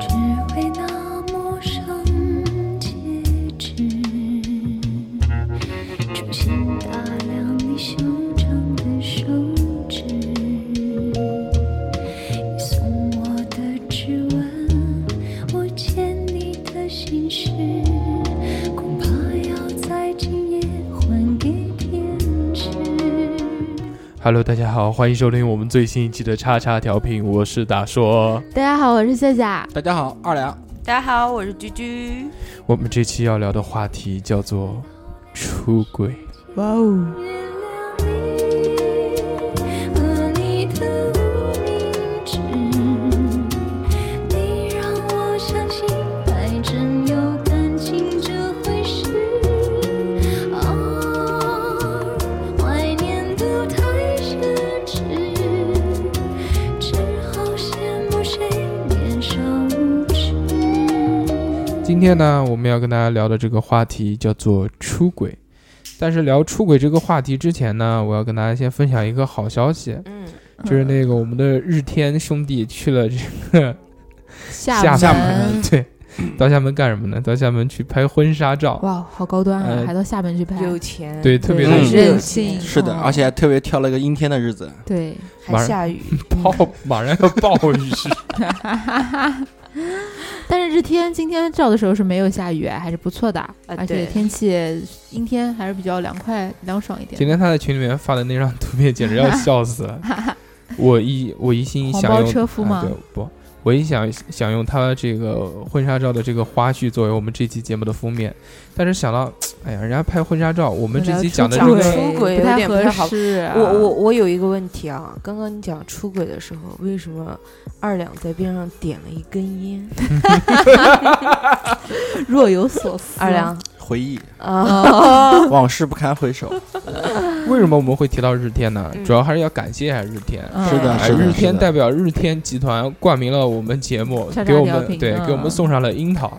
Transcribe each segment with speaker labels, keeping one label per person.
Speaker 1: 只为那陌生戒指，重新打量你修长的手指，你送我的指纹，我欠你的心事，恐怕要在今夜还给天使。
Speaker 2: Hello，大家好，欢迎收听我们最新一期的叉叉调频，我是大硕。
Speaker 3: 大家好，我是夏夏。
Speaker 2: 呃
Speaker 4: 大家好，二两。
Speaker 5: 大家好，我是居居。
Speaker 2: 我们这期要聊的话题叫做出轨。
Speaker 3: 哇哦，
Speaker 1: 原谅你和你的无名指，你让我相信还真有感情这回事。啊，哦怀念都太奢侈，只好羡慕谁年少无知。
Speaker 2: 今天呢，我们要跟大家聊的这个话题叫做出轨。但是聊出轨这个话题之前呢，我要跟大家先分享一个好消息，
Speaker 5: 嗯，
Speaker 2: 就是那个我们的日天兄弟去了这个
Speaker 3: 嗯厦
Speaker 2: 厦
Speaker 3: 门，
Speaker 2: 对，到厦门干什么呢？到厦门去拍婚纱照，
Speaker 3: 哇，好高端啊，
Speaker 2: 呃
Speaker 3: 还到厦门去拍，
Speaker 5: 有钱，
Speaker 2: 对，特别
Speaker 4: 对
Speaker 2: 的
Speaker 3: 很
Speaker 4: 嗯
Speaker 3: 任性，
Speaker 4: 是的，
Speaker 3: 嗯
Speaker 4: 而且还特别挑了个阴天的日子。
Speaker 3: 对，
Speaker 2: 晚上
Speaker 5: 还 下雨，
Speaker 2: 暴，哦马上要暴雨，
Speaker 3: 但是日天今天照的时候是没有下雨，还是不错的，而且
Speaker 5: 啊对
Speaker 3: 天气阴天，还是比较凉快凉爽一点
Speaker 2: 今。天他在群里面发的那张图片，简直要笑死了。我一我一心
Speaker 3: 黄
Speaker 2: 想
Speaker 3: 包
Speaker 2: 用
Speaker 3: 车夫吗
Speaker 2: 啊、对不，我一想想用他这个婚纱照的这个花絮作为我们这期节目的封面，但是想到，哎呀，人家拍婚纱照，我们这期讲的这
Speaker 5: 讲
Speaker 2: 个
Speaker 5: 出轨出轨
Speaker 3: 不
Speaker 5: 有
Speaker 3: 太
Speaker 5: 点不
Speaker 3: 合
Speaker 5: 太好
Speaker 3: 适啊。
Speaker 5: 我我我有一个问题啊，刚刚你讲出轨的时候，为什么二两在边上点了一根烟？
Speaker 3: 若有所思。
Speaker 5: 二两
Speaker 4: 回忆，
Speaker 5: 啊，
Speaker 3: 哦
Speaker 4: 往事不堪 回首。
Speaker 2: 为什么我们会提到日天呢？
Speaker 5: 嗯
Speaker 2: 主要还是要感谢一下日天。
Speaker 3: 嗯，
Speaker 4: 是的
Speaker 2: 哎，
Speaker 4: 是的
Speaker 2: 日天
Speaker 4: 的
Speaker 2: 代表日天集团冠名了我们节目
Speaker 3: 叉，叉
Speaker 2: 给我
Speaker 3: 调
Speaker 2: 们
Speaker 3: 频
Speaker 2: 对
Speaker 3: 嗯
Speaker 2: 给我们送上了樱桃，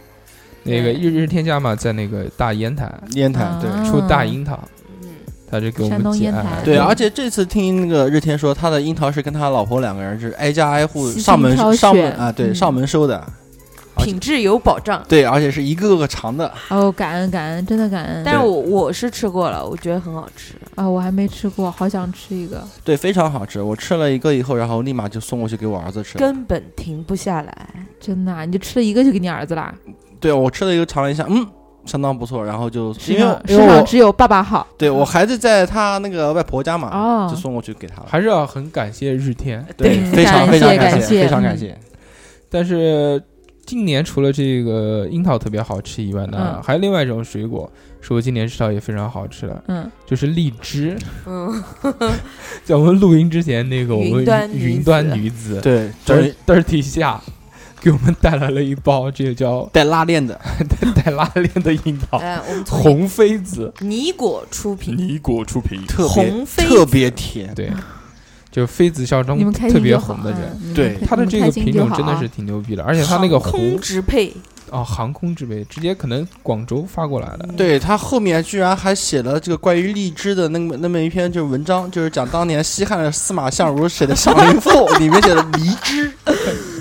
Speaker 2: 那个
Speaker 5: 对
Speaker 2: 日日天家嘛，在那个大烟台
Speaker 4: 烟台，对
Speaker 3: 啊
Speaker 2: 出大樱桃，
Speaker 5: 嗯，
Speaker 2: 他就给我
Speaker 3: 山东
Speaker 2: 们哎解
Speaker 3: 烟台
Speaker 4: 对，
Speaker 3: 嗯
Speaker 4: 而且这次听那个日天说，他的樱桃是跟他老婆两个人是挨家挨户
Speaker 3: 细心
Speaker 4: 上门
Speaker 3: 挑选
Speaker 4: 上门啊，对，
Speaker 3: 嗯
Speaker 4: 上门收的，而且
Speaker 5: 品质有保障。
Speaker 4: 对，而且是一个个尝的，
Speaker 3: 哦，感恩感恩，真的感恩。
Speaker 5: 但是我我是吃过了，我觉得很好吃。
Speaker 3: 啊，我还没吃过，好想吃一个。
Speaker 4: 对，非常好吃。我吃了一个以后，然后立马就送过去给我儿子吃了。
Speaker 5: 根本停不下来，
Speaker 3: 真的啊、你就吃了一个就给你儿子啦？
Speaker 4: 对，我吃了一个，尝了一下，嗯，相当不错。然后就
Speaker 3: 世
Speaker 4: 因为
Speaker 3: 上
Speaker 4: 因
Speaker 3: 世
Speaker 4: 为
Speaker 3: 上
Speaker 4: 我
Speaker 3: 只有爸爸好。
Speaker 4: 对我孩子在他那个外婆家嘛，
Speaker 3: 哦
Speaker 4: 就送过去给他了。
Speaker 2: 还是要很感谢日天。
Speaker 4: 对，
Speaker 3: 对
Speaker 4: 非常
Speaker 3: 感
Speaker 4: 非常
Speaker 3: 谢
Speaker 4: 感
Speaker 3: 感谢
Speaker 4: 非常感
Speaker 3: 嗯
Speaker 4: 谢。
Speaker 2: 但是今年除了这个樱桃特别好吃以外呢，
Speaker 3: 嗯
Speaker 2: 还有另外一种水果是我今年吃到也非常好吃的，
Speaker 3: 嗯，
Speaker 2: 就是荔 枝。
Speaker 5: 嗯，
Speaker 2: 在我们录音之前，那个我们
Speaker 5: 云端女子
Speaker 2: 云端女
Speaker 3: 嗯
Speaker 2: 子
Speaker 4: 对，这是
Speaker 2: Dir- Dirty 夏给我们带来了一包这个叫
Speaker 4: 带拉链的，
Speaker 2: 带拉链的樱桃，
Speaker 3: 呃
Speaker 5: 哎，我们从
Speaker 2: 红妃子
Speaker 5: 尼果出品，
Speaker 2: 尼果出品，
Speaker 4: 特别
Speaker 5: 红妃
Speaker 4: 特别甜。
Speaker 2: 对，就妃子效
Speaker 3: 你
Speaker 2: 中
Speaker 3: 们开
Speaker 2: 特
Speaker 3: 心
Speaker 2: 别
Speaker 3: 就好
Speaker 2: 红的人。
Speaker 3: 嗯
Speaker 4: 对
Speaker 3: 你们开
Speaker 2: 它的这
Speaker 3: 你
Speaker 2: 个
Speaker 3: 们开心
Speaker 2: 品
Speaker 3: 就
Speaker 2: 种
Speaker 3: 好啊
Speaker 2: 真的 是挺牛逼的，而且它那个
Speaker 5: 航
Speaker 2: 红
Speaker 5: 空直配，
Speaker 2: 啊，航空之杯直接可能广州发过来的，
Speaker 4: 对他后面居然还写了这个关于荔枝的那么那么一篇就是文章，就是讲当年西汉的司马相如写的《相邻 赋》，里面写的荔枝，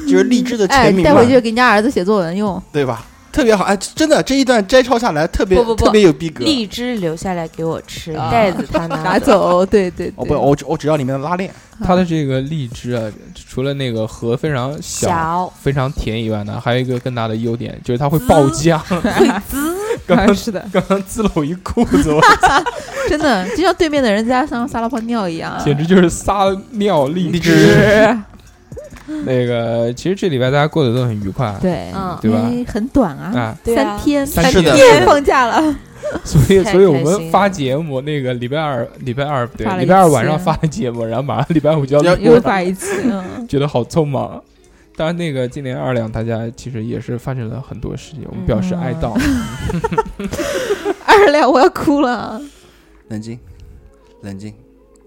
Speaker 4: 就是荔枝的
Speaker 3: 哎
Speaker 4: 全，名
Speaker 3: 带
Speaker 4: 嘛
Speaker 3: 回，去给人家儿子写作文 用。
Speaker 4: 对吧？特别好，哎，真的这一段摘抄下来特别
Speaker 5: 不不不
Speaker 4: 特别有逼格。
Speaker 5: 荔枝留下来给我吃，
Speaker 3: 啊
Speaker 5: 袋子他
Speaker 3: 拿
Speaker 5: 拿走。
Speaker 3: 走，对对
Speaker 4: 哦
Speaker 3: 对。
Speaker 4: 不，我只我只要里面的拉链。
Speaker 2: 它的这个荔枝啊，除了那个核非常小、
Speaker 5: 小
Speaker 2: 非常甜以外呢，还有一个更大的优点就是它会爆浆，
Speaker 5: 会滋
Speaker 2: 刚
Speaker 3: 好像
Speaker 2: 刚
Speaker 3: 是 的，
Speaker 2: 刚刚滋了我一裤子，我
Speaker 3: 真的就像对面的人家像撒了泡尿一样。
Speaker 2: 简直就是撒尿荔
Speaker 4: 荔
Speaker 2: 枝。
Speaker 3: 是，
Speaker 2: 那个，其实这礼拜大家过得都很愉快，啊
Speaker 3: 对，
Speaker 5: 嗯
Speaker 2: 对吧？
Speaker 3: 哎很短啊，
Speaker 2: 啊，
Speaker 5: 对啊
Speaker 3: 三天，
Speaker 2: 三
Speaker 4: 是的
Speaker 3: 天 放假了，
Speaker 2: 啊所以
Speaker 5: 太
Speaker 2: 所以我
Speaker 5: 开心
Speaker 2: 们
Speaker 5: 了
Speaker 2: 发节目，那个礼拜二礼拜二对
Speaker 3: 发了
Speaker 2: 礼
Speaker 3: 一
Speaker 2: 拜二晚
Speaker 3: 次
Speaker 2: 上发的节目，然后马上礼拜五就要
Speaker 4: 要
Speaker 2: 录
Speaker 3: 又
Speaker 2: 了，
Speaker 3: 发一次，嗯
Speaker 2: 觉得好匆忙。当然，那个今年二两，大家其实也是发生了很多事情，我们表示哀悼。
Speaker 3: 二两我要哭了。
Speaker 4: 冷静，冷静。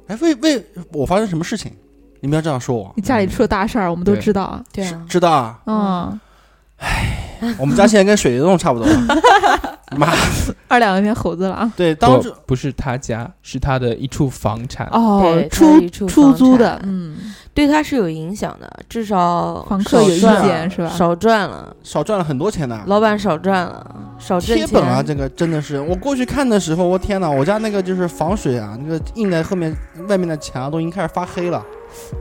Speaker 4: 哎，为为我发生什么事情？你们要这样说我？
Speaker 3: 你家里出了大事儿，我们都
Speaker 2: 对
Speaker 3: 知道。
Speaker 5: 对啊，
Speaker 4: 知道啊，
Speaker 3: 嗯，
Speaker 4: 我们家现在跟水帘洞差不多了。妈，
Speaker 3: 二两有点猴子了啊。
Speaker 4: 对，当
Speaker 2: 不
Speaker 4: 时，
Speaker 2: 不是他家，是他的一处房产。
Speaker 3: 哦
Speaker 5: 对，它
Speaker 3: 出
Speaker 5: 是一处
Speaker 3: 出
Speaker 5: 房
Speaker 3: 租的，
Speaker 5: 产
Speaker 3: 嗯，
Speaker 5: 对他是有影响的，至少
Speaker 3: 房客
Speaker 5: 少
Speaker 3: 有意
Speaker 5: 赚
Speaker 3: 见
Speaker 5: 了
Speaker 3: 是吧
Speaker 5: 少赚了，
Speaker 4: 少赚了很多钱呢。
Speaker 5: 老板少赚了，
Speaker 3: 嗯
Speaker 5: 少挣
Speaker 4: 贴
Speaker 5: 钱
Speaker 4: 本啊，这个真的是我过去看的时候，我天哪，我家那个就是防水啊，那个印在后面外面的墙啊都已经开始发黑了。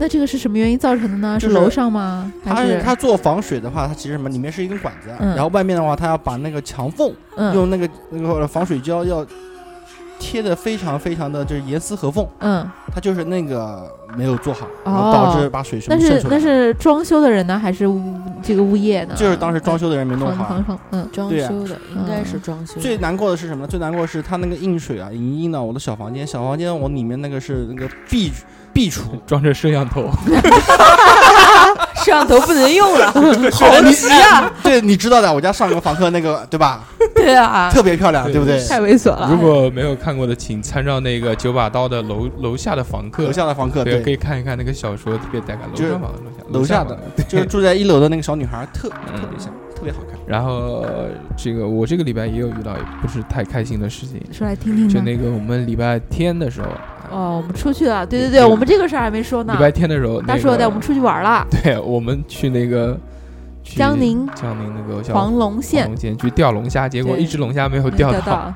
Speaker 3: 那这个是什么原因造成的呢？
Speaker 4: 就是是
Speaker 3: 楼上吗？
Speaker 4: 它
Speaker 3: 还是
Speaker 4: 它做防水的话，它其实什么里面是一根管子，啊
Speaker 3: 嗯
Speaker 4: 然后外面的话，它要把那个墙缝
Speaker 3: 嗯
Speaker 4: 用那个那个防水胶要贴的非常非常的就是严丝合缝，
Speaker 3: 嗯，
Speaker 4: 它就是那个没有做好，然后
Speaker 3: 哦
Speaker 4: 导致把水全
Speaker 3: 那
Speaker 4: 部渗
Speaker 3: 是
Speaker 4: 出来。
Speaker 3: 那是装修的人呢，还是物这个物业呢？
Speaker 4: 就是当时装修的人没弄
Speaker 3: 房
Speaker 4: 好
Speaker 3: 房。房嗯，
Speaker 5: 装
Speaker 4: 对啊
Speaker 5: 修的、应该是装修的
Speaker 4: 最难过的是什么呢？最难过的是它那个印水啊，已经印到我的小房间。小房间我里面那个是那个壁壁橱，
Speaker 2: 装着摄像头，
Speaker 5: 摄像头不能用 了，啊
Speaker 4: 好啊你呀！ 对，你知道的，我家上个房客那个对吧？
Speaker 5: 对啊，
Speaker 4: 特别漂亮，对不对？
Speaker 3: 太猥琐了
Speaker 2: 如。果没有看过的，请参照那个九把刀的楼楼下的房客
Speaker 4: 楼，下的房客
Speaker 2: 对，可
Speaker 4: 对，
Speaker 2: 以看一看那个小说，特别带感。楼
Speaker 4: 就是
Speaker 2: 上房楼下
Speaker 4: 楼下
Speaker 2: 房
Speaker 4: 的
Speaker 2: 对
Speaker 4: 就是住在一楼的那个小女孩，特
Speaker 2: 嗯
Speaker 4: 特别像，特别好看。
Speaker 2: 然后这个我这个礼拜也有遇到不是太开心的事情，
Speaker 3: 说来听
Speaker 2: 就
Speaker 3: 听呢。
Speaker 2: 那个我们礼拜天的时候，啊
Speaker 3: 嗯哦，我们出去了，对对
Speaker 2: 对
Speaker 3: 对，我们这个事儿还没说呢
Speaker 2: 礼。拜天的时候，
Speaker 3: 大
Speaker 2: 那
Speaker 3: 叔要
Speaker 2: 个
Speaker 3: 带我们出去玩了，
Speaker 2: 对，我们去那个去
Speaker 3: 江宁
Speaker 2: 江宁那个叫
Speaker 3: 黄龙
Speaker 2: 黄
Speaker 3: 县
Speaker 2: 龙县去钓龙虾，结果
Speaker 5: 对
Speaker 2: 一只龙虾没有
Speaker 3: 没
Speaker 2: 钓到，
Speaker 3: 到，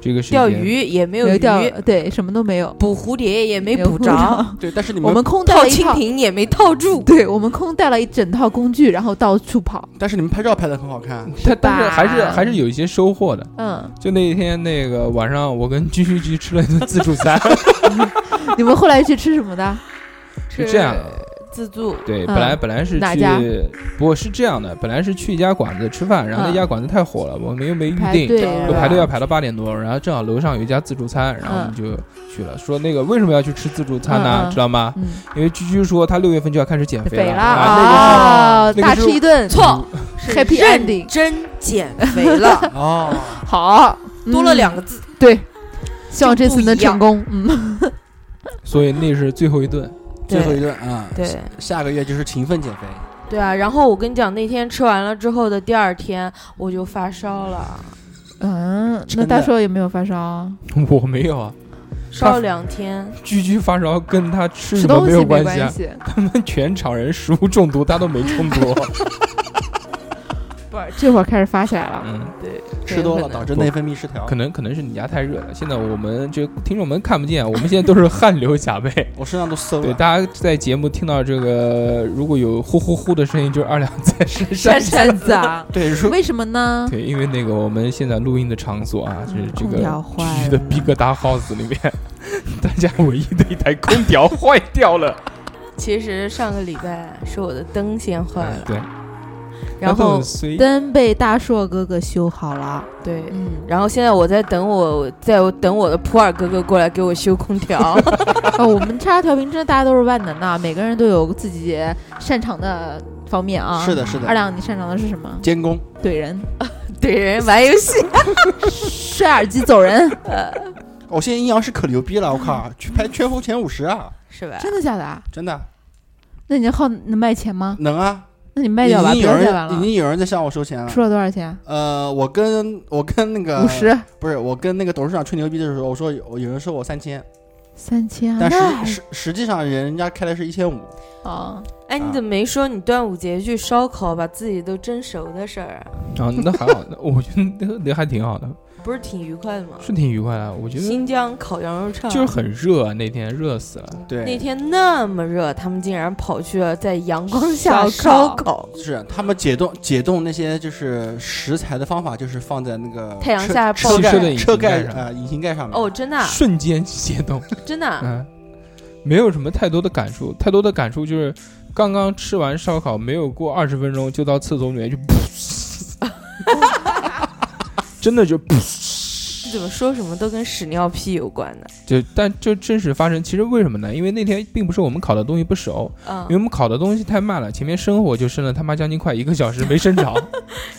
Speaker 2: 这个是
Speaker 5: 钓鱼也没有
Speaker 3: 没
Speaker 5: 鱼，
Speaker 3: 钓，对，什么都没有，
Speaker 5: 捕蝴蝶也没
Speaker 3: 没有
Speaker 5: 捕着，，
Speaker 4: 对，但是你
Speaker 3: 我
Speaker 4: 们
Speaker 3: 们空带
Speaker 5: 套
Speaker 3: 了一
Speaker 5: 蜻
Speaker 3: 套，
Speaker 5: 蜓也没套住，
Speaker 3: 对我们空带了一整套工具，然后到处跑。
Speaker 4: 但是你们拍照拍的很好看，
Speaker 2: 它但是还是
Speaker 3: 吧
Speaker 2: 还是有一些收获的。
Speaker 3: 嗯，
Speaker 2: 就那一天那个晚上，我跟居居居吃了一顿自助 餐，
Speaker 3: 你们后来去吃什么的？
Speaker 2: 是这样的。
Speaker 5: 自助，
Speaker 2: 对，
Speaker 3: 嗯
Speaker 2: 本来本来是
Speaker 3: 哪
Speaker 2: 去
Speaker 3: 家，
Speaker 2: 不过是这样的，本来是去一家馆子吃饭，然后那
Speaker 3: 嗯
Speaker 2: 家馆子太火了，我们又没预
Speaker 3: 排
Speaker 2: 定，
Speaker 3: 队
Speaker 5: 对
Speaker 3: 是
Speaker 2: 就
Speaker 3: 吧嗯
Speaker 2: 排队要排到八点多，然后正好楼上有一家自助餐，然后我们就去了，说那个为什么要去吃自助餐呢？
Speaker 3: 嗯嗯
Speaker 2: 知道吗？
Speaker 3: 嗯，
Speaker 2: 因为居居说他六月份就要开始减肥
Speaker 3: 肥了
Speaker 2: 啊，
Speaker 3: 啊，
Speaker 2: 那个
Speaker 3: 大
Speaker 2: 是嗯
Speaker 3: 吃一顿，嗯
Speaker 5: 错是
Speaker 3: Happy
Speaker 5: 认
Speaker 3: ending
Speaker 5: 真减肥 了，
Speaker 4: 哦，
Speaker 3: 好，
Speaker 5: 多了
Speaker 3: 嗯
Speaker 5: 两个字，
Speaker 3: 对，希望
Speaker 5: 就
Speaker 3: 这
Speaker 5: 不
Speaker 3: 次
Speaker 5: 一
Speaker 3: 能成
Speaker 5: 样
Speaker 3: 功。嗯，
Speaker 2: 那个所以那是最后一顿，
Speaker 4: 最后一
Speaker 5: 对
Speaker 4: 顿啊，
Speaker 5: 对
Speaker 4: 下个月就是勤奋减肥，
Speaker 5: 对啊。然后我跟你讲，那天吃完了之后的第二天我就发烧了，
Speaker 3: 嗯，那
Speaker 4: 真
Speaker 3: 大
Speaker 4: 的
Speaker 3: 硕有没有发烧？
Speaker 2: 我没有啊，
Speaker 5: 烧了两天，
Speaker 2: 居居发烧跟他吃
Speaker 3: 吃
Speaker 2: 什么
Speaker 3: 东
Speaker 2: 没
Speaker 3: 西
Speaker 2: 有
Speaker 3: 嗯没
Speaker 2: 系啊，
Speaker 3: 系，嗯
Speaker 2: 他们全场人食物中毒，他都没中毒，
Speaker 3: 不是这会儿开始发起来了。
Speaker 2: 嗯。
Speaker 5: 对，
Speaker 4: 吃多了
Speaker 5: 对
Speaker 4: 导致内分泌失调
Speaker 2: 可。能可能是你家太热了，现在我们这听众们看不见，我们现在都是汗流浃 背，
Speaker 4: 我身上都馊
Speaker 2: 对，
Speaker 4: 了，？
Speaker 2: 大家在节目听到这个，如果有呼呼呼的声音，就是二两在身上
Speaker 3: 扇。扇子啊
Speaker 4: 对，如
Speaker 3: 为什么呢？
Speaker 2: 对，因为那个我们现在录音的场所啊，就是这
Speaker 3: 空调
Speaker 2: 个
Speaker 3: 坏
Speaker 2: 区的
Speaker 3: 了
Speaker 2: 逼格大 house 里面， 大家唯一的一台空调坏掉了。
Speaker 5: 其实上个礼拜是我的灯先坏了，
Speaker 2: 对，哎
Speaker 5: 然后
Speaker 2: 随
Speaker 3: 灯被大硕哥哥修好了。
Speaker 5: 对，
Speaker 3: 嗯，
Speaker 5: 然后现在我在等我，在我等我的普洱哥哥过来给我修空调。
Speaker 3: 哦，我们叉叉调频真的大家都是万能的，啊每个人都有自己擅长的方面啊。
Speaker 4: 是。的，是
Speaker 3: 二
Speaker 4: 的，
Speaker 3: 两，你擅长的是什么？
Speaker 4: 监工，
Speaker 3: 怼人，
Speaker 5: 怼人玩游戏，
Speaker 3: 摔耳机走人，
Speaker 4: 我哦现在阴阳师可牛逼了，我靠，
Speaker 3: 嗯
Speaker 4: 去排全服前五十啊，
Speaker 5: 是吧？
Speaker 3: 真的假的啊？
Speaker 4: 真的
Speaker 3: 那你的号能卖钱吗？
Speaker 4: 能啊，
Speaker 3: 那你卖
Speaker 4: 已
Speaker 3: 掉吧，
Speaker 4: 经
Speaker 3: 不
Speaker 4: 有
Speaker 3: 要再玩
Speaker 4: 人已
Speaker 3: 了。
Speaker 4: 经有人在向我收钱了。
Speaker 3: 出了多少钱？
Speaker 4: 呃，我跟我跟那个
Speaker 3: 五十、
Speaker 4: 不是我跟那个董事长吹牛逼的时候，我说有有人收我三千，
Speaker 3: 三千啊，
Speaker 4: 但
Speaker 3: 那还
Speaker 4: 实实实际上人家开的是一千五，
Speaker 3: 哦，
Speaker 5: 哎，你怎么没说你端午节去烧烤把自己都蒸熟的事儿啊？
Speaker 2: 啊，那还好，那我觉得那那还挺好的。
Speaker 5: 不是挺愉快的吗？
Speaker 2: 是挺愉快的，我觉得
Speaker 5: 新疆烤羊肉串，
Speaker 2: 就是很热，啊那天热死了。
Speaker 5: 那
Speaker 4: 对，
Speaker 5: 天那么热，他们竟然跑去了在阳光下
Speaker 3: 烧
Speaker 5: 烧
Speaker 3: 烤
Speaker 5: 烤，
Speaker 4: 是他们解冻解冻那些就是食材的方法，就是放在那个
Speaker 5: 太阳
Speaker 4: 车
Speaker 5: 下
Speaker 4: 车
Speaker 5: 暴
Speaker 2: 晒
Speaker 4: 盖车
Speaker 2: 车
Speaker 4: 盖
Speaker 2: 盖上
Speaker 4: 啊引擎盖上面。
Speaker 5: 哦，真的啊
Speaker 2: 瞬间解冻，
Speaker 5: 真的啊，
Speaker 2: 嗯，没有什么太多的感触，太多的感触就是刚刚吃完烧烤，没有过二十分钟就到厕所里面就，真的就
Speaker 5: 你怎么说什么都跟屎尿屁有关呢？
Speaker 2: 就，但就真实发生。其实为什么呢？因为那天并不是我们烤的东西不熟，
Speaker 5: 嗯
Speaker 2: 因为，我们烤的东西太慢了，前面生火就生了他妈将近快一个小时没 生着，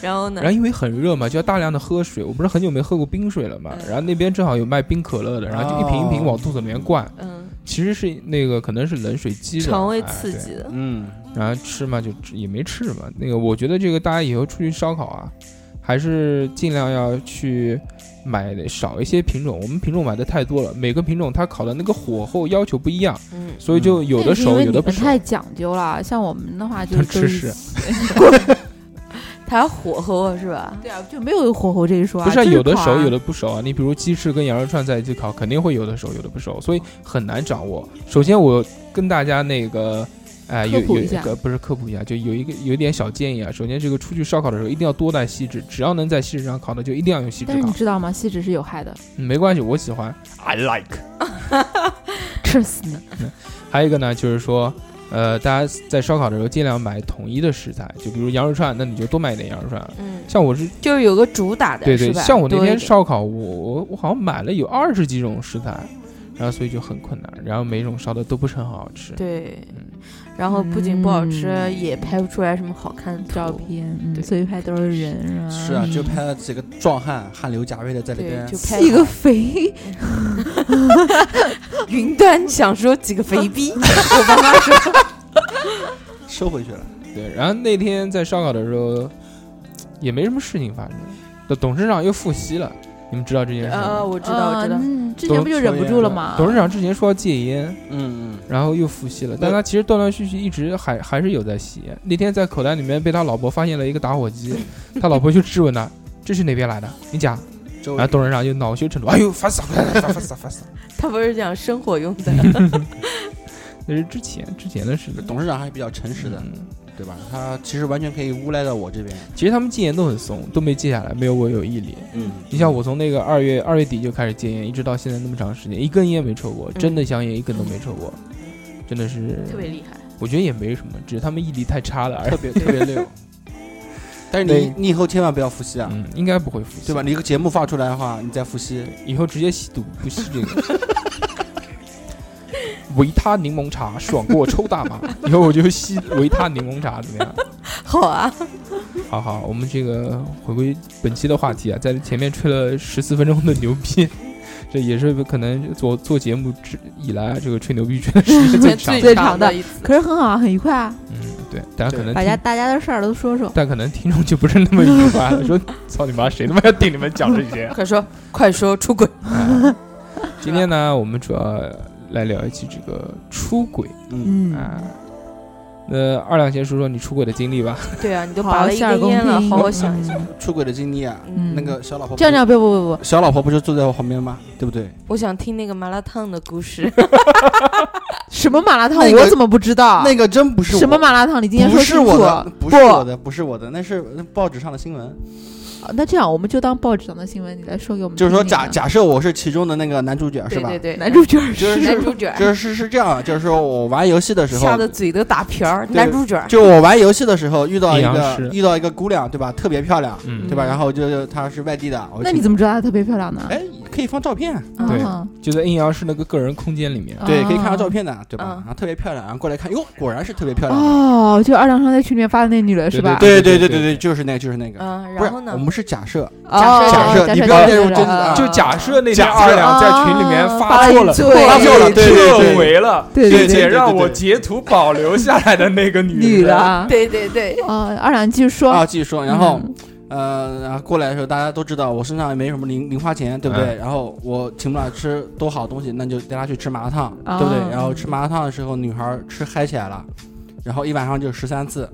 Speaker 5: 然后呢
Speaker 2: 然后？因为很热嘛，就要大量的喝水。我不是很久没喝过冰水了嘛，
Speaker 5: 嗯
Speaker 2: 然后那边正好有卖冰可乐的，然后就一瓶一瓶往肚子里面灌，
Speaker 5: 嗯，
Speaker 2: 其实是那个可能是冷水激的，
Speaker 5: 肠胃
Speaker 2: 哎
Speaker 5: 刺
Speaker 2: 对
Speaker 5: 激的，
Speaker 4: 嗯，
Speaker 2: 然后吃嘛，就吃也没吃嘛。那个，我觉得这个大家以后出去烧烤啊，还是尽量要去买的少一些品种。我们品种买的太多了，每个品种它烤的那个火候要求不一样，
Speaker 5: 嗯，
Speaker 2: 所以就有的
Speaker 3: 那
Speaker 2: 熟，
Speaker 3: 是因
Speaker 2: 有
Speaker 3: 为
Speaker 2: 的
Speaker 3: 你
Speaker 2: 不
Speaker 3: 们
Speaker 2: 熟。
Speaker 3: 太讲究了，像我们的话就
Speaker 2: 他
Speaker 3: 是
Speaker 2: 吃屎，
Speaker 5: 它还火候是吧？
Speaker 3: 对啊，就没有火候这一说啊。
Speaker 2: 不是啊
Speaker 3: 就是
Speaker 2: 有的
Speaker 3: 烤啊
Speaker 2: 熟，有的不熟啊。你比如鸡翅跟羊肉串在一起烤，肯定会有的熟，有的不熟，所以很难掌握。首先，我跟大家那个。哎，有
Speaker 3: 科普
Speaker 2: 有
Speaker 3: 一下
Speaker 2: 个不是科普一下，就有一个有点小建议啊。首先，这个出去烧烤的时候一定要多带锡纸，只要能在锡纸上烤的，就一定要用锡纸
Speaker 3: 但是
Speaker 2: 烤
Speaker 3: 你。知道吗？锡纸是有害的，
Speaker 2: 嗯没关系，我喜欢，I like。
Speaker 3: 吃死呢。
Speaker 2: 还有一个呢，就是说，呃，大家在烧烤的时候尽量买统一的食材，就比如羊肉串，那你就多买一点羊肉串。 啊
Speaker 5: 嗯，
Speaker 2: 像我是
Speaker 5: 就是有个主打的，
Speaker 2: 对
Speaker 5: 是
Speaker 2: 对，
Speaker 5: 吧？
Speaker 2: 像我那
Speaker 5: 多一
Speaker 2: 天
Speaker 5: 点，
Speaker 2: 烧烤，我我我好像买了有二十几种食材，然后所以就很困难，然后每种烧的都不是很好吃。
Speaker 5: 对
Speaker 2: 嗯，
Speaker 5: 然后不仅不好吃，
Speaker 3: 嗯
Speaker 5: 也拍不出来什么好看的
Speaker 3: 照
Speaker 5: 图，
Speaker 3: 片，嗯
Speaker 5: 对
Speaker 3: 所以拍都是人啊。
Speaker 4: 是啊，就
Speaker 3: 嗯
Speaker 4: 拍了几个壮汉，汗流浃背的在那
Speaker 5: 对，
Speaker 4: 边
Speaker 5: 就拍
Speaker 3: 一个肥，
Speaker 5: 云端想说几个肥逼，我爸妈说
Speaker 4: 收回去了。
Speaker 2: 对，然后那天在烧烤的时候，也没什么事情发生。那董事长又复吸了，你们知道这件事
Speaker 5: 呃，
Speaker 2: 吗？
Speaker 5: 我知道，我知道
Speaker 3: 嗯，之前不就忍不住了吗？
Speaker 2: 董事长之前说要戒烟，
Speaker 4: 嗯
Speaker 2: 然后又复吸了，但他其实断断续续一直还还是有在吸。那天在口袋里面被他老婆发现了一个打火机，他老婆就质问他：“这是哪边来的？你讲。”
Speaker 4: 嗯，周
Speaker 2: 然后董事长就恼羞成怒：“哎呦，烦死了，烦死了，烦死了，烦死了
Speaker 5: 他不是讲生活用的，！”
Speaker 2: 那是之前之前的事情。
Speaker 4: 董事长还是比较诚实的，
Speaker 2: 嗯
Speaker 4: 对吧？他其实完全可以诬赖到我这边。
Speaker 2: 其实他们戒烟都很怂，都没戒下来，没有我有毅力。
Speaker 4: 嗯，
Speaker 2: 你像我从那个二月二月底就开始戒烟，一直到现在那么长时间，一根烟没抽过，真的
Speaker 4: 嗯
Speaker 2: 香烟一根都没抽过，真的是，
Speaker 5: 厉害。
Speaker 2: 我觉得也没什么，只是他们毅力太差了而
Speaker 4: 特
Speaker 2: 已。
Speaker 4: 别特别 溜。但是你
Speaker 2: 对
Speaker 4: 你以后千万不要复吸啊，
Speaker 2: 嗯，应该不会复吸
Speaker 4: 对吧？？你一个节目发出来的话，你再 复吸，
Speaker 2: 以后直接吸毒，不吸这个。维他柠檬茶爽过抽大麻， 以后我就吸维他柠檬茶，怎么样？
Speaker 5: 好啊，
Speaker 2: 好好，我们这个回归本期的话题啊，在前面吹了十四分钟的牛逼， 这也是可能做做节目之以来啊，这个吹牛逼吹的时间最长的。
Speaker 3: 最长的
Speaker 5: 一次，
Speaker 3: 可是很好啊，很愉快啊，
Speaker 2: 嗯，对，大家可能
Speaker 3: 把家
Speaker 2: 听，
Speaker 3: 大家的事儿都说说。
Speaker 2: 但可能听众就不是那么愉快了，说操你妈，谁他妈要听你们讲这些？
Speaker 5: 快说快说出轨，
Speaker 2: 哎 今天呢，我们主要来聊一期这个出轨。
Speaker 4: 嗯，
Speaker 3: 嗯，
Speaker 2: 啊。那二两先说说你出轨的经历吧。
Speaker 5: 对啊，你都
Speaker 3: 好
Speaker 5: 拔了一
Speaker 3: 洗耳
Speaker 5: 根
Speaker 3: 恭
Speaker 5: 烟了，
Speaker 3: 听
Speaker 5: 好好想一想。
Speaker 3: 嗯
Speaker 4: 出轨的经历啊，
Speaker 5: 嗯
Speaker 4: 那个小老婆不
Speaker 3: 这样这样，不要不不不不，
Speaker 4: 小老婆不就坐在我旁边吗？对不对？
Speaker 5: 我想听那个麻辣烫的故 事，
Speaker 3: 什么麻辣烫
Speaker 4: 那个
Speaker 3: 我怎么不知道？
Speaker 4: 那个真不是
Speaker 3: 啊
Speaker 4: 我
Speaker 3: 什么麻辣烫？你今天
Speaker 4: 不
Speaker 3: 说
Speaker 4: 是
Speaker 3: 清
Speaker 4: 我
Speaker 3: 楚。
Speaker 4: 的，不是我的，不是我的，那是报纸上的新闻。
Speaker 3: 啊那这样我们就当报纸上的新闻，你来说给我们
Speaker 4: 就
Speaker 3: 听
Speaker 4: 是
Speaker 3: 听啊。
Speaker 4: 说假假设我是其中的那个男主角是
Speaker 5: 对
Speaker 4: 吧？
Speaker 5: 对对，
Speaker 3: 男主角
Speaker 4: 就是是
Speaker 5: 男主角
Speaker 4: 就是是这样，啊就是说我玩游戏的时候
Speaker 5: 吓，得嘴都打瓢儿，
Speaker 4: 对
Speaker 5: 男主角
Speaker 4: 就我玩游戏的时候遇到一
Speaker 2: 阴阳
Speaker 4: 个
Speaker 2: 师
Speaker 4: 遇到一个姑娘，对吧？特别漂亮，
Speaker 2: 嗯
Speaker 4: 对吧？
Speaker 5: 嗯
Speaker 4: 然后就是她是外地的，我
Speaker 3: 那
Speaker 4: 请
Speaker 3: 你怎么知道她特别漂亮呢？
Speaker 4: 哎可以放照片，
Speaker 2: 对
Speaker 3: 啊
Speaker 2: 就在阴阳师那个个人空间里面，
Speaker 3: 啊
Speaker 4: 对，可以看到照片的，对吧？
Speaker 5: 嗯
Speaker 4: 然后特别漂亮，然后过来看，哟，果然是特别漂亮的。
Speaker 3: 哦，就二两上在群里面发的那女的是吧？
Speaker 4: 对对
Speaker 2: 对对
Speaker 4: 对对
Speaker 2: 对
Speaker 4: 对，就是那个，就是那个。
Speaker 5: 嗯，
Speaker 4: 不是
Speaker 5: 然后，呢
Speaker 4: 我？们是假设，
Speaker 3: 哦
Speaker 5: 假设
Speaker 4: 假设
Speaker 3: 假
Speaker 4: 你不
Speaker 3: 假
Speaker 4: 要
Speaker 3: 设
Speaker 4: 带入真
Speaker 3: 假设
Speaker 4: 实啊
Speaker 2: 就假设那天
Speaker 4: 假设
Speaker 2: 二两在群里面发
Speaker 3: 啊
Speaker 2: 错了，
Speaker 3: 发了一
Speaker 4: 发错了对对对
Speaker 2: 撤回了，
Speaker 3: 对
Speaker 2: 并
Speaker 3: 对对
Speaker 2: 且
Speaker 4: 对对
Speaker 2: 让我截图保留下来的那个
Speaker 3: 女
Speaker 2: 人
Speaker 3: 的，啊。
Speaker 5: 对对 对，
Speaker 3: 哦，二两继续说。
Speaker 4: 啊，继续说，然后
Speaker 3: 嗯
Speaker 4: 呃，然后过来的时候，大家都知道我身上也没什么零零花钱，对不对？
Speaker 2: 嗯
Speaker 4: 然后我请不了吃多好东西，那就带她去吃麻辣烫，
Speaker 3: 啊
Speaker 4: 对不对？然后吃麻辣烫的时候，女孩吃嗨起来了，然后一晚上就十三次，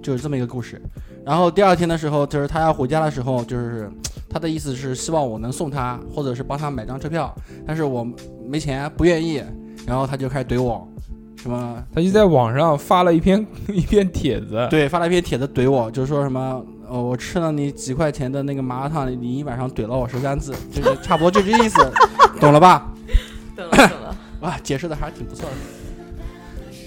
Speaker 4: 就是这么一个故事。然后第二天的时候，就是她要回家的时候，就是他的意思是希望我能送他，或者是帮他买张车票，但是我没钱，不愿意。然后他就开始怼我，什么
Speaker 2: 他就在网上发了一篇一篇帖 子，
Speaker 4: 对，发了一篇帖子怼我，就说什么呃，我吃了你几块钱的那个麻辣烫，你一晚上怼了我十三次，就是差不多就这 意思，懂了吧？
Speaker 3: 懂了 懂了，
Speaker 4: 哇，解释的还是挺不错的。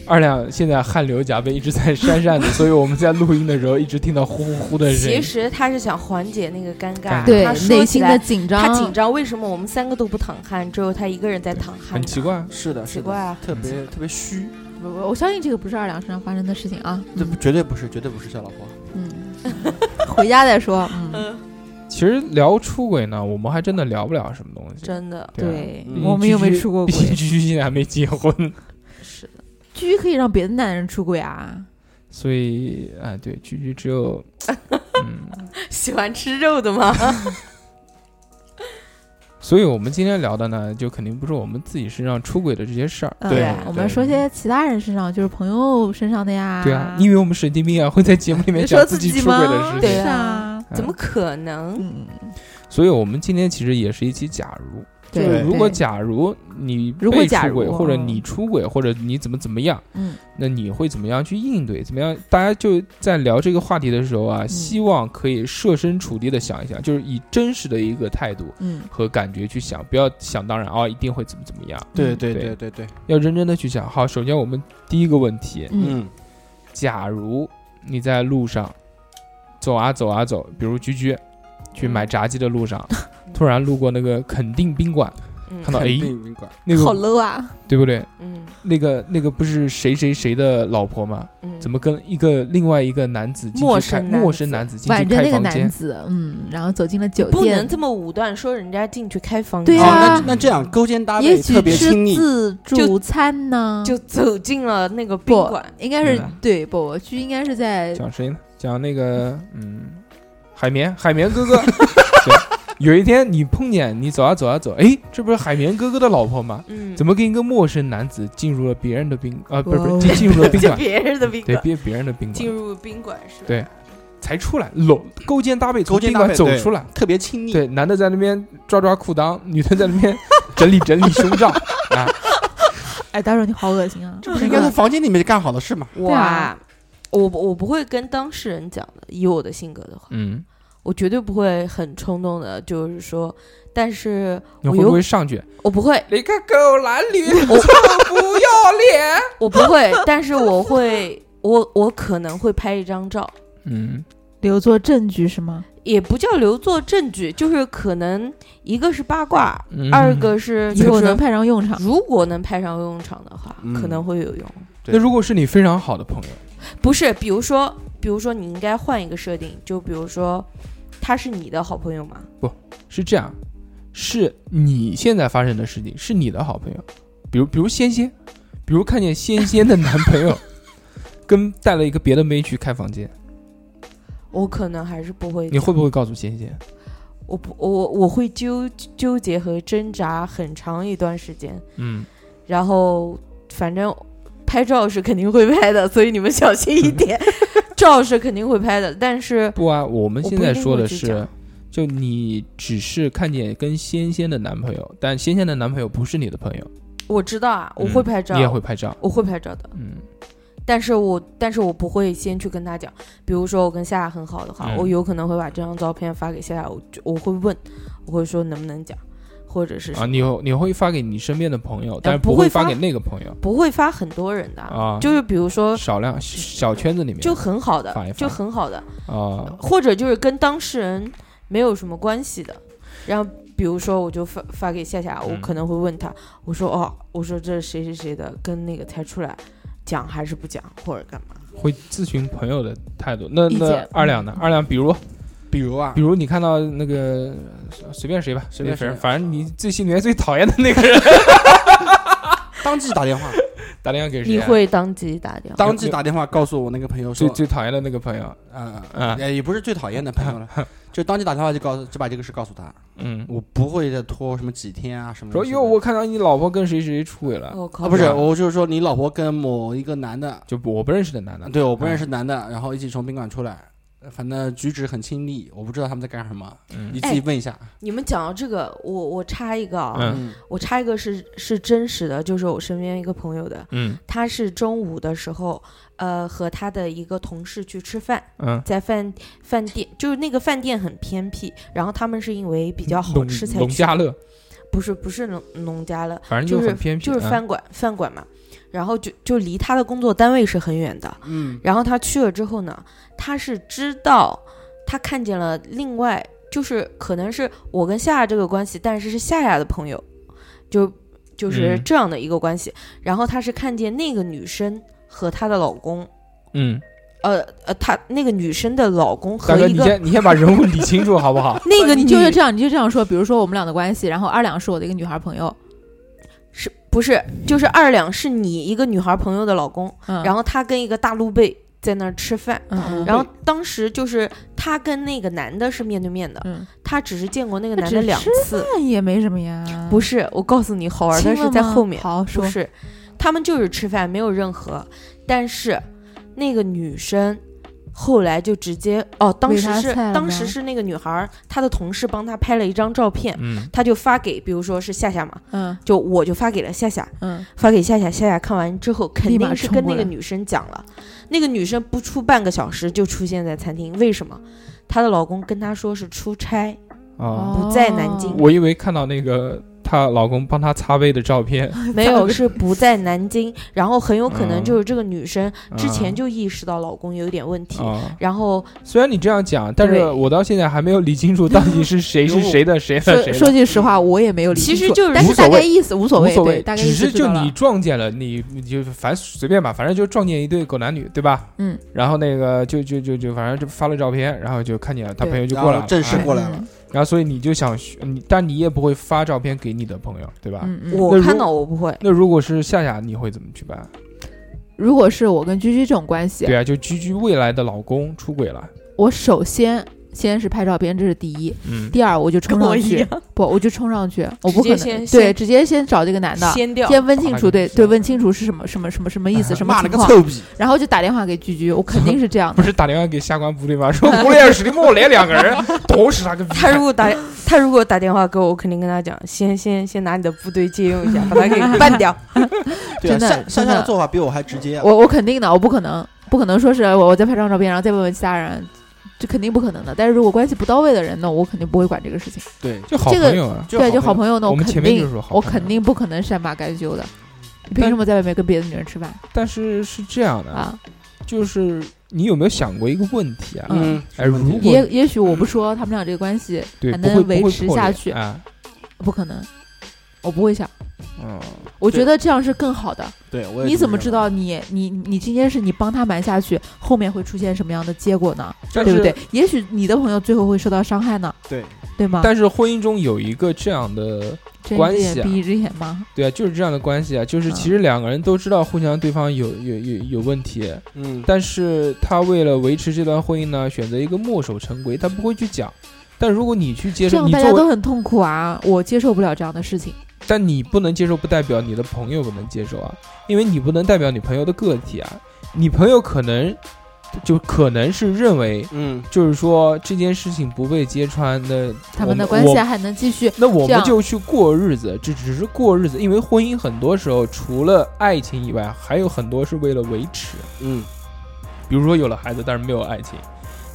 Speaker 2: 二两现在汗流浃背，一直在扇扇子，所以我们在录音的时候一直听到呼呼呼的声
Speaker 5: 其
Speaker 2: 音。
Speaker 5: 实他是想缓解那个尴
Speaker 2: 尴
Speaker 5: 尬，
Speaker 2: 尬
Speaker 3: 对
Speaker 4: 哎
Speaker 5: 他说
Speaker 3: 内
Speaker 5: 起
Speaker 3: 心
Speaker 5: 来
Speaker 3: 的紧张，
Speaker 5: 他紧张，为什么我们三个都不淌汗，只有他一个人在淌汗
Speaker 2: 很？奇怪，
Speaker 4: 是的，
Speaker 5: 奇
Speaker 4: 是
Speaker 5: 怪
Speaker 4: 的，
Speaker 5: 啊！
Speaker 4: 特别特别虚，
Speaker 3: 我我我相信这个不是二两身上发生的事情啊，
Speaker 4: 这
Speaker 3: 嗯
Speaker 4: 不绝对不是，绝对不是小老婆。
Speaker 3: 嗯， 回家再说，嗯，
Speaker 2: 其实聊出轨呢，我们还真的聊不了什么东西。
Speaker 5: 真 的
Speaker 2: 对啊
Speaker 3: 对
Speaker 4: 嗯，
Speaker 3: 我们又没
Speaker 2: 居居
Speaker 3: 出过
Speaker 2: 毕
Speaker 3: 轨，
Speaker 2: 竟居居现在还没结婚，
Speaker 5: 是的，
Speaker 3: 居居可以让别的男人出轨啊，
Speaker 2: 所以啊，对，居居只有，嗯，
Speaker 5: 喜欢吃肉的吗？
Speaker 2: 所以我们今天聊的呢，就肯定不是我们自己身上出轨的这些事儿。
Speaker 3: 嗯
Speaker 4: 对
Speaker 3: 我们说些其他人身上，就是朋友身上的呀，
Speaker 2: 对啊，你以为我们神经病啊，会在节目里面
Speaker 3: 说
Speaker 2: 讲
Speaker 3: 自
Speaker 2: 己
Speaker 3: 己
Speaker 2: 出轨的
Speaker 3: 吗？
Speaker 2: 事
Speaker 5: 对
Speaker 2: 情？
Speaker 5: 啊
Speaker 3: 是啊，
Speaker 2: 嗯
Speaker 5: 怎么可能？
Speaker 3: 嗯，
Speaker 2: 所以我们今天其实也是一期假如，
Speaker 4: 对
Speaker 2: 如果假如你
Speaker 3: 如果
Speaker 2: 被
Speaker 3: 假
Speaker 2: 出
Speaker 3: 如
Speaker 2: 轨，或者
Speaker 3: 嗯
Speaker 2: 你出轨，或者你怎么怎么样，
Speaker 3: 嗯，
Speaker 2: 那你会怎么样去应对？怎么样？大家就在聊这个话题的时候啊，希望可以设身处地的想一想，就是以真实的一个态度
Speaker 3: 嗯，
Speaker 2: 和感觉去想，不要想当然啊、一定会怎么怎么样，
Speaker 4: 对
Speaker 3: 嗯
Speaker 4: 对
Speaker 2: 对
Speaker 4: 对对对，
Speaker 2: 要认真的去想。好，首先我们第一个问题，
Speaker 3: 嗯，
Speaker 2: 假如你在路上走啊走啊走，比如居居去买炸鸡的路上，
Speaker 3: 嗯
Speaker 2: 突然路过那个肯定宾馆，
Speaker 5: 嗯
Speaker 2: 看到哎
Speaker 4: 肯，定宾馆
Speaker 2: 那
Speaker 3: 好
Speaker 2: 个
Speaker 3: low 啊，
Speaker 2: 对不对？
Speaker 5: 嗯
Speaker 2: 那个那个不是谁谁谁的老婆吗？
Speaker 5: 嗯，
Speaker 2: 怎么跟一个另外一个男子进
Speaker 5: 陌
Speaker 2: 去开
Speaker 5: 生男
Speaker 2: 陌生
Speaker 5: 子
Speaker 2: 男子进去
Speaker 3: 挽着
Speaker 2: 开
Speaker 3: 那个
Speaker 2: 房间
Speaker 3: 男？子，嗯，然后走进了酒
Speaker 5: 不
Speaker 3: 店
Speaker 5: 能，这么武断说人家进去开房
Speaker 3: 对
Speaker 5: 间？
Speaker 4: 哦，
Speaker 3: 啊
Speaker 4: 那那这样勾肩搭
Speaker 3: 也
Speaker 4: 背
Speaker 3: 许
Speaker 4: 特别亲
Speaker 3: 吃
Speaker 4: 密，
Speaker 3: 自助餐呢，
Speaker 5: 就走进了那个宾
Speaker 3: 不
Speaker 5: 馆，
Speaker 3: 应该是
Speaker 2: 嗯
Speaker 3: 对不？不居应该是在
Speaker 2: 讲谁呢？讲那个嗯，海绵海绵哥 哥。对，有一天你碰见你走啊走啊走，哎，这不是海绵哥哥的老婆吗？
Speaker 5: 嗯，
Speaker 2: 怎
Speaker 5: 么
Speaker 2: 么跟一个陌生男子进入了别人的宾啊、不是不
Speaker 3: 哇哦
Speaker 2: 是进进入了宾
Speaker 5: 进
Speaker 2: 馆，
Speaker 5: 别人的宾
Speaker 2: 对
Speaker 5: 馆？
Speaker 2: 别别人的宾
Speaker 5: 进
Speaker 2: 馆
Speaker 5: 入宾馆是吧？
Speaker 2: 对才出来，搂勾肩搭背从
Speaker 4: 勾肩
Speaker 2: 宾
Speaker 4: 搭
Speaker 2: 馆
Speaker 4: 背
Speaker 2: 走
Speaker 4: 对
Speaker 2: 出来，
Speaker 4: 特别亲密。
Speaker 2: 对，男的在那边抓抓裤裆，女的在那边 整理整理胸 罩啊，
Speaker 3: 哎，大壮你好恶心啊！
Speaker 4: 这不是应该在房间里面干好的事嘛？
Speaker 3: 对
Speaker 5: 哇
Speaker 3: 啊，
Speaker 5: 我不我不会跟当事人讲的，以我的性格的话，
Speaker 2: 嗯，
Speaker 5: 我绝对不会很冲动的，就是说，但是
Speaker 2: 你
Speaker 5: 我
Speaker 2: 会不
Speaker 5: 有
Speaker 2: 会上去？
Speaker 5: 我不会，
Speaker 2: 你个狗男女
Speaker 5: 我
Speaker 2: 不要脸！
Speaker 5: 我不会，但是我会，我我可能会拍一张照，
Speaker 2: 嗯，
Speaker 3: 留作证据是吗？
Speaker 5: 也不叫留作证据，就是可能一个是八卦，
Speaker 2: 嗯
Speaker 5: 二个是
Speaker 3: 以
Speaker 5: 就
Speaker 3: 后
Speaker 5: 是
Speaker 3: 能派上用场。
Speaker 5: 如果能派上用场的话，
Speaker 4: 嗯
Speaker 5: 可能会有用。
Speaker 2: 那如果是你非常好的朋友，
Speaker 5: 不是，比如说，比如说，你应该换一个设定，就比如说，他是你的好朋友嘛？
Speaker 2: 是这样，是你现在发生的事情，是你的好朋友，比如比如仙仙，比如看见仙仙的男朋友 跟带了一个别的妹去开房间，
Speaker 5: 我可能还是不会，
Speaker 2: 你会不会告诉仙仙？
Speaker 5: 我不，我我会纠纠结和挣扎很长一段时间，
Speaker 2: 嗯，
Speaker 5: 然后反正拍照是肯定会拍的，所以你们小心 一点，照是肯定会拍的，但是
Speaker 2: 不啊，我们
Speaker 5: 我
Speaker 2: 现
Speaker 5: 不一
Speaker 2: 在
Speaker 5: 定
Speaker 2: 说
Speaker 5: 会
Speaker 2: 的
Speaker 5: 去
Speaker 2: 是
Speaker 5: 讲，
Speaker 2: 就你只是看见跟仙仙的男朋友，但仙仙的男朋友不是你的朋友，
Speaker 5: 我知道啊，我
Speaker 2: 嗯
Speaker 5: 会拍照，
Speaker 2: 你也会拍照，
Speaker 5: 我会拍照的，
Speaker 2: 嗯，
Speaker 5: 但是我但是我不会先去跟他讲，比如说我跟夏夏很好的话，
Speaker 2: 嗯
Speaker 5: 我有可能会把这张照片发给夏夏，我就我会问，我会说能不能讲，或者是什
Speaker 2: 啊，
Speaker 5: 么
Speaker 2: 你会你会发给你身边的朋友，但是
Speaker 5: 不
Speaker 2: 会
Speaker 5: 会
Speaker 2: 发
Speaker 5: 发
Speaker 2: 给那个朋友
Speaker 5: 不会发很多人的，
Speaker 2: 啊，
Speaker 5: 就是比如说
Speaker 2: 少量小圈子里面
Speaker 5: 就很好的，
Speaker 2: 发一发
Speaker 5: 就很好的，
Speaker 2: 啊，
Speaker 5: 或者就是跟当事人没有什么关系的，然后。比如说，我就发发给夏夏，我
Speaker 2: 嗯
Speaker 5: 可能会问他，我说哦，我说这谁谁谁的，跟那个才出来，讲还是不讲，或者干嘛？
Speaker 2: 会咨询朋友的态度。那
Speaker 3: 意
Speaker 2: 那
Speaker 3: 见
Speaker 2: 二两呢？二两，比如
Speaker 4: 比如啊
Speaker 2: 比，如你看到那个呃随便谁吧，
Speaker 4: 随便
Speaker 2: 反
Speaker 4: 谁
Speaker 2: 正反正你最心里面最讨厌的那个人
Speaker 4: 当即打电 话，
Speaker 2: 打电话给谁
Speaker 5: 你
Speaker 2: 啊？
Speaker 5: 会当即打电话？
Speaker 4: 当即打电话告诉我那个朋友
Speaker 2: 最
Speaker 4: 说，
Speaker 2: 最讨厌的那个朋友，
Speaker 4: 嗯
Speaker 2: 啊
Speaker 4: 嗯，也也不是最讨厌的朋友 了，就当即打电话就告诉，就把这个事告诉他，
Speaker 2: 嗯，
Speaker 4: 我不会再拖什么几天啊什么的。
Speaker 2: 说哟，我看到你老婆跟谁谁谁出轨了，
Speaker 5: 哦我靠、
Speaker 4: 啊不是，我就是说你老婆跟某一个男的，
Speaker 2: 就不我不认识的男的，啊
Speaker 4: 对，我不认识男的，然后一起从宾馆出来，呃反正举止很亲密，我不知道他们在干什么，你
Speaker 2: 嗯
Speaker 4: 自己问一下。
Speaker 5: 你们讲到这个，我我插一个啊，
Speaker 2: 嗯
Speaker 4: 嗯
Speaker 5: 我插一个是是真实的，就是我身边一个朋友的，
Speaker 2: 嗯
Speaker 5: 他是中午的时候，呃，和他的一个同事去吃饭，
Speaker 2: 嗯，
Speaker 5: 在饭饭店，就是那个饭店很偏僻，然后他们是因为比较好
Speaker 2: 嗯农
Speaker 5: 吃才
Speaker 2: 农
Speaker 5: 去
Speaker 2: 家乐，
Speaker 5: 不是不是农农家乐，
Speaker 2: 反正
Speaker 5: 就
Speaker 2: 就是很偏僻，
Speaker 5: 就是
Speaker 2: 嗯
Speaker 5: 饭馆、饭馆嘛，然后就就离他的工作单位是很远的，
Speaker 4: 嗯
Speaker 5: 然后他去了之后呢，他是知道他看见了另外，就是可能是我跟夏夏这个关系，但是是夏夏的朋友，就就是
Speaker 2: 嗯
Speaker 5: 这样的一个关系。然后他是看见那个女生和她的老公，
Speaker 2: 嗯，
Speaker 5: 呃呃，她那个女生的老公
Speaker 2: 大
Speaker 5: 和
Speaker 2: 哥，
Speaker 5: 一
Speaker 2: 你
Speaker 5: 个
Speaker 2: 先你先把人物理清楚好不 好？
Speaker 5: 那个
Speaker 3: 你
Speaker 5: 女
Speaker 3: 就是这样，你就这样说，比如说我们俩的关系，然后二两是我的一个女孩朋友，
Speaker 5: 是不是就是二两是你一个女孩朋友的老公，
Speaker 3: 嗯，
Speaker 5: 然后他跟一个大陆贝在那儿吃饭。
Speaker 3: 嗯嗯，
Speaker 5: 然后当时就是他跟那个男的是面对面的，
Speaker 3: 嗯，
Speaker 5: 他只是见过那个
Speaker 3: 那
Speaker 5: 男
Speaker 3: 只
Speaker 5: 的两
Speaker 3: 吃
Speaker 5: 次，
Speaker 3: 那也没什么呀，
Speaker 5: 不
Speaker 3: 是
Speaker 5: 是，我告诉你，好玩的是在后面，
Speaker 3: 好
Speaker 5: 不
Speaker 3: 说，
Speaker 5: 是，他们就是吃饭，没有任何，但是那个女生后来就直接哦，当
Speaker 3: 喂
Speaker 5: 时
Speaker 3: 她
Speaker 5: 是
Speaker 3: 菜了
Speaker 5: 当
Speaker 3: 吗
Speaker 5: 时是那个女孩儿，她的同事帮她拍了一张照片，
Speaker 2: 嗯
Speaker 5: 她就发给，比如说是夏夏嘛，
Speaker 3: 嗯
Speaker 5: 就我就发给了夏夏，
Speaker 3: 嗯，
Speaker 5: 发给夏夏，夏夏看完之后肯
Speaker 3: 立马
Speaker 5: 定是
Speaker 3: 冲
Speaker 5: 跟
Speaker 3: 过
Speaker 5: 那个
Speaker 3: 来
Speaker 5: 女生讲了，那个女生不出半个小时就出现在餐厅，为什么？她的老公跟她说是出差，
Speaker 2: 啊，
Speaker 5: 不在南京
Speaker 3: 哦
Speaker 2: 我因为看到那个她老公帮她擦杯的照片，
Speaker 5: 没有，是不在南京，然后很有可能
Speaker 2: 嗯
Speaker 5: 就是这个女生之
Speaker 2: 啊
Speaker 5: 前就意识到老公有点问题，
Speaker 2: 啊，
Speaker 5: 然后
Speaker 2: 虽然你这样讲，但是
Speaker 5: 哦对
Speaker 2: 我到现在还没有理清楚到底是谁是谁的谁的
Speaker 3: 说
Speaker 2: 谁
Speaker 3: 说
Speaker 2: 的。
Speaker 3: 句实话，我也没有理
Speaker 5: 其
Speaker 3: 清
Speaker 5: 实
Speaker 3: 楚，
Speaker 5: 就是
Speaker 3: 但
Speaker 2: 无
Speaker 3: 是
Speaker 2: 所
Speaker 3: 大概
Speaker 2: 谓
Speaker 3: 意思无所
Speaker 2: 无
Speaker 3: 谓，
Speaker 2: 所
Speaker 3: 对
Speaker 2: 谓
Speaker 3: 大，概
Speaker 2: 只
Speaker 3: 意
Speaker 2: 是
Speaker 3: 思知
Speaker 2: 就
Speaker 3: 道了
Speaker 2: 你撞见了，你你就反正随便吧，反正就撞见一对狗男女，对吧？
Speaker 3: 嗯。
Speaker 2: 然后那个就就就就反正就发了照片，然后就看见了，他
Speaker 3: 对
Speaker 2: 朋友就
Speaker 4: 然
Speaker 2: 过
Speaker 4: 后
Speaker 2: 来了，
Speaker 4: 正式
Speaker 2: 哎
Speaker 4: 过来了，
Speaker 3: 嗯
Speaker 2: 然后所以你就想学你，但你也不会发照片给你的朋友，对吧？
Speaker 3: 嗯嗯，
Speaker 5: 我
Speaker 2: 那如
Speaker 5: 看到我不会，
Speaker 2: 那如果是夏夏，你会怎么去办？
Speaker 3: 如果是我跟居居这种关系
Speaker 2: 对，啊，就居居未来的老公出轨了，
Speaker 3: 我首先先是拍照片，这是第一，
Speaker 2: 嗯，
Speaker 3: 第二我就冲
Speaker 5: 跟我
Speaker 3: 上
Speaker 5: 一
Speaker 3: 去
Speaker 5: 样，
Speaker 3: 不，我就冲上去，我不可
Speaker 5: 直接
Speaker 3: 能
Speaker 5: 先
Speaker 3: 对，
Speaker 5: 先
Speaker 3: 直接先找这个男的，
Speaker 5: 掀掉，
Speaker 3: 先问
Speaker 2: 把
Speaker 3: 清
Speaker 2: 他
Speaker 3: 楚，
Speaker 2: 给
Speaker 3: 对
Speaker 2: 撕
Speaker 3: 对，
Speaker 2: 了
Speaker 3: 问清楚是什么什么什么什么
Speaker 2: 哎
Speaker 3: 意思，什么
Speaker 4: 骂了
Speaker 3: 情
Speaker 4: 个
Speaker 3: 况，
Speaker 4: 臭逼，
Speaker 3: 然后就打电话给居居，我肯定是这 样
Speaker 2: 不
Speaker 3: 的。
Speaker 2: 是打电话给下官部队吗？说我也是，你们我来两个人，同时他个逼
Speaker 5: 他如果打他如果打电话给我，我肯定跟他讲，先先先拿你的部队借用一下，把它给 办掉。
Speaker 4: 对
Speaker 3: 真
Speaker 4: 啊，
Speaker 3: 的
Speaker 4: 夏夏
Speaker 3: 真
Speaker 4: 夏
Speaker 3: 的
Speaker 4: 的做法比我还直接啊。
Speaker 3: 我我肯定的，我不可能不可能说是我我再拍张照片，然后再问问其他人，这肯定不可能的。但是如果关系不到位的人呢，我肯定不会管这个事情。
Speaker 4: 对，
Speaker 2: 就好
Speaker 3: 这个
Speaker 2: 朋友啊，
Speaker 3: 对，就好
Speaker 4: 友
Speaker 3: 朋友呢，
Speaker 2: 我们
Speaker 3: 肯
Speaker 2: 前面
Speaker 3: 定
Speaker 2: 就说好
Speaker 3: 我
Speaker 2: 朋
Speaker 3: 肯
Speaker 2: 友嗯
Speaker 3: 定不可能善罢甘休的。你凭什么在外面跟别的女人吃饭
Speaker 2: 但是是这样的，
Speaker 3: 啊？
Speaker 2: 就是你有没有想过一个问题啊？
Speaker 3: 嗯
Speaker 2: 哎，如果
Speaker 3: 也也许我不说，他们俩这个关系
Speaker 2: 对
Speaker 3: 还
Speaker 2: 不会
Speaker 3: 能
Speaker 2: 不会
Speaker 3: 维持
Speaker 2: 破
Speaker 3: 下
Speaker 2: 裂
Speaker 3: 去，
Speaker 2: 啊，
Speaker 3: 不可能，我不会想。
Speaker 2: 嗯，
Speaker 3: 我
Speaker 4: 对
Speaker 3: 觉得这样是更好的。
Speaker 4: 对，我也
Speaker 3: 你
Speaker 4: 这
Speaker 3: 怎么
Speaker 2: 啊
Speaker 4: 认
Speaker 3: 知
Speaker 4: 为
Speaker 3: 道你你你今天是你帮他瞒下去，后面会出现什么样的结果呢？
Speaker 2: 但
Speaker 3: 对
Speaker 2: 是
Speaker 3: 不对？也许你的朋友最后会受到伤害呢，
Speaker 4: 对，
Speaker 3: 对吗？
Speaker 2: 但是婚姻中有一个这样的，
Speaker 3: 睁
Speaker 2: 关
Speaker 3: 一只
Speaker 2: 系
Speaker 3: 眼
Speaker 2: 啊
Speaker 3: 闭一只眼嘛。
Speaker 2: 对啊，就是这样的关系啊，就是
Speaker 3: 嗯
Speaker 2: 其实两个人都知道互相对方有有有有问题，
Speaker 4: 嗯，
Speaker 2: 但是他为了维持这段婚姻呢，选择一个墨守成规，他不会去讲。但如果你去接受，
Speaker 3: 这样
Speaker 2: 你
Speaker 3: 大
Speaker 2: 作
Speaker 3: 家
Speaker 2: 为
Speaker 3: 都很痛苦啊，我接受不了这样的事情。
Speaker 2: 但你不能接受，不代表你的朋友不能接受啊，因为你不能代表你朋友的个体啊，你朋友可能就可能是认为，
Speaker 4: 嗯，
Speaker 2: 就是说这件事情不被揭穿，那
Speaker 3: 他
Speaker 2: 我
Speaker 3: 们的关系啊
Speaker 2: 我
Speaker 3: 还能继续，
Speaker 2: 那我
Speaker 3: 这
Speaker 2: 们
Speaker 3: 样
Speaker 2: 就去过日子，这只是过日子，因为婚姻很多时候除了爱情以外，还有很多是为了维持，
Speaker 4: 嗯，
Speaker 2: 比如说有了孩子，但是没有爱情，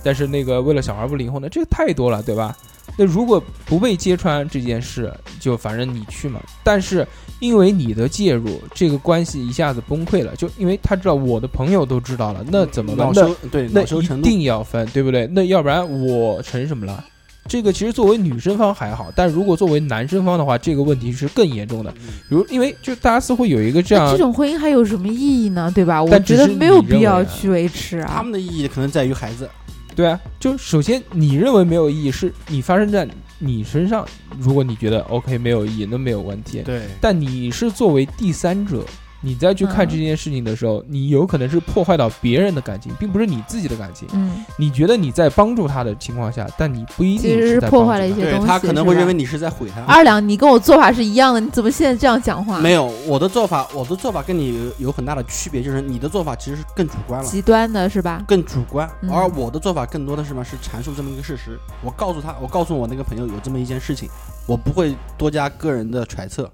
Speaker 2: 但是那个为了小孩不离婚的，这个太多了，对吧？那如果不被揭穿这件事，就反正你去嘛。但是因为你的介入，这个关系一下子崩溃了，就因为他知道我的朋友都知道了，那怎么办？
Speaker 4: 恼
Speaker 2: 那
Speaker 4: 羞对
Speaker 2: 那
Speaker 4: 恼羞成
Speaker 2: 一
Speaker 4: 怒，
Speaker 2: 定要分，对不对？那要不然我成什么了？这个其实作为女生方还好，但如果作为男生方的话，这个问题是更严重的。比
Speaker 4: 嗯
Speaker 2: 如，因为就大家似乎有一个这
Speaker 3: 那
Speaker 2: 样
Speaker 3: 这，种婚姻还有什么意义呢？对吧？我
Speaker 2: 但只
Speaker 3: 觉得
Speaker 2: 是
Speaker 3: 没有
Speaker 2: 你认
Speaker 3: 必要
Speaker 2: 为啊
Speaker 3: 去维持
Speaker 4: 他
Speaker 3: 啊。
Speaker 4: 们的意义可能在于孩子，
Speaker 2: 对啊，就首先你认为没有意义，是你发生在你身上。如果你觉得 OK 没有意义，那没有问题。
Speaker 4: 对，
Speaker 2: 但你是作为第三者，你再去看
Speaker 3: 嗯
Speaker 2: 这件事情的时候，你有可能是破坏到别人的感情，并不是你自己的感情。
Speaker 3: 嗯，
Speaker 2: 你觉得你在帮助他的情况下，但你不一
Speaker 3: 其
Speaker 2: 定
Speaker 3: 实是
Speaker 2: 在
Speaker 3: 破
Speaker 2: 帮
Speaker 3: 坏
Speaker 2: 助
Speaker 3: 了一
Speaker 2: 他
Speaker 3: 些
Speaker 4: 对
Speaker 3: 东西
Speaker 4: 他可能会
Speaker 3: 是吧
Speaker 4: 认为你是在毁
Speaker 2: 啊
Speaker 4: 他。
Speaker 3: 二两，你跟我做法是一样的，你怎么现在这样讲话？
Speaker 4: 没有，我的做法，我的做法跟你有有很大的区别，就是你的做法其实是更主观了，
Speaker 3: 极端的是吧？
Speaker 4: 更主观，
Speaker 3: 嗯
Speaker 4: 而我的做法更多的是什么？是阐述这么一个事实。我告诉他，我告诉我那个朋友有这么一件事情，我不会多加个人的揣测。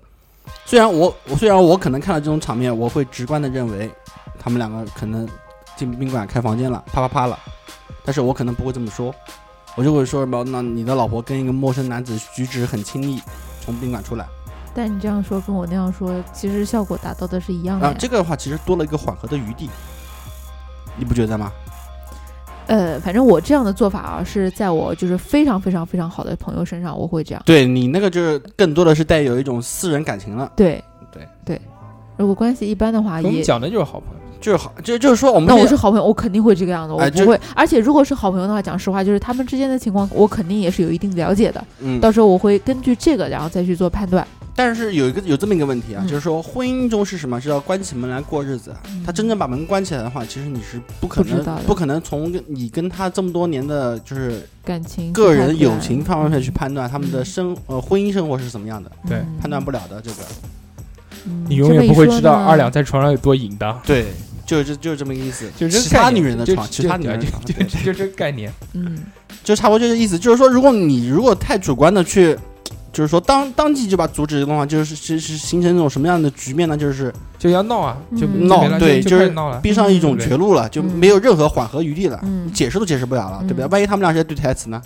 Speaker 4: 虽然我，我虽然我可能看到这种场面，我会直观的认为他们两个可能进宾馆开房间了，啪啪啪了，但是我可能不会这么说，我就会说什么？那你的老婆跟一个陌生男子举止很亲密，从宾馆出来。
Speaker 3: 但你这样说跟我那样说，其实效果达到的是一样的
Speaker 4: 啊
Speaker 3: 呀。，
Speaker 4: 这个的话其实多了一个缓和的余地，你不觉得吗？
Speaker 3: 呃，反正我这样的做法啊，是在我就是非常非常非常好的朋友身上，我会这样。
Speaker 4: 对你那个就是更多的是带有一种私人感情了，
Speaker 3: 对
Speaker 4: 对
Speaker 3: 对，如果关系一般的话，
Speaker 2: 我们
Speaker 3: 也
Speaker 2: 讲的就是好朋友。
Speaker 4: 就是好，就就是说我们
Speaker 3: 那我
Speaker 4: 这
Speaker 3: 是好朋友，我肯定会这个样子，
Speaker 4: 哎
Speaker 3: 我
Speaker 4: 就
Speaker 3: 不会。而且如果是好朋友的话，讲实话，就是他们之间的情况，我肯定也是有一定了解的。
Speaker 4: 嗯，
Speaker 3: 到时候我会根据这个，然后再去做判断。
Speaker 4: 但是有一个有这么一个问题啊，
Speaker 3: 嗯
Speaker 4: 就是说婚姻中是什么？是要关起门来过日子啊。他真正把门关起来的话，其实你是不可
Speaker 3: 不知
Speaker 4: 能
Speaker 3: 道的
Speaker 4: 不可能从你跟他这么多年的就是
Speaker 3: 嗯感情、
Speaker 4: 个人友情方面去判断他们的
Speaker 3: 嗯
Speaker 4: 生呃婚姻生活是怎么样的，
Speaker 2: 对
Speaker 4: 判断不
Speaker 3: 了。
Speaker 4: 了的这个。
Speaker 3: 嗯
Speaker 2: 你永远不会知道二。两
Speaker 3: 这么
Speaker 2: 在
Speaker 3: 一说呢
Speaker 2: 床上有多淫荡，
Speaker 4: 对，就是就就是这么个意思。
Speaker 2: 就是
Speaker 4: 其他女人的床，其他女人的
Speaker 2: 就
Speaker 4: 床，
Speaker 2: 就
Speaker 4: 对
Speaker 2: 就就这个概念。
Speaker 3: 嗯，
Speaker 4: 就差不多这个意思。就是说，如果你如果太主观的去，就是说当当即就把阻止的话，就是是是形成一种什么样的局面呢？就是
Speaker 2: 就要闹啊，就
Speaker 3: 嗯
Speaker 4: 闹
Speaker 2: 就没了
Speaker 4: 对
Speaker 2: 就
Speaker 4: 就是
Speaker 2: 开始闹了。
Speaker 4: 逼上一种
Speaker 2: 嗯
Speaker 4: 绝路了，就
Speaker 3: 嗯
Speaker 4: 没有任何缓和余地了，
Speaker 3: 嗯
Speaker 4: 解释都解释不了了，对不对？
Speaker 3: 嗯
Speaker 4: 万一他们俩是在对台词呢？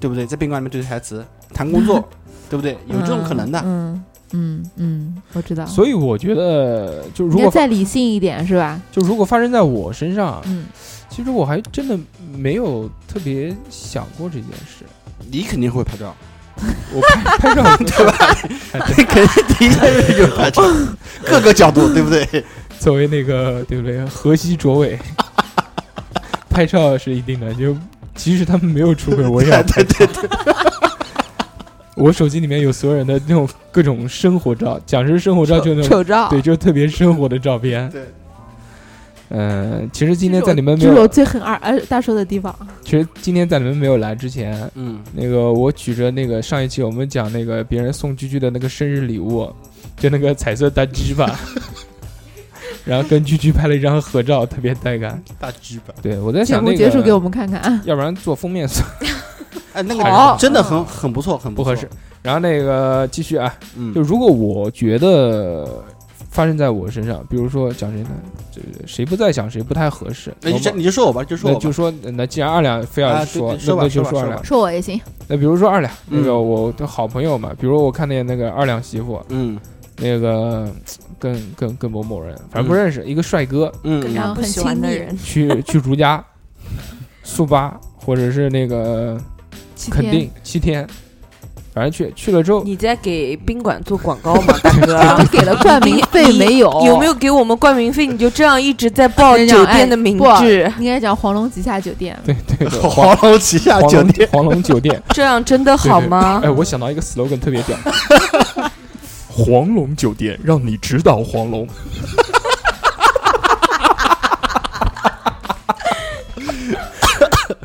Speaker 4: 对不对？在宾馆里面对台词，谈工作，对不对？有这种可能的。
Speaker 3: 嗯嗯嗯，我知道。
Speaker 2: 所以我觉得，就如
Speaker 3: 应
Speaker 2: 果啊
Speaker 3: 该
Speaker 2: 发
Speaker 3: 再理性一点是吧？
Speaker 2: 就如果发生在我身上，
Speaker 3: 嗯，
Speaker 2: 其实我还真的没有特别想过这件 事。
Speaker 4: 你肯定会拍照，
Speaker 2: 我拍拍照对吧？
Speaker 4: 你肯定第一件事就是拍照，各个角度，对不对？
Speaker 2: 作为那个对不对？河西卓伟， 拍照是一定的。就即使他们没有出轨，我也要拍照。 我手机里面有所有人的那种各种生活照，讲是生活照，就那种
Speaker 3: 丑照。
Speaker 2: 对，就是特别生活的照片。
Speaker 4: 对，
Speaker 2: 嗯，其实今天在你们没
Speaker 3: 这是我
Speaker 2: 有，
Speaker 3: 最恨二呃大叔的地方。
Speaker 2: 其实今天在你们没有来之前，
Speaker 4: 嗯，
Speaker 2: 那个我举着那个上一期我们讲那个别人送居居的那个生日礼物，就那个彩色大鸡 巴，然后跟居居拍了一张合照，特别带感。
Speaker 4: 大鸡巴。
Speaker 2: 对我在
Speaker 3: 节
Speaker 2: 想
Speaker 3: 目
Speaker 2: 那个，
Speaker 3: 结束给我们看看啊。
Speaker 2: 要不然做封面算
Speaker 4: 哎，那
Speaker 3: 好
Speaker 4: 个真的很很不错，很
Speaker 2: 不
Speaker 4: 错
Speaker 2: 合适。。然后那个继续啊，
Speaker 4: 嗯，
Speaker 2: 就如果我觉得发生在我身上，比如说讲谁呢，就是谁不在想谁不太合适，
Speaker 4: 那就
Speaker 2: 我
Speaker 4: 这
Speaker 2: 们
Speaker 4: 哎你就说我吧，就说
Speaker 2: 那
Speaker 4: 我吧
Speaker 2: 就。说，那既然二两非要
Speaker 4: 啊对
Speaker 2: 说，
Speaker 4: 对说吧
Speaker 2: 那就
Speaker 4: 说吧
Speaker 2: 说二
Speaker 4: 说
Speaker 2: 两
Speaker 4: 吧。
Speaker 3: 说我也行，
Speaker 2: 那比如说二两，那个
Speaker 4: 嗯
Speaker 2: 我的好朋友嘛，比如我看见那个二两媳妇，
Speaker 4: 嗯
Speaker 2: 那个跟跟跟某某人，反正不认识，一个帅哥
Speaker 4: 嗯
Speaker 5: 跟
Speaker 3: 然
Speaker 5: 他
Speaker 3: 后
Speaker 5: 不
Speaker 3: 很
Speaker 5: 喜欢的
Speaker 3: 亲密
Speaker 5: 人，
Speaker 2: 去 去如家、速八或者是那个
Speaker 3: 七
Speaker 2: 肯
Speaker 3: 天
Speaker 2: 定七天，反正去去了之 后，
Speaker 5: 你在给宾馆做广告吗，大 哥？哦
Speaker 3: 你给了冠名费没有？
Speaker 5: 有没有给我们冠名费？你就这样一直在报
Speaker 3: 人家
Speaker 5: 酒
Speaker 3: 哎
Speaker 5: 店的名
Speaker 3: 不
Speaker 5: 字，
Speaker 3: 应该讲黄龙旗下酒店。
Speaker 2: 对对对，黄
Speaker 4: 黄龙旗下
Speaker 2: 黄
Speaker 4: 酒
Speaker 2: 龙
Speaker 4: 店，
Speaker 2: 黄龙酒店
Speaker 5: 这样真的好吗？
Speaker 2: 哎，我想到一个 slogan 特别屌， 黄龙酒店让你指导黄龙，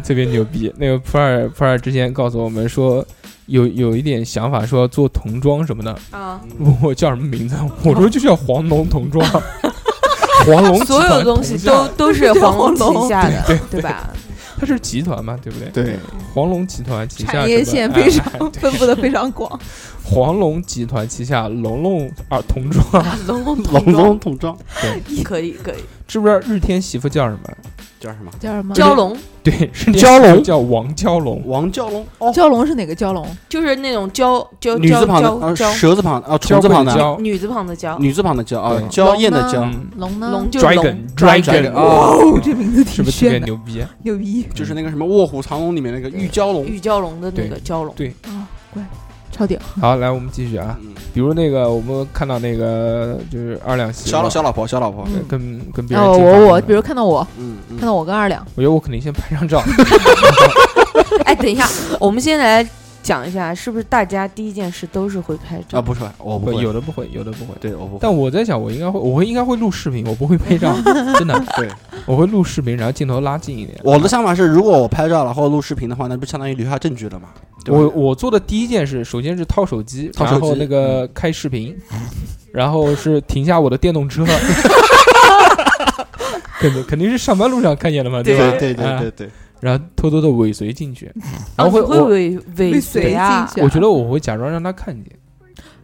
Speaker 2: 特别牛逼。那个普洱普洱之前告诉我们说。有有一点想法，说要做童装什么的，
Speaker 3: 嗯
Speaker 5: 啊，
Speaker 2: 问我叫什么名字，我说就叫黄龙童装，黄龙集
Speaker 5: 所有
Speaker 2: 团
Speaker 5: 东西
Speaker 2: 童装
Speaker 5: 都都 是黄龙旗下的，
Speaker 2: 对
Speaker 5: 对吧？
Speaker 2: 它是集团嘛，对不对？
Speaker 4: 对，
Speaker 2: 黄龙集团旗下
Speaker 3: 产业
Speaker 2: 这个
Speaker 3: 线
Speaker 2: 哎
Speaker 3: 非
Speaker 2: 哎
Speaker 3: 常分布的非常广，
Speaker 2: 黄龙集团旗下龙龙啊童装，
Speaker 5: 龙龙
Speaker 4: 龙龙统装
Speaker 5: 可以可以，
Speaker 2: 知不知道日天媳妇叫什么？
Speaker 4: 叫什么？
Speaker 3: 叫什么？
Speaker 5: 蛟龙
Speaker 2: 对，日天媳妇
Speaker 4: 蛟龙
Speaker 2: 叫王蛟龙，
Speaker 4: 王蛟龙哦，
Speaker 3: 蛟龙是哪个蛟龙？
Speaker 5: 就是那种蛟蛟
Speaker 4: 女字旁的，
Speaker 5: 蛟
Speaker 2: 呃
Speaker 4: 啊，
Speaker 5: 蛟
Speaker 4: 蛇字旁的，啊，虫字旁的，
Speaker 2: 蛟
Speaker 5: 女字旁的蛟，
Speaker 4: 女字旁的蛟啊
Speaker 2: 对，
Speaker 4: 娇艳的
Speaker 3: 龙
Speaker 4: 娇，
Speaker 2: 嗯
Speaker 3: 龙呢？
Speaker 5: 龙就是龙
Speaker 2: dragon dragon
Speaker 3: 哦， 这
Speaker 2: 哦
Speaker 3: 名字
Speaker 2: 是
Speaker 3: 挺
Speaker 2: 不是特别
Speaker 3: 炫的，
Speaker 2: 牛逼？
Speaker 3: 牛逼
Speaker 4: 就是那个什么《卧虎藏龙》里面那个玉蛟龙。
Speaker 5: 玉蛟龙的那个蛟龙
Speaker 2: 对，
Speaker 3: 啊！乖，超屌。
Speaker 2: 好，来我们继续啊，
Speaker 4: 嗯，
Speaker 2: 比如那个我们看到那个就是二两媳妇
Speaker 4: 小老小老婆，小老婆，
Speaker 3: 嗯
Speaker 2: 对跟跟别人
Speaker 3: 哦，
Speaker 2: 进房
Speaker 3: 我我，
Speaker 2: 门
Speaker 3: 比如看到我，
Speaker 4: 嗯
Speaker 3: 看
Speaker 4: 嗯，
Speaker 3: 到我跟二两，
Speaker 2: 我觉得我肯定先拍张照，
Speaker 5: 哎，等一下，我们先来讲一下，是不是大家第一件事都是会拍照？
Speaker 4: 啊，不是，我不
Speaker 2: 会
Speaker 4: 会，
Speaker 2: 有的不会，有的不会。
Speaker 4: 对，我不会。
Speaker 2: 但我在想，我应该会，我会应该会录视频，我不会拍照，真的。
Speaker 4: 对，
Speaker 2: 我会录视频，然后镜头拉近一点。
Speaker 4: 我的想法是，如果我拍照然后录视频的话，那不相当于留下证据了吗？对吧
Speaker 2: 我我做的第一件事，首先是掏手机，
Speaker 4: 掏手
Speaker 2: 然后
Speaker 4: 机嗯
Speaker 2: 那个开视 频，然后是停下我的电动车，肯定肯定是上班路上看见的嘛，
Speaker 5: 对
Speaker 2: 吧？
Speaker 4: 对对哎
Speaker 2: 啊
Speaker 4: 对对对，
Speaker 2: 然后偷偷的尾随进去，
Speaker 5: 啊
Speaker 2: 然后
Speaker 5: 你
Speaker 2: 会
Speaker 5: 会
Speaker 2: 我
Speaker 5: 尾尾
Speaker 3: 会随
Speaker 5: 随啊
Speaker 3: 进，去
Speaker 2: 我觉得我会假装让他看见，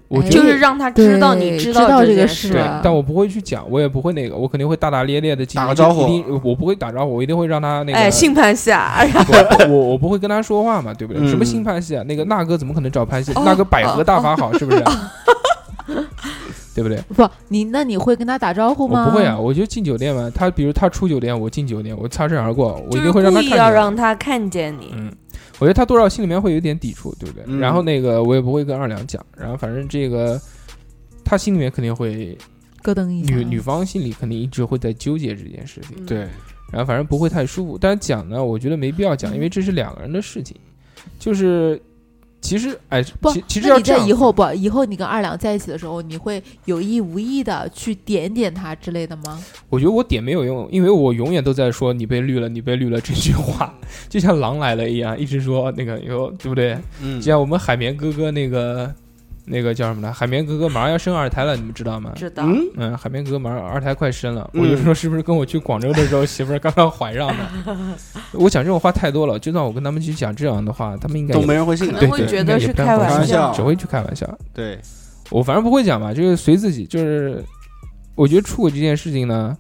Speaker 2: 我
Speaker 3: 哎
Speaker 2: 觉
Speaker 5: 就
Speaker 2: 得
Speaker 5: 是让他知道
Speaker 3: 对
Speaker 5: 你
Speaker 3: 知道
Speaker 5: 道
Speaker 3: 这个
Speaker 5: 件事
Speaker 3: 事
Speaker 5: 哎
Speaker 2: 对
Speaker 3: 啊，
Speaker 2: 但我不会去讲，我也不会那个，我肯定会大大咧咧的进
Speaker 4: 打个招呼
Speaker 2: 一定我不会打招呼，我一定会让他那个
Speaker 5: 哎，性潘夏，然后
Speaker 2: 我我我不会跟他说话嘛，对不对？
Speaker 4: 嗯
Speaker 2: 什么新潘西啊？那个那哥怎么可能找潘西？
Speaker 5: 哦
Speaker 2: 那个百合大法好，是不是？ 对不对？
Speaker 3: 不，你那你会跟他打招呼
Speaker 2: 我
Speaker 3: 吗？
Speaker 2: 不会啊，，我就进酒店嘛。他比如他出酒店，我进酒店，我擦身而过，我一
Speaker 5: 就是
Speaker 2: 定会让
Speaker 5: 故
Speaker 2: 他
Speaker 5: 意
Speaker 2: 看
Speaker 5: 要
Speaker 2: 见。
Speaker 5: 让他看见你。
Speaker 2: 嗯，我觉得他多少心里面会有点抵触，对不对？
Speaker 4: 嗯
Speaker 2: 然后那个我也不会跟二两讲，然后反正这个他心里面肯定会，
Speaker 3: 咯噔一下。
Speaker 2: 女女方心里肯定一直会在纠结这件事情。
Speaker 5: 嗯，
Speaker 4: 对，
Speaker 2: 然后反正不会太舒服。但是讲呢，我觉得没必要讲，因为这是两个人的事情。就是其实哎，
Speaker 3: 不
Speaker 2: 其，其实
Speaker 3: 那
Speaker 2: 要
Speaker 3: 你
Speaker 2: 这
Speaker 3: 在
Speaker 2: 样
Speaker 3: 以后不，以后你跟二两在一起的时候，你会有意无意的去点点他之类的吗？
Speaker 2: 我觉得我点没有用，因为我永远都在说你被绿了，你被绿了这句话， 就像狼来了一样，一直说那个有对不对？
Speaker 4: 嗯
Speaker 2: 就，像我们海绵哥哥那个那个叫什么来？海绵哥哥马上要生二胎了，你们知道吗？
Speaker 5: 知道。
Speaker 4: 嗯，
Speaker 2: 嗯，海绵哥哥马上二胎快生了，
Speaker 4: 嗯
Speaker 2: 我就说是不是跟我去广州的时候媳妇儿刚刚怀上的？ 我讲这种话太多了，就算我跟他们去讲这样的话，他们应该
Speaker 4: 都
Speaker 2: 也
Speaker 4: 没人会信
Speaker 5: 可
Speaker 4: 的
Speaker 2: 对
Speaker 5: 能。会
Speaker 2: 对
Speaker 5: 觉
Speaker 2: 应
Speaker 5: 得
Speaker 2: 该
Speaker 5: 是
Speaker 2: 也不太
Speaker 5: 开
Speaker 2: 会
Speaker 4: 玩笑
Speaker 2: 只会去开玩笑。
Speaker 4: 对，
Speaker 2: 我反正不会讲吧，就是随自己。就是我觉得出轨这件事情呢，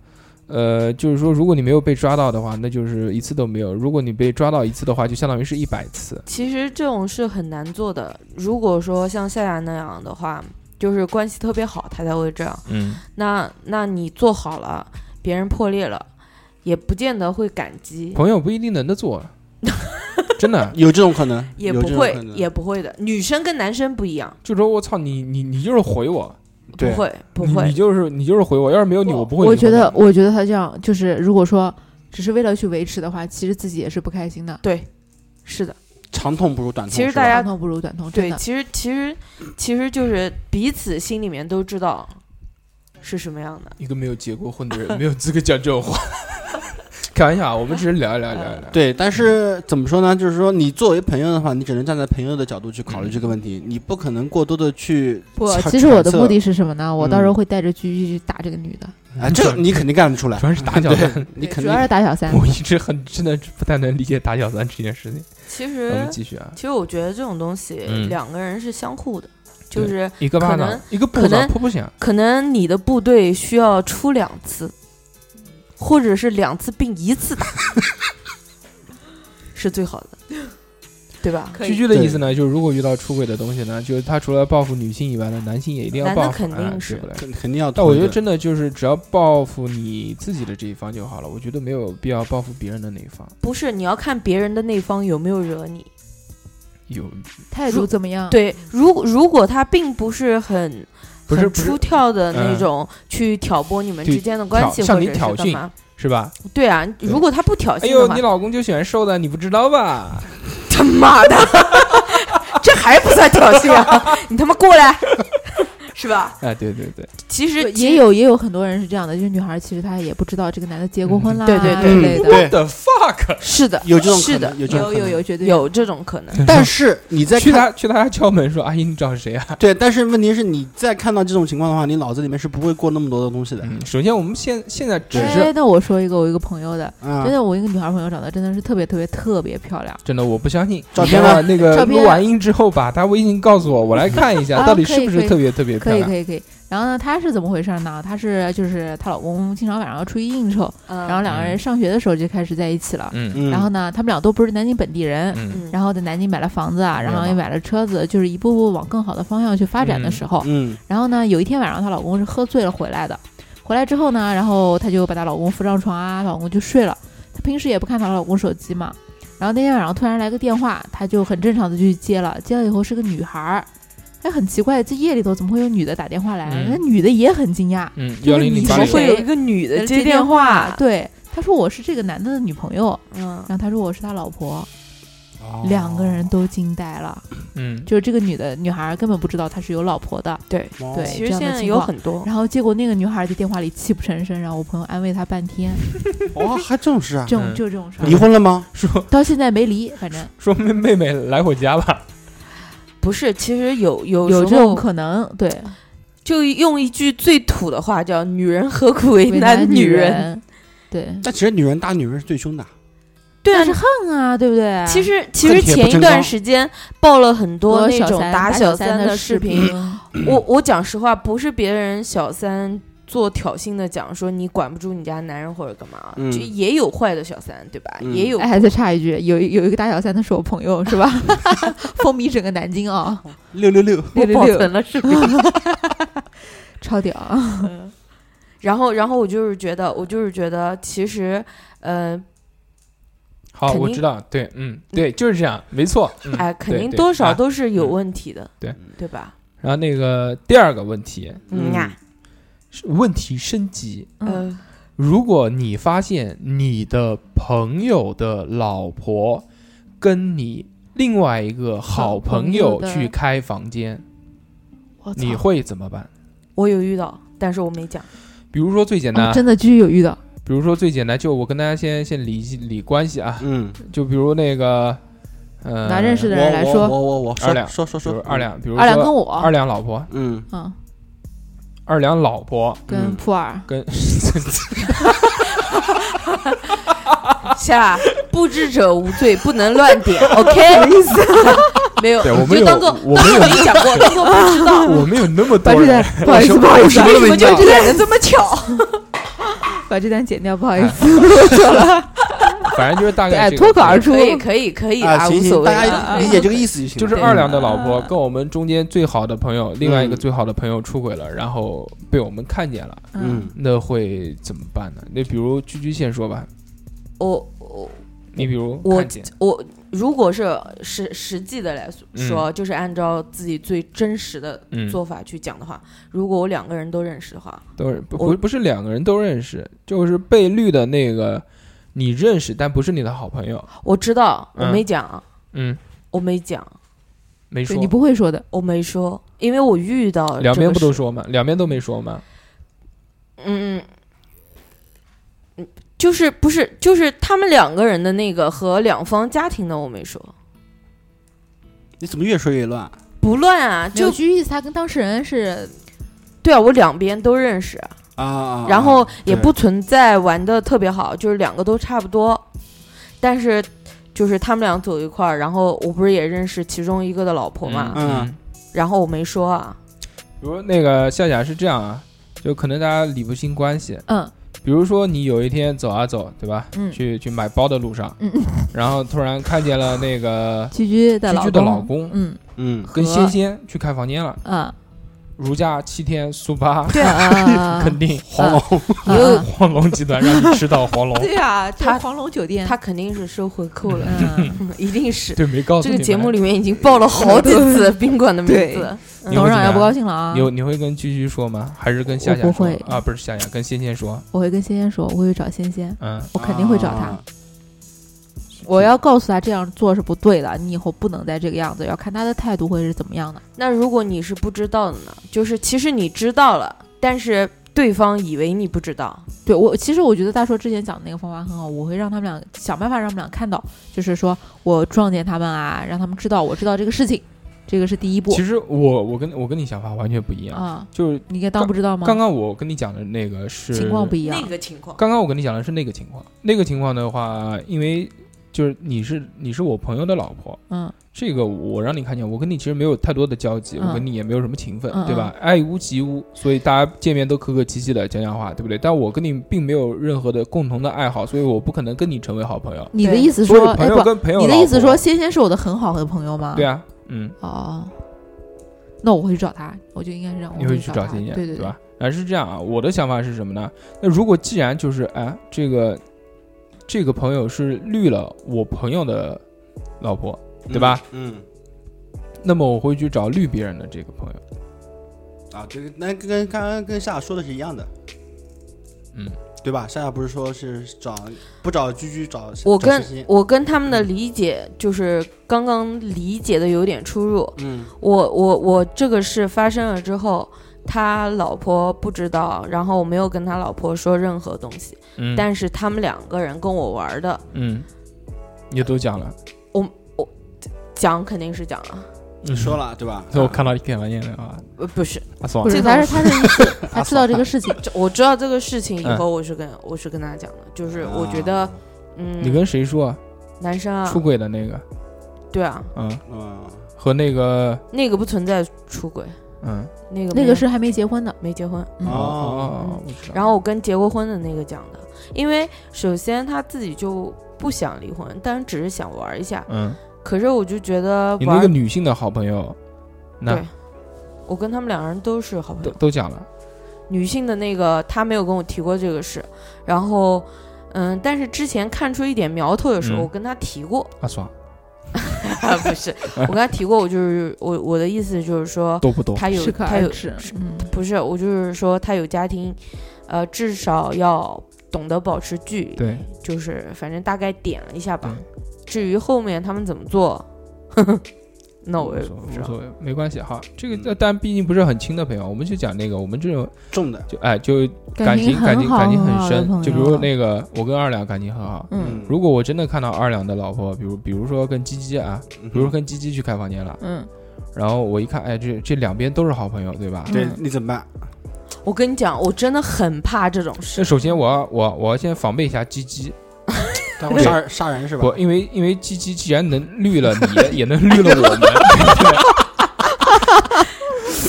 Speaker 2: 呃，就是说，如果你没有被抓到的话，那就是一次都没有；如果你被抓到一次的话，就相当于是一百次。
Speaker 5: 其实这种是很难做的。如果说像夏夏那样的话，就是关系特别好，他才会这样。
Speaker 2: 嗯，
Speaker 5: 那那你做好了，别人破裂了，也不见得会感激，
Speaker 2: 朋友不一定能得做， 真的。
Speaker 4: 有这种可能，
Speaker 5: 也
Speaker 4: 有
Speaker 5: 不
Speaker 4: 这种
Speaker 5: 会
Speaker 4: 可，能
Speaker 5: 也不会的。女生跟男生不一样，
Speaker 2: 就说我操你你你就是回我，
Speaker 5: 不
Speaker 4: 对
Speaker 5: 会不
Speaker 2: 你你
Speaker 5: 会。
Speaker 2: 就是你就是回我，要是没有你
Speaker 3: 我
Speaker 2: 我不会离婚的。
Speaker 3: 觉得，我觉得他这样就是，如果说只是为了去维持的话，其实自己也是不开心的。
Speaker 5: 对，是的，
Speaker 4: 长痛不如短痛。
Speaker 5: 其实
Speaker 4: 是吧
Speaker 5: 大家
Speaker 3: 长痛不如短痛，真
Speaker 5: 对，
Speaker 3: 的。
Speaker 5: 其实其实其实就是彼此心里面都知道是什么样的。
Speaker 2: 一个没有结过婚的人没有资格讲这种话。 开玩笑啊，我们只是聊一聊聊一聊。
Speaker 4: 对，但是怎么说呢？就是说，你作为朋友的话，你只能站在朋友的角度去考虑这个问题，你不可能过多的去
Speaker 3: 不
Speaker 4: 揣。，
Speaker 3: 呃其实我的
Speaker 4: 揣测
Speaker 3: 目的是什么呢？我到时候
Speaker 4: 嗯
Speaker 3: 会带着狙击去打这个女的，
Speaker 4: 啊，这你肯定干得出来
Speaker 2: 主，要是打小三，
Speaker 4: 你肯
Speaker 3: 主
Speaker 4: 定
Speaker 3: 要是打小三。
Speaker 5: 嗯
Speaker 2: 我一直很真的不太能理解打小三这件事情。
Speaker 5: 其
Speaker 2: 我
Speaker 5: 实
Speaker 2: 们继续啊，
Speaker 5: 其实我觉得这种东西、
Speaker 2: 嗯
Speaker 5: 两个人是相互的，就
Speaker 2: 对
Speaker 5: 是
Speaker 2: 一个巴
Speaker 5: 可
Speaker 2: 掌
Speaker 5: 能，
Speaker 2: 一个
Speaker 5: 可
Speaker 2: 巴掌
Speaker 5: 能
Speaker 2: 噗噗响。
Speaker 5: 可能你的部队需要出两次，或者是两次并一次 打，是最好的，对吧？
Speaker 3: 可以
Speaker 2: 居居的意思呢，就是如果遇到出轨的东西呢，就是他除了报复女性以外呢，男性也一定要
Speaker 5: 男的
Speaker 2: 报复，
Speaker 5: 肯定
Speaker 2: 哎对
Speaker 5: 是
Speaker 2: 不对？
Speaker 4: 肯肯定要
Speaker 2: 但
Speaker 4: 同
Speaker 2: 我
Speaker 4: 意
Speaker 2: 觉
Speaker 4: 的。
Speaker 2: 得真的就是只要报复你自己的这一方就好了，我觉得没有必要报复别人的那一方。
Speaker 5: 不是，你要看别人的那方有没有惹你。
Speaker 2: 有
Speaker 3: 态度怎么样？，
Speaker 5: 对，如果如果他并不是很
Speaker 2: 不是
Speaker 5: 很
Speaker 2: 不是
Speaker 5: 出挑的那
Speaker 2: 嗯
Speaker 5: 种，去挑拨你们
Speaker 2: 对
Speaker 5: 之间的关系，
Speaker 2: 挑向
Speaker 5: 或
Speaker 2: 你
Speaker 5: 者是
Speaker 2: 挑
Speaker 5: 干
Speaker 2: 衅
Speaker 5: 嘛？
Speaker 2: 是吧？
Speaker 5: 对啊，如果他不挑
Speaker 2: 哎
Speaker 5: 衅的
Speaker 2: 呦，
Speaker 5: 话
Speaker 2: 你，老公就喜欢瘦的，你不知道吧？
Speaker 5: 他妈 的，这还不算挑衅啊！你他妈过来，是吧？
Speaker 2: 哎，对对对，
Speaker 5: 其实其
Speaker 3: 也有也有很多人是这样的，就是女孩其实她也不知道这个男的结过婚啦，
Speaker 5: 对对
Speaker 3: 之
Speaker 5: 对
Speaker 3: 类
Speaker 4: 嗯，
Speaker 3: 的。
Speaker 4: 对，
Speaker 2: 的 fuck，
Speaker 5: 是的，
Speaker 4: 有这种
Speaker 5: 是
Speaker 4: 可
Speaker 5: 的
Speaker 4: 能，，有这种
Speaker 3: 有
Speaker 4: 可能
Speaker 3: 有有，绝对有。
Speaker 5: 有这种可能。
Speaker 4: 但是你在
Speaker 2: 去
Speaker 4: 看
Speaker 2: 他去他家敲门说：“阿姨，你找谁啊
Speaker 4: 对，但是问题是你再看到这种情况的话，你脑子里面是不会过那么多的东西？”的。
Speaker 2: 嗯，首先我们现现在只
Speaker 3: 哎
Speaker 2: 是，
Speaker 3: 那我说一个我一个朋友的，
Speaker 4: 啊
Speaker 3: 真，的，我一个女孩朋友长得真的是特别特别特别漂亮。
Speaker 2: 真的我不相信。
Speaker 4: 照片
Speaker 2: 啊，
Speaker 4: 呢？
Speaker 2: 那个
Speaker 3: 照片
Speaker 2: 录完音之后，把他微信告诉我，我来看一下
Speaker 3: 啊
Speaker 2: 到底
Speaker 3: 可
Speaker 2: 是
Speaker 3: 以
Speaker 2: 不
Speaker 3: 可
Speaker 2: 是
Speaker 3: 以
Speaker 2: 特别特别漂
Speaker 3: 可以
Speaker 2: 亮。
Speaker 3: 可以可以。然后呢，她是怎么回事呢？她是就是她老公经常晚上要出去应酬，
Speaker 5: 嗯
Speaker 3: 然后两个人上学的时候就开始在一起了。
Speaker 2: 嗯
Speaker 4: 嗯，
Speaker 3: 然后呢，他们俩都不是南京本地人，
Speaker 2: 嗯，
Speaker 5: 嗯
Speaker 3: 然后在南京买了房子啊，
Speaker 2: 明白
Speaker 3: 然后也买了车子，就是一步步往更好的方向去发展的时候，
Speaker 4: 嗯
Speaker 3: 然后呢，有一天晚上她老公是喝醉了回来的，回来之后呢，然后她就把她老公扶上床啊，她老公就睡了。她平时也不看她老公手机嘛，然后那天晚上突然来个电话，她就很正常的去接了，接了以后是个女孩儿，哎，很奇怪，这夜里头怎么会有女的打电话来？啊
Speaker 2: 嗯
Speaker 3: 那女的也很惊讶，
Speaker 2: 嗯，
Speaker 3: 就
Speaker 2: 幺
Speaker 3: 是
Speaker 2: 零零
Speaker 3: 你
Speaker 5: 怎
Speaker 2: 八
Speaker 5: 么
Speaker 3: 是
Speaker 2: 零，
Speaker 5: 会有一个女的接
Speaker 3: 呃电
Speaker 5: 电话？
Speaker 3: 对，她说我是这个男的的女朋友，
Speaker 5: 嗯
Speaker 2: 哦
Speaker 3: 然后她说我是他老婆，
Speaker 4: 啊，
Speaker 3: 两个人都惊呆了，
Speaker 2: 嗯，
Speaker 3: 就是这个女的女孩儿根本不知道他是有老婆的，
Speaker 5: 对，
Speaker 4: 哦
Speaker 3: 对
Speaker 5: 其实
Speaker 3: 这样
Speaker 5: 现
Speaker 3: 的
Speaker 5: 在
Speaker 3: 情
Speaker 5: 有
Speaker 3: 况嗯
Speaker 5: 很多，
Speaker 3: 然后结果那个女孩儿在电话里泣不成声，然后我朋友安慰她半天，
Speaker 4: 哦，还这种事啊？
Speaker 3: 这种
Speaker 2: 嗯
Speaker 3: 就这种事
Speaker 4: 离
Speaker 3: 儿，
Speaker 4: 婚了吗？
Speaker 2: 说
Speaker 3: 到现在没离，反正
Speaker 2: 说妹妹妹来我家吧，
Speaker 5: 不是，其实有有
Speaker 3: 有
Speaker 5: 有
Speaker 3: 这种可能，对，
Speaker 5: 就用一句最土的话叫“女人何苦为
Speaker 3: 为
Speaker 5: 难
Speaker 3: 女
Speaker 5: 人
Speaker 3: 人，对，
Speaker 4: 但其实女人打女人是最凶的，”？
Speaker 5: 对啊
Speaker 3: 但是，恨啊，对不对？
Speaker 5: 其实其实
Speaker 4: 恨铁不
Speaker 5: 前一
Speaker 4: 成
Speaker 5: 段
Speaker 4: 钢
Speaker 5: 时间爆了很多
Speaker 3: 多
Speaker 5: 那
Speaker 3: 小
Speaker 5: 种
Speaker 3: 三
Speaker 5: 打
Speaker 3: 打
Speaker 5: 小
Speaker 3: 三
Speaker 5: 的视
Speaker 3: 视
Speaker 5: 频，我我讲实话，不是别人小三做挑衅的讲说你管不住你家男人或者干嘛，
Speaker 4: 嗯
Speaker 5: 就也有坏的小三，对吧？
Speaker 4: 嗯
Speaker 5: 也有
Speaker 3: 哎，还再插一句，有一有一个打小三的是我朋 友，是吧？风靡整个南京啊、
Speaker 4: 六六六，
Speaker 3: 六
Speaker 5: 我
Speaker 3: 六
Speaker 5: 保
Speaker 3: 六，
Speaker 5: 存了视频。
Speaker 3: 超屌啊！
Speaker 5: 然后然后我就是觉得，我就是觉得，其实，呃，
Speaker 2: 好，
Speaker 5: 肯
Speaker 2: 我
Speaker 5: 定
Speaker 2: 知道，对，嗯，对，就是这样，没错，嗯，
Speaker 5: 哎，肯
Speaker 2: 对
Speaker 5: 定
Speaker 2: 对
Speaker 5: 多少
Speaker 2: 啊
Speaker 5: 都是有
Speaker 2: 嗯
Speaker 5: 问题的，
Speaker 2: 对
Speaker 5: 对吧？
Speaker 2: 然后那个第二个问题，
Speaker 4: 嗯
Speaker 5: 呀，
Speaker 2: 是问题升级。
Speaker 3: 嗯，
Speaker 5: 呃，
Speaker 2: 如果你发现你的朋友的老婆跟你另外一个好朋友
Speaker 3: 好朋友的
Speaker 2: 去开房间，
Speaker 3: 我操
Speaker 2: 你会怎么办？
Speaker 5: 我有遇到，但是我没 讲。
Speaker 2: 比如说最简单
Speaker 3: 哦，真的居有遇到，
Speaker 2: 比如说最简单，就我跟大家先先理理关系啊，
Speaker 4: 嗯，
Speaker 2: 就比如那个，呃，
Speaker 3: 拿认识
Speaker 4: 我
Speaker 3: 的人来
Speaker 4: 我
Speaker 3: 说，
Speaker 4: 我我我
Speaker 2: 二两
Speaker 4: 说说说
Speaker 2: 比如
Speaker 4: 说
Speaker 2: 二，两，比如
Speaker 3: 二两
Speaker 2: 说
Speaker 3: 跟我，
Speaker 2: 二两老婆，
Speaker 4: 嗯，
Speaker 3: 嗯，
Speaker 2: 二两老婆
Speaker 3: 跟
Speaker 4: 嗯
Speaker 3: 普洱，
Speaker 2: 跟
Speaker 5: 下，不知者无罪，不能乱点，OK？没有，
Speaker 2: 对我们
Speaker 5: 就
Speaker 2: 有
Speaker 5: 当做
Speaker 2: 我
Speaker 5: 当
Speaker 2: 们
Speaker 5: 做
Speaker 2: 有
Speaker 5: 没讲 过，当做不知道。
Speaker 2: 我们有那么
Speaker 3: 把
Speaker 2: 多
Speaker 3: 这段
Speaker 2: 人，
Speaker 3: 不好意 思，
Speaker 4: 我
Speaker 3: 不好意思
Speaker 4: 什，么都
Speaker 5: 为什
Speaker 4: 没
Speaker 5: 么就
Speaker 4: 讲，
Speaker 5: 演的
Speaker 2: 啊
Speaker 5: 这么巧？
Speaker 3: 把这段剪掉，不好意思，
Speaker 2: 反正就是大
Speaker 3: 哎，
Speaker 2: 概这个
Speaker 3: 脱口而出
Speaker 5: 可，以，可以，可以
Speaker 4: 啊，
Speaker 5: 啊，无
Speaker 4: 行
Speaker 5: 所
Speaker 4: 行，
Speaker 5: 谓
Speaker 4: 大
Speaker 5: 啊。
Speaker 4: 家理解这个意思就行了，
Speaker 2: 就是
Speaker 5: 对
Speaker 2: 二两的老婆
Speaker 3: 啊
Speaker 2: 跟我们中间最好的朋友，另外一个
Speaker 4: 嗯
Speaker 2: 最好的朋友出轨了，然后被我们看见了，
Speaker 4: 嗯，
Speaker 2: 那会怎么办呢？那比如居居先说吧，
Speaker 5: 我我
Speaker 2: 你比如
Speaker 5: 我
Speaker 2: 看见，
Speaker 5: 我，如果是实实际的来说，就是按照自己最真实的
Speaker 2: 嗯，
Speaker 5: 做法去讲的话，如果我两个人都认识的话，
Speaker 2: 都是不
Speaker 5: 我
Speaker 2: 不不是两个人都认识，就是被绿的那个你认识，但不是你的好朋友，
Speaker 5: 我知道我
Speaker 2: 嗯
Speaker 5: 没讲，
Speaker 2: 嗯，
Speaker 5: 我没讲，
Speaker 2: 没
Speaker 3: 对
Speaker 2: 说
Speaker 3: 你，不会说的，
Speaker 5: 我没说，因为我遇到
Speaker 2: 两
Speaker 5: 这
Speaker 2: 边
Speaker 5: 个
Speaker 2: 不都
Speaker 5: 事
Speaker 2: 说吗？两边都没说吗？
Speaker 5: 嗯，嗯，就是不是就是他们两个人的那个和两方家庭的我没说，
Speaker 4: 你怎么越说越乱？
Speaker 5: 不乱啊，
Speaker 3: 就
Speaker 5: 就
Speaker 3: 居意思他跟当事人是
Speaker 5: 对啊，我两边都认识，
Speaker 4: 啊啊，
Speaker 5: 然后也
Speaker 4: 对
Speaker 5: 不存在玩的特别好，就是两个都差不多，但是就是他们俩走一块儿，然后我不是也认识其中一个的老婆嘛，
Speaker 4: 嗯
Speaker 2: 嗯
Speaker 5: 然后我没说啊，
Speaker 2: 比如那个夏夏是这样啊，就可能大家理不清关系，
Speaker 3: 嗯
Speaker 2: 比如说你有一天走啊走，对吧？
Speaker 3: 嗯
Speaker 2: 去去买包的路上，
Speaker 3: 嗯嗯
Speaker 2: 然后突然看见了那 个
Speaker 3: 居居的
Speaker 2: 居
Speaker 3: 老
Speaker 2: 居
Speaker 3: 公，
Speaker 2: 的老公
Speaker 3: 嗯
Speaker 4: 嗯，
Speaker 2: 跟
Speaker 3: 和
Speaker 2: 仙仙去开房间了，
Speaker 3: 啊，
Speaker 2: 如家七天速八，
Speaker 3: 对啊，
Speaker 2: 肯定
Speaker 4: 黄龙，
Speaker 3: 啊
Speaker 5: 有
Speaker 3: 啊
Speaker 2: 黄龙集团让你吃到黄龙，
Speaker 3: 对啊，这
Speaker 5: 他
Speaker 3: 黄龙酒店，
Speaker 5: 他肯定是收回扣了，
Speaker 3: 嗯。
Speaker 5: 一定是。
Speaker 2: 对，没告诉
Speaker 5: 这
Speaker 2: 你
Speaker 5: 个
Speaker 2: 们
Speaker 5: 节目里面已经报了好几 次宾馆的名
Speaker 3: 对
Speaker 5: 字，嗯
Speaker 2: 你会
Speaker 3: 董事长
Speaker 2: 怎么
Speaker 3: 要不
Speaker 2: 样
Speaker 3: 高兴了啊！
Speaker 2: 你你会跟居居说吗？还是跟夏夏说？
Speaker 3: 我不会
Speaker 2: 啊，不是夏夏，跟仙仙说。
Speaker 3: 我会跟仙仙说，我会去找仙仙，
Speaker 2: 嗯，
Speaker 3: 我肯定会找他。
Speaker 4: 啊，
Speaker 3: 我要告诉他这样做是不对的，你以后不能再这个样子，要看他的态度会是怎么样的。
Speaker 5: 那如果你是不知道的呢？就是其实你知道了，但是对方以为你不知道。
Speaker 3: 对我，其实我觉得大硕之前讲的那个方法很好，我会让他们俩想办法让他们俩看到，就是说我撞见他们啊，让他们知道我知道这个事情，这个是第一步
Speaker 2: 其实我我跟我跟你想法完全不一样，
Speaker 3: 啊、
Speaker 2: 就是
Speaker 3: 你应该当不知道吗？
Speaker 2: 刚刚我跟你讲的那个是
Speaker 3: 情况不一样
Speaker 5: 那，个情况，
Speaker 2: 刚刚我跟你讲的是那个情况，那个情况的话，因为就是你是你是我朋友的老婆，
Speaker 3: 嗯
Speaker 2: 这个我让你看见，我跟你其实没有太多的交集，
Speaker 3: 嗯
Speaker 2: 我跟你也没有什么情分，
Speaker 3: 嗯嗯
Speaker 2: 对吧？爱屋及乌，所以大家见面都客客气气的讲讲话，对不
Speaker 3: 嗯
Speaker 2: 对？但我跟你并没有任何的共同的爱好，所以我不可能跟你成为好朋友。
Speaker 3: 你的
Speaker 5: 对
Speaker 3: 意思
Speaker 2: 所以
Speaker 3: 说，
Speaker 2: 朋
Speaker 3: 哎
Speaker 2: 友
Speaker 3: 不，
Speaker 2: 跟朋友，
Speaker 3: 你的意思说，仙仙是我的很好的朋友吗？
Speaker 2: 对，啊，嗯，
Speaker 3: 哦，那我会去找他，我就应该是这样，
Speaker 2: 你
Speaker 3: 我
Speaker 2: 会
Speaker 3: 会
Speaker 2: 去
Speaker 3: 找
Speaker 2: 找仙仙，
Speaker 3: 他对对
Speaker 2: 吧？啊，是这样啊，我的想法是什么呢？那如果既然就是哎，这个这个朋友是绿了我朋友的老婆，对吧？
Speaker 4: 嗯，
Speaker 2: 那么我会去找绿别人的这个朋友，
Speaker 4: 嗯啊，这个那跟跟刚刚跟夏说的是一样的，
Speaker 2: 嗯，
Speaker 4: 对吧？夏夏不是说是找不找居居找
Speaker 5: 我
Speaker 4: 找
Speaker 5: 跟
Speaker 4: 西西
Speaker 5: 我跟他们的理解就是刚刚理解的有点出入。
Speaker 4: 嗯
Speaker 5: 我我我这个事发生了之后，他老婆不知道，然后我没有跟他老婆说任何东西，
Speaker 2: 嗯
Speaker 5: 但是他们两个人跟我玩的，
Speaker 2: 嗯，你都讲了，
Speaker 5: 讲肯定是讲了，
Speaker 4: 你说了对吧？啊
Speaker 2: 所以嗯我看到一点了，你了啊，
Speaker 5: 呃，不是，
Speaker 2: 阿爽
Speaker 3: 不，是，
Speaker 5: 这
Speaker 3: 他
Speaker 5: 个
Speaker 3: 是 他是意识， 他知道这个事情，
Speaker 5: 这我知道这个事情
Speaker 2: 嗯
Speaker 5: 以后，我是跟、我是跟他讲的，就是我觉得，
Speaker 4: 啊
Speaker 5: 嗯，
Speaker 2: 你跟谁说啊？
Speaker 5: 男生啊
Speaker 2: 出，轨的那个，
Speaker 5: 对啊，
Speaker 2: 嗯，
Speaker 4: 嗯，
Speaker 2: 和那个，
Speaker 5: 那个不存在出轨，
Speaker 2: 嗯，
Speaker 5: 那个
Speaker 3: 那
Speaker 5: 没
Speaker 3: 个
Speaker 5: 有
Speaker 3: 是还没结婚的，
Speaker 5: 没结婚，
Speaker 3: 嗯
Speaker 2: 哦，我知道
Speaker 5: 然后我跟结过婚的那个讲的，因为首先他自己就不想离婚，但只是想玩一下。
Speaker 2: 嗯，
Speaker 5: 可是我就觉得
Speaker 2: 你
Speaker 5: 玩
Speaker 2: 那个女性的好朋友，那
Speaker 5: 对我跟他们两人都是好朋
Speaker 2: 都
Speaker 5: 友。
Speaker 2: 都讲了，
Speaker 5: 女性的那个她没有跟我提过这个事，然后，嗯，但是之前看出一点苗头的时候，
Speaker 2: 嗯
Speaker 5: 我跟她提过，
Speaker 2: 阿爽
Speaker 5: 啊，不是，我跟她提过，我就是我我的意思就是说，
Speaker 2: 多不多？
Speaker 5: 她有
Speaker 3: 适可
Speaker 5: 她
Speaker 3: 而
Speaker 5: 有
Speaker 3: 止。
Speaker 5: 是
Speaker 3: 嗯，
Speaker 5: 不是，我就是说她有家庭，呃，至少要懂得保持距离，
Speaker 2: 对，
Speaker 5: 就是反正大概点了一下吧。至于后面他们怎么做，那我也
Speaker 2: 无所
Speaker 5: 不知
Speaker 2: 无
Speaker 5: 道。
Speaker 2: 所谓，没关系哈。这个
Speaker 4: 嗯
Speaker 2: 呃但毕竟不是很亲的朋友，我们就讲那个，我们这种
Speaker 4: 重的，
Speaker 2: 就哎就
Speaker 3: 感
Speaker 2: 情感
Speaker 3: 很
Speaker 2: 情
Speaker 3: 好，
Speaker 2: 感情
Speaker 3: 很
Speaker 2: 很
Speaker 3: 好的
Speaker 2: 深，
Speaker 3: 朋
Speaker 2: 就比
Speaker 3: 友
Speaker 2: 如那个我跟二两感情很好。
Speaker 3: 嗯
Speaker 2: 如果我真的看到二两的老婆，比如比如说跟鸡鸡啊，
Speaker 4: 嗯
Speaker 2: 比如说跟鸡鸡去开房间了，
Speaker 3: 嗯，
Speaker 2: 然后我一看，哎，这这两边都是好朋友，对吧？
Speaker 4: 对
Speaker 3: 嗯
Speaker 4: 你怎么办？
Speaker 5: 我跟你讲，我真的很怕这种事
Speaker 2: 那。首先我要我我要先防备一下鸡 鸡，
Speaker 4: 他会杀人杀人是吧
Speaker 2: 不？，因为因为鸡鸡既然能绿了你，也能绿了 我们，对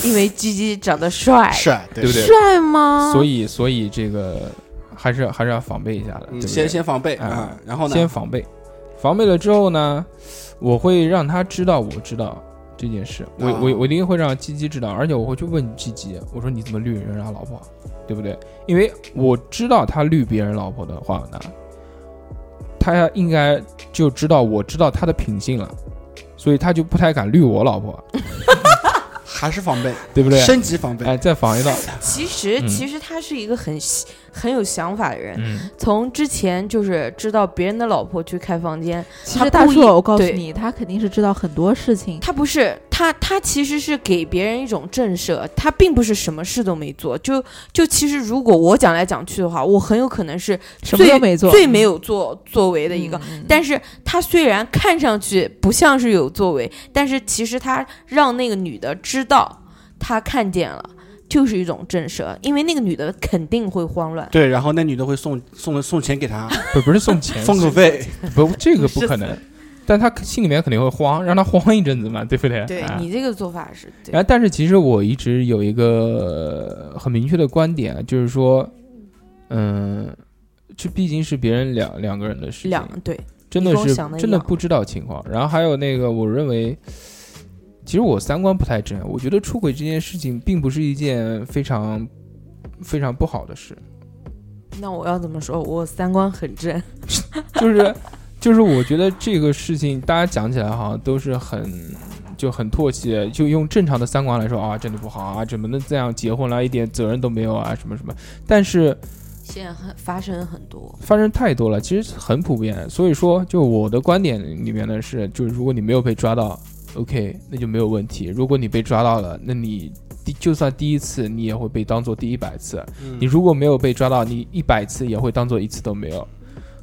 Speaker 5: 因为鸡鸡长得帅，
Speaker 4: 帅啊对
Speaker 2: 对不对？
Speaker 5: 帅吗？
Speaker 2: 所以所以这个还是还是要防备一下的，对
Speaker 4: 嗯
Speaker 2: 不对
Speaker 4: 先先防备
Speaker 2: 哎
Speaker 4: 啊，然后呢？
Speaker 2: 先防备，防备了之后呢，我会让他知道我知道这件事，我、
Speaker 4: 啊
Speaker 2: 我我一定会让鸡鸡知道，而且我会去问鸡鸡，我说你怎么绿人家啊老婆，对不对？因为我知道他绿别人老婆的话呢，他应该就知道我知道他的品性了，所以他就不太敢绿我老婆，
Speaker 4: 还是防备，
Speaker 2: 对不对？
Speaker 4: 升级防备。
Speaker 2: 哎，再防一道，
Speaker 5: 其实、
Speaker 2: 嗯
Speaker 5: 其实他是一个很很有想法的人。
Speaker 2: 嗯，
Speaker 5: 从之前就是知道别人的老婆去开房间，
Speaker 3: 其
Speaker 5: 他
Speaker 3: 实大
Speaker 5: 故
Speaker 3: 硕，
Speaker 5: 意
Speaker 3: 我告诉
Speaker 5: 对
Speaker 3: 你，他肯定是知道很多事情。
Speaker 5: 他不是他他其实是给别人一种震慑，他并不是什么事都没做。就就其实如果我讲来讲去的话，我很有可能是
Speaker 3: 什么
Speaker 5: 最
Speaker 3: 都没做
Speaker 5: 最没有作作为的一个。
Speaker 3: 嗯，
Speaker 5: 但是他虽然看上去不像是有作为，但是其实他让那个女的知道他看见了，就是一种震慑，因为那个女的肯定会慌乱。
Speaker 4: 对，然后那女的会送送送钱给他，
Speaker 2: 不不是送钱，
Speaker 4: 封口费。
Speaker 2: 不这个不可 能，但他心里面肯定会慌，让他慌一阵子嘛，对不对？
Speaker 5: 对
Speaker 2: 哎
Speaker 5: 你这个做法是对
Speaker 2: 然，后，但是其实我一直有一个呃很明确的观点，就是说，嗯，这毕竟是别人两两个人的事情，
Speaker 5: 两对
Speaker 2: 真的
Speaker 5: 你跟我
Speaker 2: 是
Speaker 5: 想的一
Speaker 2: 真的
Speaker 5: 样
Speaker 2: 不知道情况。然后还有那个，我认为，其实我三观不太正，我觉得出轨这件事情并不是一件非常非常不好的事，
Speaker 5: 那我要怎么说？我三观很正，
Speaker 2: 就是就是我觉得这个事情大家讲起来好像都是很就很唾弃，就用正常的三观来说啊，真的不好啊，怎么能这样结婚了，一点责任都没有啊，什么什么。但是
Speaker 5: 现在很发生很多。
Speaker 2: 发生太多了，其实很普遍。所以说，就我的观点里面呢是，就是如果你没有被抓到，OK，那就没有问题；如果你被抓到了，那你。第就算第一次，你也会被当做第一百次。你
Speaker 4: 你
Speaker 2: 如果没有被抓到，你一百次也会当做一次都没有。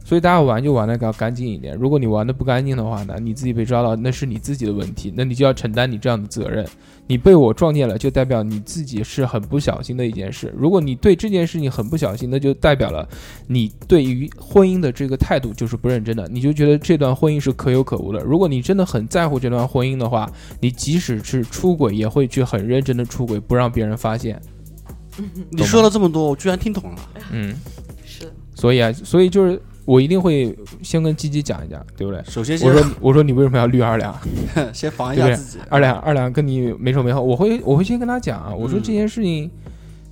Speaker 2: 所以大家玩就玩的干干净一点。如果你玩的不干净的话呢，你自己被抓到，那是你自己的问题，那你就要承担你这样的责任。你被我撞见了，就代表你自己是很不小心的一件事。如果你对这件事情很不小心，那就代表了你对于婚姻的这个态度就是不认真的，你就觉得这段婚姻是可有可无的。如果你真的很在乎这段婚姻的话，你即使是出轨，也会去很认真的出轨，不让别人发现。
Speaker 4: 你说了这么多，我居然听懂了。
Speaker 2: 嗯。
Speaker 5: 是
Speaker 2: 所以啊，所以就是我一定会先跟鸡鸡讲一讲，对不对？
Speaker 4: 首先
Speaker 2: 我
Speaker 4: 先
Speaker 2: 说我说你为什么要绿二两？
Speaker 4: 先防一
Speaker 2: 对
Speaker 4: 下
Speaker 2: 不对
Speaker 4: 自己。
Speaker 2: 二两二两跟你没仇没恨，我会我会先跟他讲啊，我说
Speaker 4: 嗯
Speaker 2: 这件事情。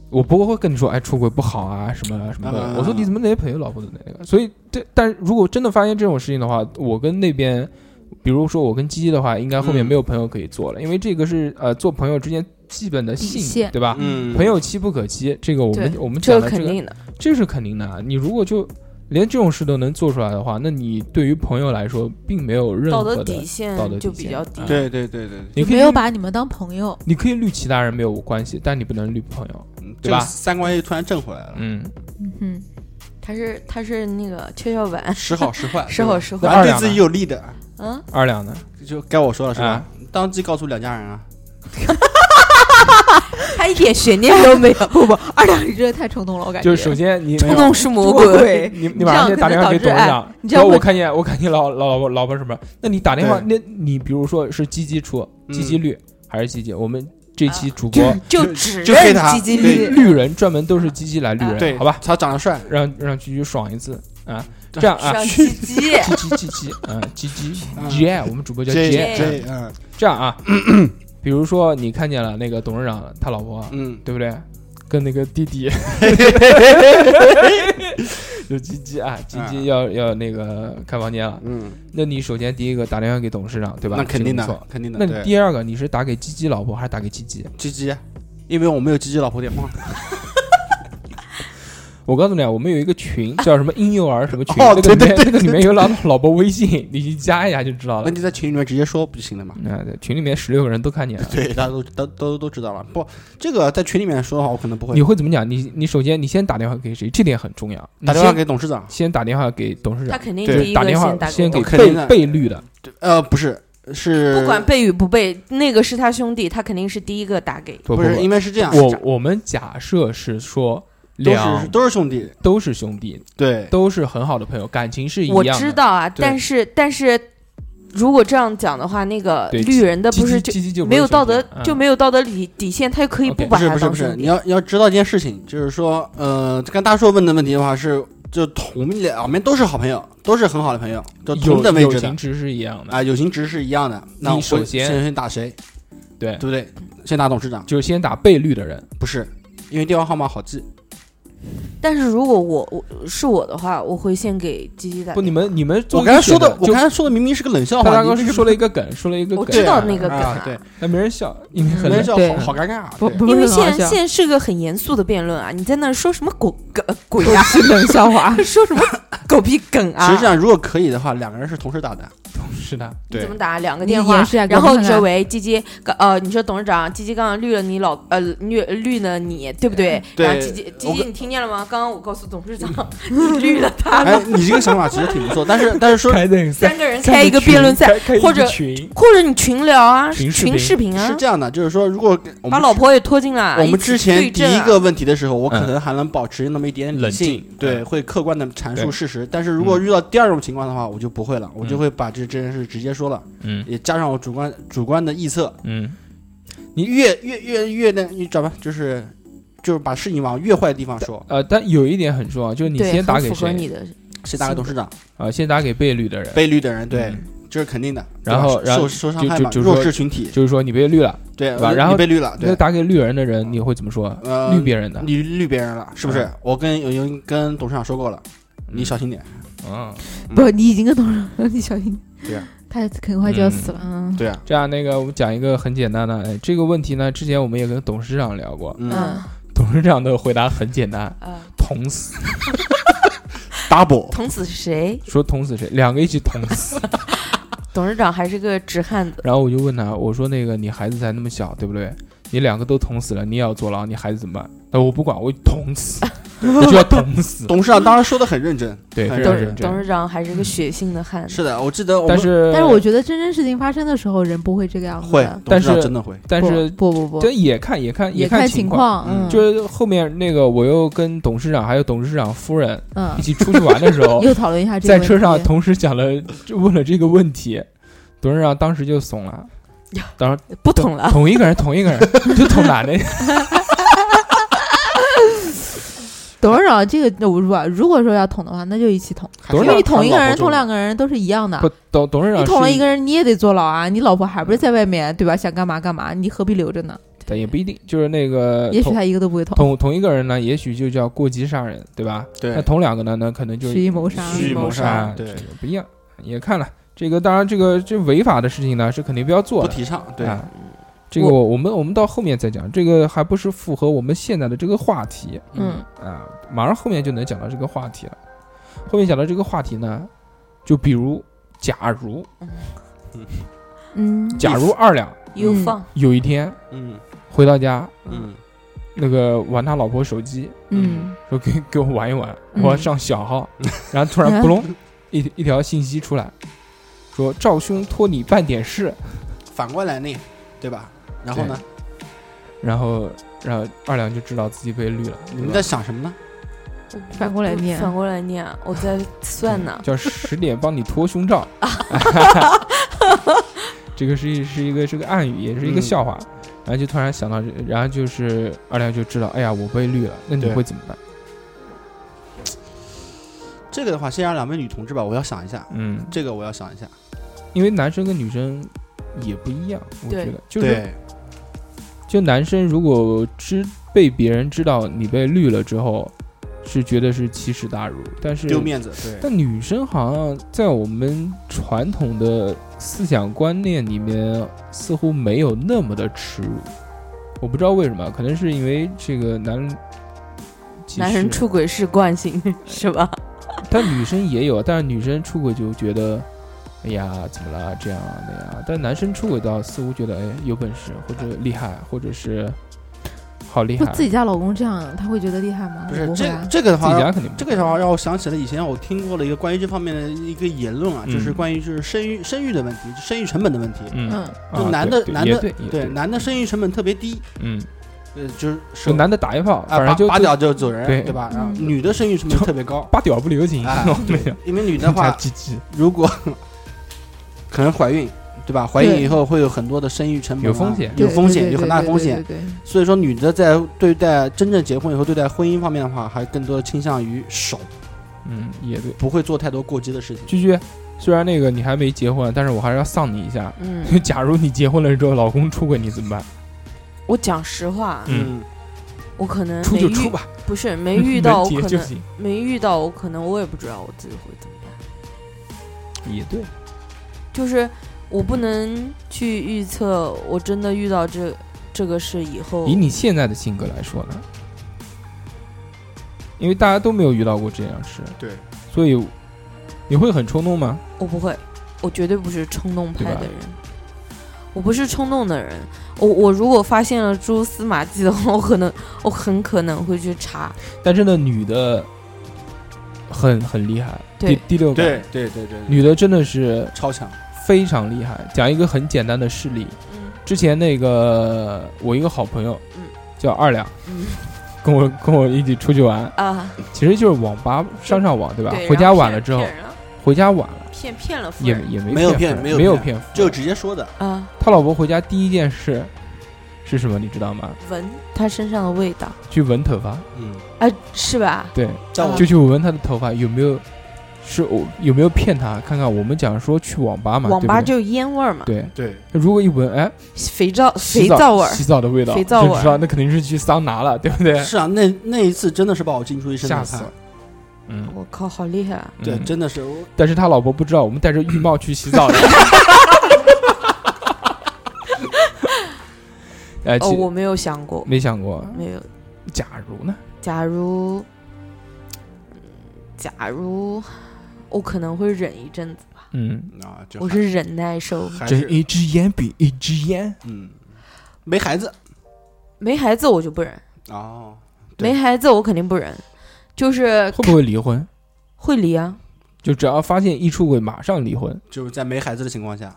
Speaker 2: 我不会跟你说，哎，出轨不好啊，什么什么的。
Speaker 4: 啊
Speaker 2: 我说你怎么能朋友老婆的那个？所以，这但如果真的发现这种事情的话，我跟那边，比如说我跟鸡鸡的话，应该后面
Speaker 4: 嗯
Speaker 2: 没有朋友可以做了，因为这个是呃做朋友之间基本的
Speaker 3: 底线
Speaker 2: 信，对吧？
Speaker 4: 嗯
Speaker 2: 朋友妻不可欺，这个我们
Speaker 5: 对
Speaker 2: 我们
Speaker 5: 这
Speaker 2: 讲
Speaker 5: 个
Speaker 2: 的
Speaker 5: 肯
Speaker 2: 这个
Speaker 5: 定的，
Speaker 2: 这是肯定的啊！你如果就连这种事都能做出来的话，那你对于朋友来说并没有任
Speaker 5: 道
Speaker 2: 何
Speaker 5: 德
Speaker 2: 的，
Speaker 5: 底线
Speaker 2: 道德
Speaker 5: 就
Speaker 2: 底
Speaker 5: 比
Speaker 2: 线啊
Speaker 5: 较低。
Speaker 4: 对对对对，对
Speaker 2: 你可以
Speaker 3: 没有
Speaker 2: 绿
Speaker 3: 把你们当朋友，
Speaker 2: 你可以绿其他人没有关系，但你不能绿朋友。
Speaker 4: 嗯
Speaker 2: 对吧
Speaker 4: 这个三观又突然正回来了，
Speaker 2: 嗯，
Speaker 3: 嗯哼，
Speaker 5: 他是他是那个跷跷
Speaker 2: 啊
Speaker 5: 板，
Speaker 4: 时好时坏，
Speaker 5: 时好时
Speaker 4: 对
Speaker 5: 坏。
Speaker 4: 吧反
Speaker 2: 那二
Speaker 4: 正
Speaker 2: 两
Speaker 4: 对自己
Speaker 2: 呢
Speaker 4: 有利的，
Speaker 5: 嗯，
Speaker 2: 二两呢？
Speaker 4: 就该我说了是吧
Speaker 2: 啊？
Speaker 4: 当即告诉两家人啊，
Speaker 5: 他一点悬 念都没有，
Speaker 3: 不不，二两你真的太冲动了，我感觉。
Speaker 2: 就是首先你
Speaker 5: 冲动是魔
Speaker 3: 魔
Speaker 5: 鬼。
Speaker 3: 鬼
Speaker 2: 你你马上
Speaker 3: 这
Speaker 2: 就打
Speaker 3: 样可能
Speaker 2: 电话给
Speaker 3: 导致
Speaker 2: 董事
Speaker 3: 哎
Speaker 2: 长，
Speaker 3: 你这样
Speaker 2: 说我
Speaker 3: 会
Speaker 2: 看见我看见老老老婆老婆什么？那你打电话，那
Speaker 4: 对
Speaker 2: 你比如说是积极出
Speaker 4: 嗯
Speaker 2: 积极绿还是积极？我们这期主播
Speaker 5: 就
Speaker 4: 就
Speaker 5: 只
Speaker 4: 就黑
Speaker 5: 认
Speaker 4: 他
Speaker 5: 积极率，
Speaker 4: 对
Speaker 2: 绿人专门都是积极来绿
Speaker 4: 对，
Speaker 2: 人，好吧？
Speaker 4: 他长得帅，
Speaker 2: 让让居居爽一次啊！这样啊
Speaker 5: 上，积极。
Speaker 2: 叽叽叽叽，嗯，叽
Speaker 4: 嗯
Speaker 2: 叽 J，我哎们主播叫
Speaker 4: 这
Speaker 2: J，
Speaker 5: J
Speaker 4: 这嗯
Speaker 2: 这样啊，比如说你看见了那个董事长他老婆，
Speaker 4: 嗯，
Speaker 2: 对不对？跟那个弟 弟，就鸡鸡啊，鸡鸡
Speaker 4: 嗯
Speaker 2: 要要那个开房间了。啊
Speaker 4: 嗯，
Speaker 2: 那你首先第一个打电话给董事长，对吧？
Speaker 4: 那肯定
Speaker 2: 这个不
Speaker 4: 的
Speaker 2: 错，
Speaker 4: 肯定的。
Speaker 2: 那你
Speaker 4: 对
Speaker 2: 第二个你是打给鸡鸡老婆还是打给鸡鸡？
Speaker 4: 鸡鸡，因为我没有鸡鸡老婆电话。
Speaker 2: 我告诉你啊，我们有一个群叫什么婴幼儿什么群，
Speaker 4: 哦
Speaker 2: 那个里
Speaker 4: 对对
Speaker 2: 面那个里面有老老婆微信，你去加一下就知道
Speaker 4: 那
Speaker 2: 了。
Speaker 4: 你在群里面直接说不就行了吗？
Speaker 2: 啊，对群里面十六个人都看见了。
Speaker 4: 对，大家都都都都知道了。不，这个在群里面说的话，我可能不会
Speaker 2: 你。会怎么讲？你你首先你先打电话给谁？这点很重要。
Speaker 4: 打电话
Speaker 2: 你先
Speaker 4: 给董事长，
Speaker 2: 先打电话给董事
Speaker 5: 他
Speaker 2: 长，
Speaker 5: 肯定
Speaker 4: 对
Speaker 5: 第一
Speaker 2: 打
Speaker 5: 个
Speaker 2: 电话
Speaker 5: 先打
Speaker 2: 先
Speaker 5: 给
Speaker 2: 给
Speaker 5: 我，
Speaker 4: 肯定
Speaker 2: 被
Speaker 4: 的
Speaker 2: 被绿的，
Speaker 4: 呃，不是，是
Speaker 5: 不管背与不背，那个是他兄弟，他肯定是第一个打给。
Speaker 2: 不
Speaker 4: 不
Speaker 2: 不
Speaker 4: 是，因为是这样，
Speaker 2: 我我们假设是说
Speaker 4: 都
Speaker 2: 两
Speaker 4: 是都是兄弟，
Speaker 2: 都是兄弟，
Speaker 4: 对，
Speaker 2: 都是很好的朋友，感情是一
Speaker 5: 我
Speaker 2: 样
Speaker 5: 知
Speaker 2: 的。
Speaker 5: 道啊，
Speaker 2: 对
Speaker 5: 但是但是，如果这样讲的话，那个
Speaker 2: 对
Speaker 5: 绿人的
Speaker 2: 鸡
Speaker 5: 不是
Speaker 2: 鸡
Speaker 5: 就
Speaker 2: 鸡鸡就不
Speaker 5: 没
Speaker 2: 是
Speaker 5: 有
Speaker 2: 兄
Speaker 5: 道
Speaker 2: 弟
Speaker 5: 德
Speaker 2: 了，
Speaker 5: 就
Speaker 2: 嗯
Speaker 5: 没有道德底底线，他就可以
Speaker 2: OK
Speaker 5: 不
Speaker 4: 不
Speaker 5: 把
Speaker 4: 是
Speaker 5: 他
Speaker 4: 不是
Speaker 5: 当
Speaker 4: 不是，
Speaker 5: 兄
Speaker 4: 你
Speaker 5: 弟。
Speaker 4: 要你要知道一件事情，就是说，呃，刚大叔问的问题的话是，就同两边都是好朋友，都是很好的朋友，就同等
Speaker 2: 友嗯
Speaker 4: 位
Speaker 2: 友
Speaker 4: 置的
Speaker 2: 情值是一样的，
Speaker 4: 啊，友情值是一样的。那
Speaker 2: 你
Speaker 4: 我
Speaker 2: 首先
Speaker 4: 先先打谁，
Speaker 2: 对
Speaker 4: 对，不对？先打董事长，
Speaker 2: 就是先打被绿的人，
Speaker 4: 不是，因为电话号码好记。
Speaker 5: 但是如果我我是我的话，我会先给鸡鸡打电话。
Speaker 2: 不，你们你们做
Speaker 4: 我刚才
Speaker 2: 医学
Speaker 4: 说的，我
Speaker 2: 就
Speaker 4: 刚才说的明明是个冷笑
Speaker 2: 大
Speaker 4: 话，
Speaker 2: 大
Speaker 4: 你
Speaker 2: 哥
Speaker 4: 这
Speaker 2: 是
Speaker 4: 个
Speaker 2: 说了一个梗，说了一个
Speaker 5: 我
Speaker 2: 梗，
Speaker 5: 知道那个梗
Speaker 4: 啊
Speaker 5: 啊，
Speaker 4: 对，
Speaker 2: 但没人笑，因为很
Speaker 4: 冷
Speaker 2: 冷
Speaker 4: 笑
Speaker 3: 对
Speaker 4: 好好尴尬啊。
Speaker 3: 不
Speaker 4: 对
Speaker 3: 不
Speaker 5: 因为
Speaker 3: 是很好
Speaker 5: 现
Speaker 3: 笑
Speaker 5: 现是个很严肃的辩论啊，你在那儿说什么狗梗鬼啊，，
Speaker 3: 是冷笑 话
Speaker 5: 说什么 狗屁梗啊？
Speaker 4: 实际上，如果可以的话，两个人是同时打的。
Speaker 2: 是的，
Speaker 4: 对
Speaker 5: 怎么打？两个
Speaker 3: 你
Speaker 5: 电话
Speaker 3: 演示一下，给
Speaker 5: 然
Speaker 3: 我
Speaker 5: 后
Speaker 3: 看
Speaker 5: 你说
Speaker 3: 看
Speaker 5: 喂，鸡鸡，刚呃，你说董事长，鸡鸡刚刚绿了你老呃绿绿了你，对不对？
Speaker 4: 对
Speaker 5: 然后鸡鸡鸡
Speaker 4: 我
Speaker 5: 鸡，你听见了吗？刚刚我告诉董事长， 你绿了他
Speaker 4: 哎
Speaker 5: 了。，
Speaker 4: 你这个想法其实挺不错，但是但是 说
Speaker 2: 开的
Speaker 5: 三个人开一个辩论赛，，
Speaker 2: 开
Speaker 5: 或者
Speaker 2: 群，
Speaker 5: 或者你群聊啊，
Speaker 2: 群
Speaker 5: 群
Speaker 2: 视频
Speaker 5: 视频啊
Speaker 4: 是，这样的，就是说，如果我
Speaker 5: 把
Speaker 4: 们
Speaker 5: 老婆也拖进来。
Speaker 4: 我
Speaker 5: 一
Speaker 4: 们
Speaker 5: 起
Speaker 4: 之前
Speaker 5: 对
Speaker 4: 第
Speaker 5: 阵
Speaker 4: 一
Speaker 5: 啊
Speaker 4: 个问题的时候，我可
Speaker 2: 嗯
Speaker 4: 能还能保持那么一点点理
Speaker 2: 冷
Speaker 4: 性
Speaker 2: 静，
Speaker 4: 对，
Speaker 2: 嗯
Speaker 4: 会客观的阐述
Speaker 2: 对
Speaker 4: 事实。但是如果遇到第二种情况的话，我就不会了，我就
Speaker 2: 嗯
Speaker 4: 会把这这件事直接说了，
Speaker 2: 嗯
Speaker 4: 也加上我主观主观的臆测，
Speaker 2: 嗯，
Speaker 4: 你越越越越那，你找吧，就是就是把事情往越坏的地方说，
Speaker 2: 呃，但有一点很重要，就是你
Speaker 5: 对
Speaker 2: 先打
Speaker 5: 很
Speaker 2: 给
Speaker 5: 符合
Speaker 2: 谁
Speaker 5: 你的
Speaker 4: 先打给董事长，
Speaker 2: 啊？先打给被绿的人，
Speaker 4: 被绿的人，对
Speaker 2: 嗯，
Speaker 4: 这是肯定的。
Speaker 2: 然
Speaker 4: 对吧
Speaker 2: 后然后
Speaker 4: 受受伤害
Speaker 2: 就
Speaker 4: 嘛，
Speaker 2: 就就
Speaker 4: 弱
Speaker 2: 说
Speaker 4: 势群体，
Speaker 2: 就是说你被绿了，
Speaker 4: 对呃
Speaker 2: 吧
Speaker 4: 你
Speaker 2: 然后
Speaker 4: 被绿了，
Speaker 2: 那
Speaker 4: 对，
Speaker 2: 打给绿人的人你会怎么说？
Speaker 4: 呃，
Speaker 2: 绿别人嗯的，
Speaker 4: 你绿别人了，是不是？我跟有有跟董事长说过了，你小心点。
Speaker 2: 嗯，
Speaker 3: 不，你已经跟董事长，你 小心，
Speaker 4: 对
Speaker 2: 啊
Speaker 4: 呀，
Speaker 3: 他很快就要死了。
Speaker 5: 嗯
Speaker 4: 对啊，
Speaker 2: 这样那个我们讲一个很简单的，哎，这个问题呢，之前我们也跟董事长聊 过，
Speaker 4: 嗯
Speaker 5: 嗯
Speaker 2: 董事长的回答很简单，
Speaker 3: 嗯
Speaker 5: 啊，
Speaker 2: 捅死，
Speaker 4: ，double，
Speaker 5: 捅死谁？
Speaker 2: 说捅死谁，两个一起捅 死。
Speaker 5: 董事长还是个纸汉子，
Speaker 2: 然后我就问他，我说那个你孩子才那么小，对不对？你两个都捅死了，你也要坐牢，你孩子怎么办？他说我不管，我捅 死，我就要捅死。
Speaker 4: 董事长当时说的很认真，
Speaker 2: 对，
Speaker 4: 董
Speaker 2: 非常
Speaker 5: 董
Speaker 4: 是
Speaker 5: 事
Speaker 2: 认
Speaker 5: 董
Speaker 2: 真。
Speaker 5: 事长还是个血性的汉子。
Speaker 4: 是的，我记得我们
Speaker 2: 但是，
Speaker 3: 但是我觉得真正事情发生的时候，人不会这个样子
Speaker 4: 会
Speaker 3: 的。，
Speaker 4: 董事长
Speaker 2: 但是
Speaker 4: 真的会，
Speaker 2: 但是
Speaker 3: 不不不不
Speaker 2: 这，也看也看
Speaker 3: 也
Speaker 2: 看
Speaker 3: 看
Speaker 2: 情
Speaker 3: 情。况，
Speaker 4: 嗯
Speaker 3: 嗯，
Speaker 2: 就是后面那个，我又跟董事长还有董事长夫人
Speaker 4: 啊
Speaker 3: 嗯
Speaker 2: 一，起出去玩的 时候，
Speaker 3: 又讨论一下这个
Speaker 2: 哦在
Speaker 3: 问
Speaker 2: 车上
Speaker 3: 题
Speaker 2: 同时讲了就问了这个问题，董事长当时就怂了，当时
Speaker 5: 不捅
Speaker 3: 啊嗯
Speaker 5: 了，
Speaker 2: 捅一个人，捅一个人，就捅男 的。
Speaker 3: 董事长这个，我说啊如果说要捅的话，那就一起捅，
Speaker 4: 还是
Speaker 2: 董
Speaker 3: 因
Speaker 2: 事
Speaker 3: 为
Speaker 2: 长
Speaker 3: 你捅
Speaker 4: 要
Speaker 3: 一个
Speaker 4: 看
Speaker 3: 人、
Speaker 4: 老婆
Speaker 3: 捅两
Speaker 4: 重
Speaker 3: 个人都是一样的。
Speaker 2: 不，董董事长
Speaker 3: 你捅了
Speaker 2: 是
Speaker 3: 一个人，你也得坐牢啊！你老婆还不是在外面，对吧？想干嘛干嘛，你何必留着呢？
Speaker 2: 但也不一定，就是那个
Speaker 3: 也许
Speaker 2: 捅
Speaker 3: 他一个都不会捅，
Speaker 2: 捅捅一个人呢，也许就叫过激杀人，对吧？那
Speaker 4: 对
Speaker 2: 捅两个呢，那可能就
Speaker 3: 蓄意谋杀。
Speaker 5: 蓄意谋
Speaker 4: 杀
Speaker 2: 杀，
Speaker 4: 对
Speaker 2: 这个不一样，也看了这个，当然这个这违法的事情呢，是肯定不要做
Speaker 4: 不
Speaker 2: 的，
Speaker 4: 提倡，对，
Speaker 2: 啊。这个我我们我们到后面再讲，这个还不是符合我们现在的这个话题
Speaker 5: 嗯，
Speaker 2: 啊，马上后面就能讲到这个话题了。后面讲到这个话题呢，就比如假如
Speaker 3: 嗯，
Speaker 2: 假如二两
Speaker 5: 有
Speaker 3: 嗯
Speaker 5: 放，
Speaker 2: 有一天
Speaker 4: 嗯
Speaker 2: 回到家，
Speaker 4: 嗯
Speaker 2: 那个玩他老婆手机，
Speaker 3: 嗯
Speaker 2: 说给给我玩一玩，
Speaker 3: 嗯
Speaker 2: 我要上小号，然后突然扑 隆一一条信息出来，说赵兄托你办点事，
Speaker 4: 反过来呢，对吧？然后呢？
Speaker 2: 然后然后二两就知道自己被绿了，
Speaker 4: 你
Speaker 2: 对
Speaker 4: 们
Speaker 2: 吧
Speaker 4: 在想什么呢？
Speaker 3: 反过来念
Speaker 5: 反过来念，我在算呢。
Speaker 2: 嗯
Speaker 5: 啊
Speaker 2: 叫十点帮你脱胸罩。 这个是是一个是个暗语，也是一个
Speaker 4: 嗯
Speaker 2: 笑话。然后就突然想到这，然后就是二亮就知道，哎呀，我被绿了，那你
Speaker 4: 对
Speaker 2: 会怎么办？
Speaker 4: 这个的话，先让两位女同志吧，我要想一下，
Speaker 2: 嗯，
Speaker 4: 这个我要想一下。
Speaker 2: 因为男生跟女生也不一样，我觉
Speaker 5: 对
Speaker 2: 得就是
Speaker 4: 对
Speaker 2: 就男生如果知被别人知道你被绿了之后，是觉得是奇耻大辱，但是
Speaker 4: 丢面子，对，
Speaker 2: 但女生好像在我们传统的思想观念里面，似乎没有那么的耻辱。我不知道为什么，可能是因为这个男其实
Speaker 5: 男人出轨是惯性， 是吧？
Speaker 2: 但女生也有，但是女生出轨就觉得，哎呀，怎么了这样啊那样啊。但男生出轨倒似乎觉得，哎，有本事或者厉害，或者是好厉
Speaker 3: 不
Speaker 2: 害。
Speaker 3: 自己家老公这样，他会觉得厉害吗？
Speaker 4: 不是
Speaker 3: 我会
Speaker 4: 这
Speaker 3: 啊
Speaker 4: 个这个的
Speaker 2: 自己家
Speaker 4: 话，
Speaker 2: 肯定不
Speaker 4: 这个的话让我想起了以前我听过的一个关于这方面的一个言论啊，
Speaker 2: 嗯
Speaker 4: 就是关于就是生育生育的问题，就生育成本的问题。
Speaker 2: 嗯，
Speaker 3: 嗯，
Speaker 4: 就
Speaker 2: 啊
Speaker 4: 男
Speaker 2: 对
Speaker 4: 的
Speaker 2: 对
Speaker 4: 男
Speaker 2: 也
Speaker 4: 的
Speaker 2: 对也
Speaker 4: 对，男的生育成本特别低，
Speaker 2: 嗯，
Speaker 4: 呃，就是
Speaker 2: 就
Speaker 4: 手
Speaker 2: 男的打一炮，
Speaker 4: 啊
Speaker 2: 反正
Speaker 4: 拔
Speaker 2: 就
Speaker 4: 拔
Speaker 2: 就
Speaker 4: 屌就走人，
Speaker 2: 对
Speaker 4: 对吧？然后
Speaker 3: 嗯
Speaker 4: 女的生育成本特别高，
Speaker 2: 拔屌不留情，
Speaker 4: 哎
Speaker 2: 没有。
Speaker 4: 因为 女的话
Speaker 2: 鸡鸡
Speaker 4: 如果可能怀孕，对吧？怀孕以后会有很多的生育成本啊、
Speaker 2: 有风险
Speaker 4: 有
Speaker 3: 对
Speaker 4: 风
Speaker 3: 对
Speaker 4: 险，
Speaker 3: 对
Speaker 4: 有很大的风险。
Speaker 3: 对对对对
Speaker 4: 所以说，女的在对待真正结婚以后，对待婚姻方面的话，还更多的倾向于守，
Speaker 2: 嗯，也对。
Speaker 4: 不会做太多过激的事情。
Speaker 2: 居居，虽然那个你还没结婚，但是我还是要丧你一下。
Speaker 5: 嗯，
Speaker 2: 就假如你结婚了之后，老公出轨，你怎么办？
Speaker 5: 我讲实话，
Speaker 2: 嗯，
Speaker 5: 我可能
Speaker 2: 出
Speaker 5: 没
Speaker 2: 就
Speaker 5: 遇
Speaker 2: 出吧，
Speaker 5: 不是没遇到，我
Speaker 2: 能结
Speaker 5: 可
Speaker 2: 就
Speaker 5: 能
Speaker 2: 行。
Speaker 5: 没遇到，我可能我也不知道我自己会怎么办。
Speaker 2: 也对，
Speaker 5: 就是我不能去预测，我真的遇到这这个事以后
Speaker 2: 以，你现在的性格来说呢，因为大家都没有遇到过这样的事，
Speaker 4: 对，
Speaker 2: 所以你会很冲动吗？
Speaker 5: 我不会，我绝对不是冲动
Speaker 2: 对
Speaker 5: 派
Speaker 2: 吧
Speaker 5: 的人，我不是冲动的人。我我如果发现了蛛丝马迹的话，我可能我很可能会去查。
Speaker 2: 但真的女的很很厉害，
Speaker 5: 对
Speaker 2: 第第六感，
Speaker 4: 对对对
Speaker 2: 女的真的是
Speaker 4: 超强。
Speaker 2: 非常厉害。讲一个很简单的事例，
Speaker 5: 嗯
Speaker 2: 之前那个我一个好朋友，
Speaker 5: 嗯
Speaker 2: 叫二两，
Speaker 5: 嗯
Speaker 2: 跟我跟我一起出去玩，
Speaker 5: 啊，
Speaker 2: 其实就是网吧上上网对吧？
Speaker 5: 对，
Speaker 2: 回家
Speaker 5: 然后
Speaker 2: 晚
Speaker 5: 骗
Speaker 2: 了之后
Speaker 5: 骗，人了
Speaker 2: 回家晚了
Speaker 5: 骗骗了夫
Speaker 2: 也
Speaker 5: 人
Speaker 2: 也没
Speaker 4: 没有
Speaker 2: 骗
Speaker 4: 骗
Speaker 2: 夫人
Speaker 4: 没
Speaker 2: 没
Speaker 4: 有
Speaker 2: 有
Speaker 4: 骗
Speaker 2: 骗夫人，
Speaker 4: 就直接说的，
Speaker 5: 啊，
Speaker 2: 他老婆回家第一件事是什么？你知道吗？
Speaker 5: 闻他身上的味道，
Speaker 2: 去闻头发，
Speaker 4: 嗯，
Speaker 5: 啊，是吧？
Speaker 2: 对，
Speaker 4: 在我
Speaker 2: 就去闻他的头发有没有是我有没有骗他？看看我们讲说去网吧嘛，
Speaker 5: 网吧
Speaker 2: 对
Speaker 5: 就有烟味儿嘛
Speaker 2: 不，对。对
Speaker 4: 对
Speaker 2: 如果一闻，哎，
Speaker 5: 肥皂
Speaker 2: 洗
Speaker 5: 肥
Speaker 2: 澡
Speaker 5: 皂味儿，
Speaker 2: 洗澡的味道，
Speaker 5: 肥皂味
Speaker 2: 就
Speaker 5: 儿
Speaker 2: 知道那肯定是去桑拿了，对不对？
Speaker 4: 是啊，那那一次真的是把我惊出一身
Speaker 2: 吓
Speaker 4: 冷
Speaker 2: 死
Speaker 4: 汗
Speaker 2: 了。。嗯，
Speaker 5: 我靠，好厉害啊！
Speaker 4: 对，
Speaker 2: 嗯
Speaker 4: 真的是我
Speaker 2: 但是他老婆不知道，我们戴着浴帽去洗澡的。 哎，
Speaker 5: 哦，
Speaker 2: 其
Speaker 5: 我没有想过，
Speaker 2: 没想过，
Speaker 5: 没有。
Speaker 2: 假如呢？
Speaker 5: 假如，嗯假如我可能会忍一阵子，
Speaker 2: 嗯，
Speaker 4: 啊，就
Speaker 5: 我是忍耐兽。
Speaker 4: 还还
Speaker 2: 睁
Speaker 4: 是
Speaker 2: 一只眼闭一只眼。
Speaker 4: 嗯，没孩子
Speaker 5: 没孩子我就不忍，
Speaker 4: 哦，对
Speaker 5: 没孩子我肯定不忍，就是
Speaker 2: 会不会离婚？
Speaker 5: 会离啊。
Speaker 2: 就只要发现一出轨，马上离婚。
Speaker 4: 就是在没孩子的情况下，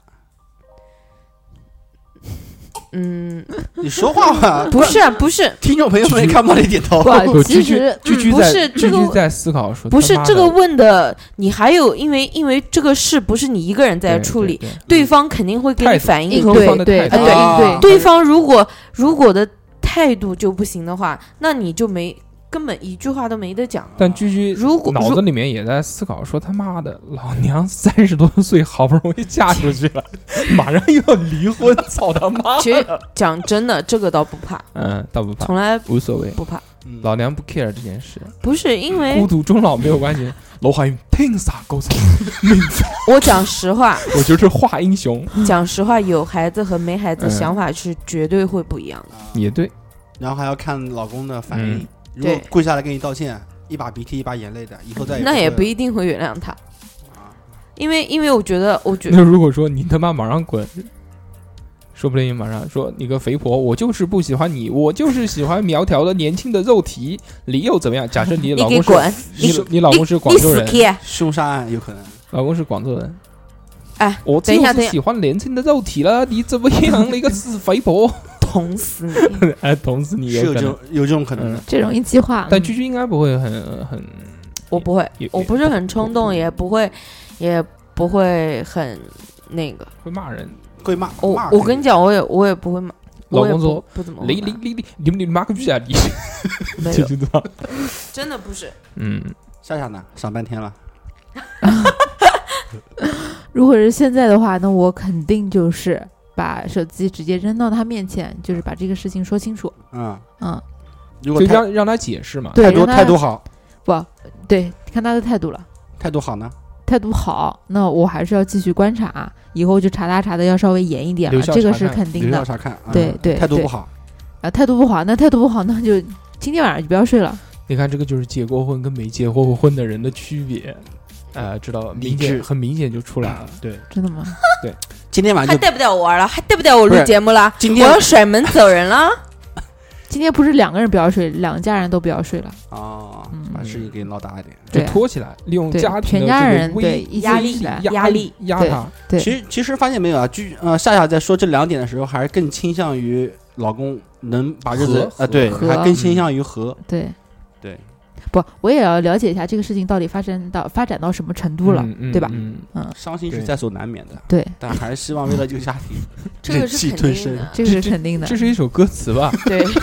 Speaker 5: 嗯，
Speaker 4: 你说话吧，
Speaker 5: 不是啊不是
Speaker 4: 听众朋友们也看不到你点头。
Speaker 5: 呃
Speaker 3: 不，
Speaker 2: 居
Speaker 3: 其
Speaker 2: 居
Speaker 3: 实嗯
Speaker 2: 居居
Speaker 5: 嗯不
Speaker 2: 在
Speaker 5: 是
Speaker 2: 居
Speaker 5: 这
Speaker 2: 居
Speaker 5: 个
Speaker 2: 在思考说，
Speaker 5: 不是
Speaker 2: 他妈
Speaker 5: 这个
Speaker 2: 的
Speaker 5: 问的，你还有因为因为这个事不是你一个人在
Speaker 2: 对
Speaker 5: 处
Speaker 2: 对
Speaker 5: 理，呃
Speaker 2: 对嗯
Speaker 5: 对方肯定会给
Speaker 2: 态
Speaker 5: 你
Speaker 2: 度
Speaker 5: 反
Speaker 3: 应
Speaker 5: 映
Speaker 2: 投
Speaker 3: 对
Speaker 2: 放的
Speaker 3: 对
Speaker 2: 态
Speaker 4: 度
Speaker 3: 哎
Speaker 4: 啊
Speaker 3: 应对
Speaker 5: 对方如果如果的态度就不行的话，那你就没根本一句话都没得讲。
Speaker 2: 但居居
Speaker 5: 如果
Speaker 2: 脑子里面也在思考说，他妈的，老娘三十多岁好不容易嫁出去了，马上又要离婚，操他妈！
Speaker 5: 其实讲真的，这个倒不怕，
Speaker 2: 嗯，倒不怕，
Speaker 5: 从来
Speaker 2: 无所谓，
Speaker 5: 不怕。
Speaker 4: 嗯
Speaker 2: 老娘不 care 这件事，
Speaker 5: 不是因为
Speaker 2: 孤独终老没有关系。楼海云凭啥狗操？
Speaker 5: 我讲实话，
Speaker 2: 我就是画英雄，
Speaker 5: 讲实话，有孩子和没孩子
Speaker 2: 嗯
Speaker 5: 想法是绝对会不一样的。
Speaker 2: 也对，
Speaker 4: 啊然后还要看老公的反应，
Speaker 2: 嗯
Speaker 4: 如果
Speaker 5: 对
Speaker 4: 跪下来跟你道歉，一把鼻涕一把眼泪的，以后再也
Speaker 5: 那也不
Speaker 4: 会
Speaker 5: 一定会原谅他，因为因为我觉得，我觉
Speaker 2: 那如果说你他妈马上滚，说不定马上说你个肥婆，我就是不喜欢你，我就是喜欢苗条的年轻的肉体，你又怎么样？假设你
Speaker 5: 你
Speaker 2: 老
Speaker 5: 给
Speaker 2: 公是
Speaker 5: 滚，
Speaker 2: 你
Speaker 5: 你
Speaker 2: 你老公是广
Speaker 5: 你
Speaker 2: 州
Speaker 5: 死
Speaker 2: 人，
Speaker 5: 开！
Speaker 4: 凶杀案有可能。
Speaker 2: 老公是广州人。
Speaker 5: 哎，
Speaker 2: 我
Speaker 5: 等一下
Speaker 2: 就
Speaker 5: 等
Speaker 2: 是
Speaker 5: 一下
Speaker 2: 喜欢年轻的肉体了，你怎么样？你个死肥婆！
Speaker 5: 捅死你！
Speaker 2: 哎，捅死你也
Speaker 4: 是有
Speaker 2: 有
Speaker 4: 这
Speaker 2: 可能
Speaker 4: 种。有这种可能的
Speaker 2: 嗯。
Speaker 3: 这容易激化。嗯
Speaker 2: 但居居应该不会很很，
Speaker 5: 我不会
Speaker 2: 也，
Speaker 5: 我不是很冲动，也不会，也不会很那个。
Speaker 2: 会骂人。
Speaker 4: 会骂
Speaker 5: 我
Speaker 4: 骂
Speaker 5: 我跟你讲，我也我也不会骂。
Speaker 2: 老
Speaker 5: 我也
Speaker 2: 公
Speaker 5: 不
Speaker 2: 说
Speaker 5: 不怎么会
Speaker 2: 你
Speaker 5: 骂
Speaker 2: 你你你你你妈个逼啊！你
Speaker 5: 没
Speaker 2: 就
Speaker 5: 有，
Speaker 2: 知道。
Speaker 5: 真的不是。
Speaker 2: 嗯，
Speaker 4: 夏夏呢？想半天了，
Speaker 3: 如果是现在的话，那我肯定就是把手机直接扔到他面前，就是把这个事情说清楚。
Speaker 4: 嗯，
Speaker 3: 嗯，
Speaker 4: 如
Speaker 2: 就
Speaker 4: 果态
Speaker 2: 让让他解释嘛。
Speaker 3: 对，
Speaker 4: 态度
Speaker 3: 让他
Speaker 4: 态度好，
Speaker 3: 不对，看他的态度了。
Speaker 4: 态度好呢？
Speaker 3: 态度好，那我还是要继续观察，以后就查他查的要稍微严一点
Speaker 2: 留
Speaker 3: 了，
Speaker 2: 校
Speaker 3: 这个
Speaker 2: 查
Speaker 3: 是
Speaker 2: 看
Speaker 3: 肯定
Speaker 4: 留
Speaker 3: 的
Speaker 4: 校。查看，啊
Speaker 3: 对对
Speaker 4: 态度
Speaker 3: 对
Speaker 4: 不好，
Speaker 3: 啊，态度不好，那态度不好，那就 今天晚上就不要睡了。
Speaker 2: 你看，这个就是结过婚跟没结过婚的人的区别。啊，知道
Speaker 4: 理
Speaker 2: 明显
Speaker 4: 智
Speaker 2: 很明显就出来了。对，
Speaker 3: 真的 吗？
Speaker 4: 今天晚
Speaker 5: 还
Speaker 4: 上就
Speaker 5: 带不带我玩了？还带不带我
Speaker 4: 不
Speaker 5: 录
Speaker 4: 是
Speaker 5: 节目了？
Speaker 4: 今
Speaker 5: 我
Speaker 4: 天
Speaker 5: 要甩门走 人了？
Speaker 3: 今天不是两个人不要睡，两家人都不要睡了。
Speaker 4: 哦，
Speaker 3: 嗯
Speaker 2: 哎
Speaker 4: 把事情给闹大一点。
Speaker 2: 就
Speaker 3: 对啊
Speaker 2: 拖起来，利用
Speaker 3: 对
Speaker 2: 家庭
Speaker 3: 全
Speaker 2: 的
Speaker 3: 家
Speaker 2: 这
Speaker 3: 人
Speaker 2: 个威
Speaker 3: 对一
Speaker 5: 压
Speaker 3: 起
Speaker 5: 力
Speaker 3: 起来，
Speaker 2: 压
Speaker 5: 压
Speaker 2: 力
Speaker 5: 力
Speaker 2: 压
Speaker 3: 对
Speaker 2: 他。
Speaker 3: 对
Speaker 4: 其实其实发现没有啊，居呃夏夏在说这两点的时候，还是更倾向于老公能把日子
Speaker 2: 和
Speaker 4: 啊，对，
Speaker 3: 和
Speaker 4: 还更倾向于和。
Speaker 3: 对
Speaker 4: 对，
Speaker 3: 不，我也要了解一下这个事情到底发生到发展到什么程度了。
Speaker 2: 嗯嗯
Speaker 3: 对吧
Speaker 2: 嗯，
Speaker 4: 伤心是
Speaker 2: 对
Speaker 4: 在所难免的，
Speaker 3: 对，
Speaker 4: 但还是希望为了这个家庭，
Speaker 5: 这个
Speaker 4: 忍
Speaker 5: 是
Speaker 4: 气
Speaker 5: 肯
Speaker 4: 吞
Speaker 5: 定
Speaker 4: 声
Speaker 5: 的。
Speaker 3: 这个是肯定的
Speaker 2: 这。是一首歌词吧？
Speaker 5: 对，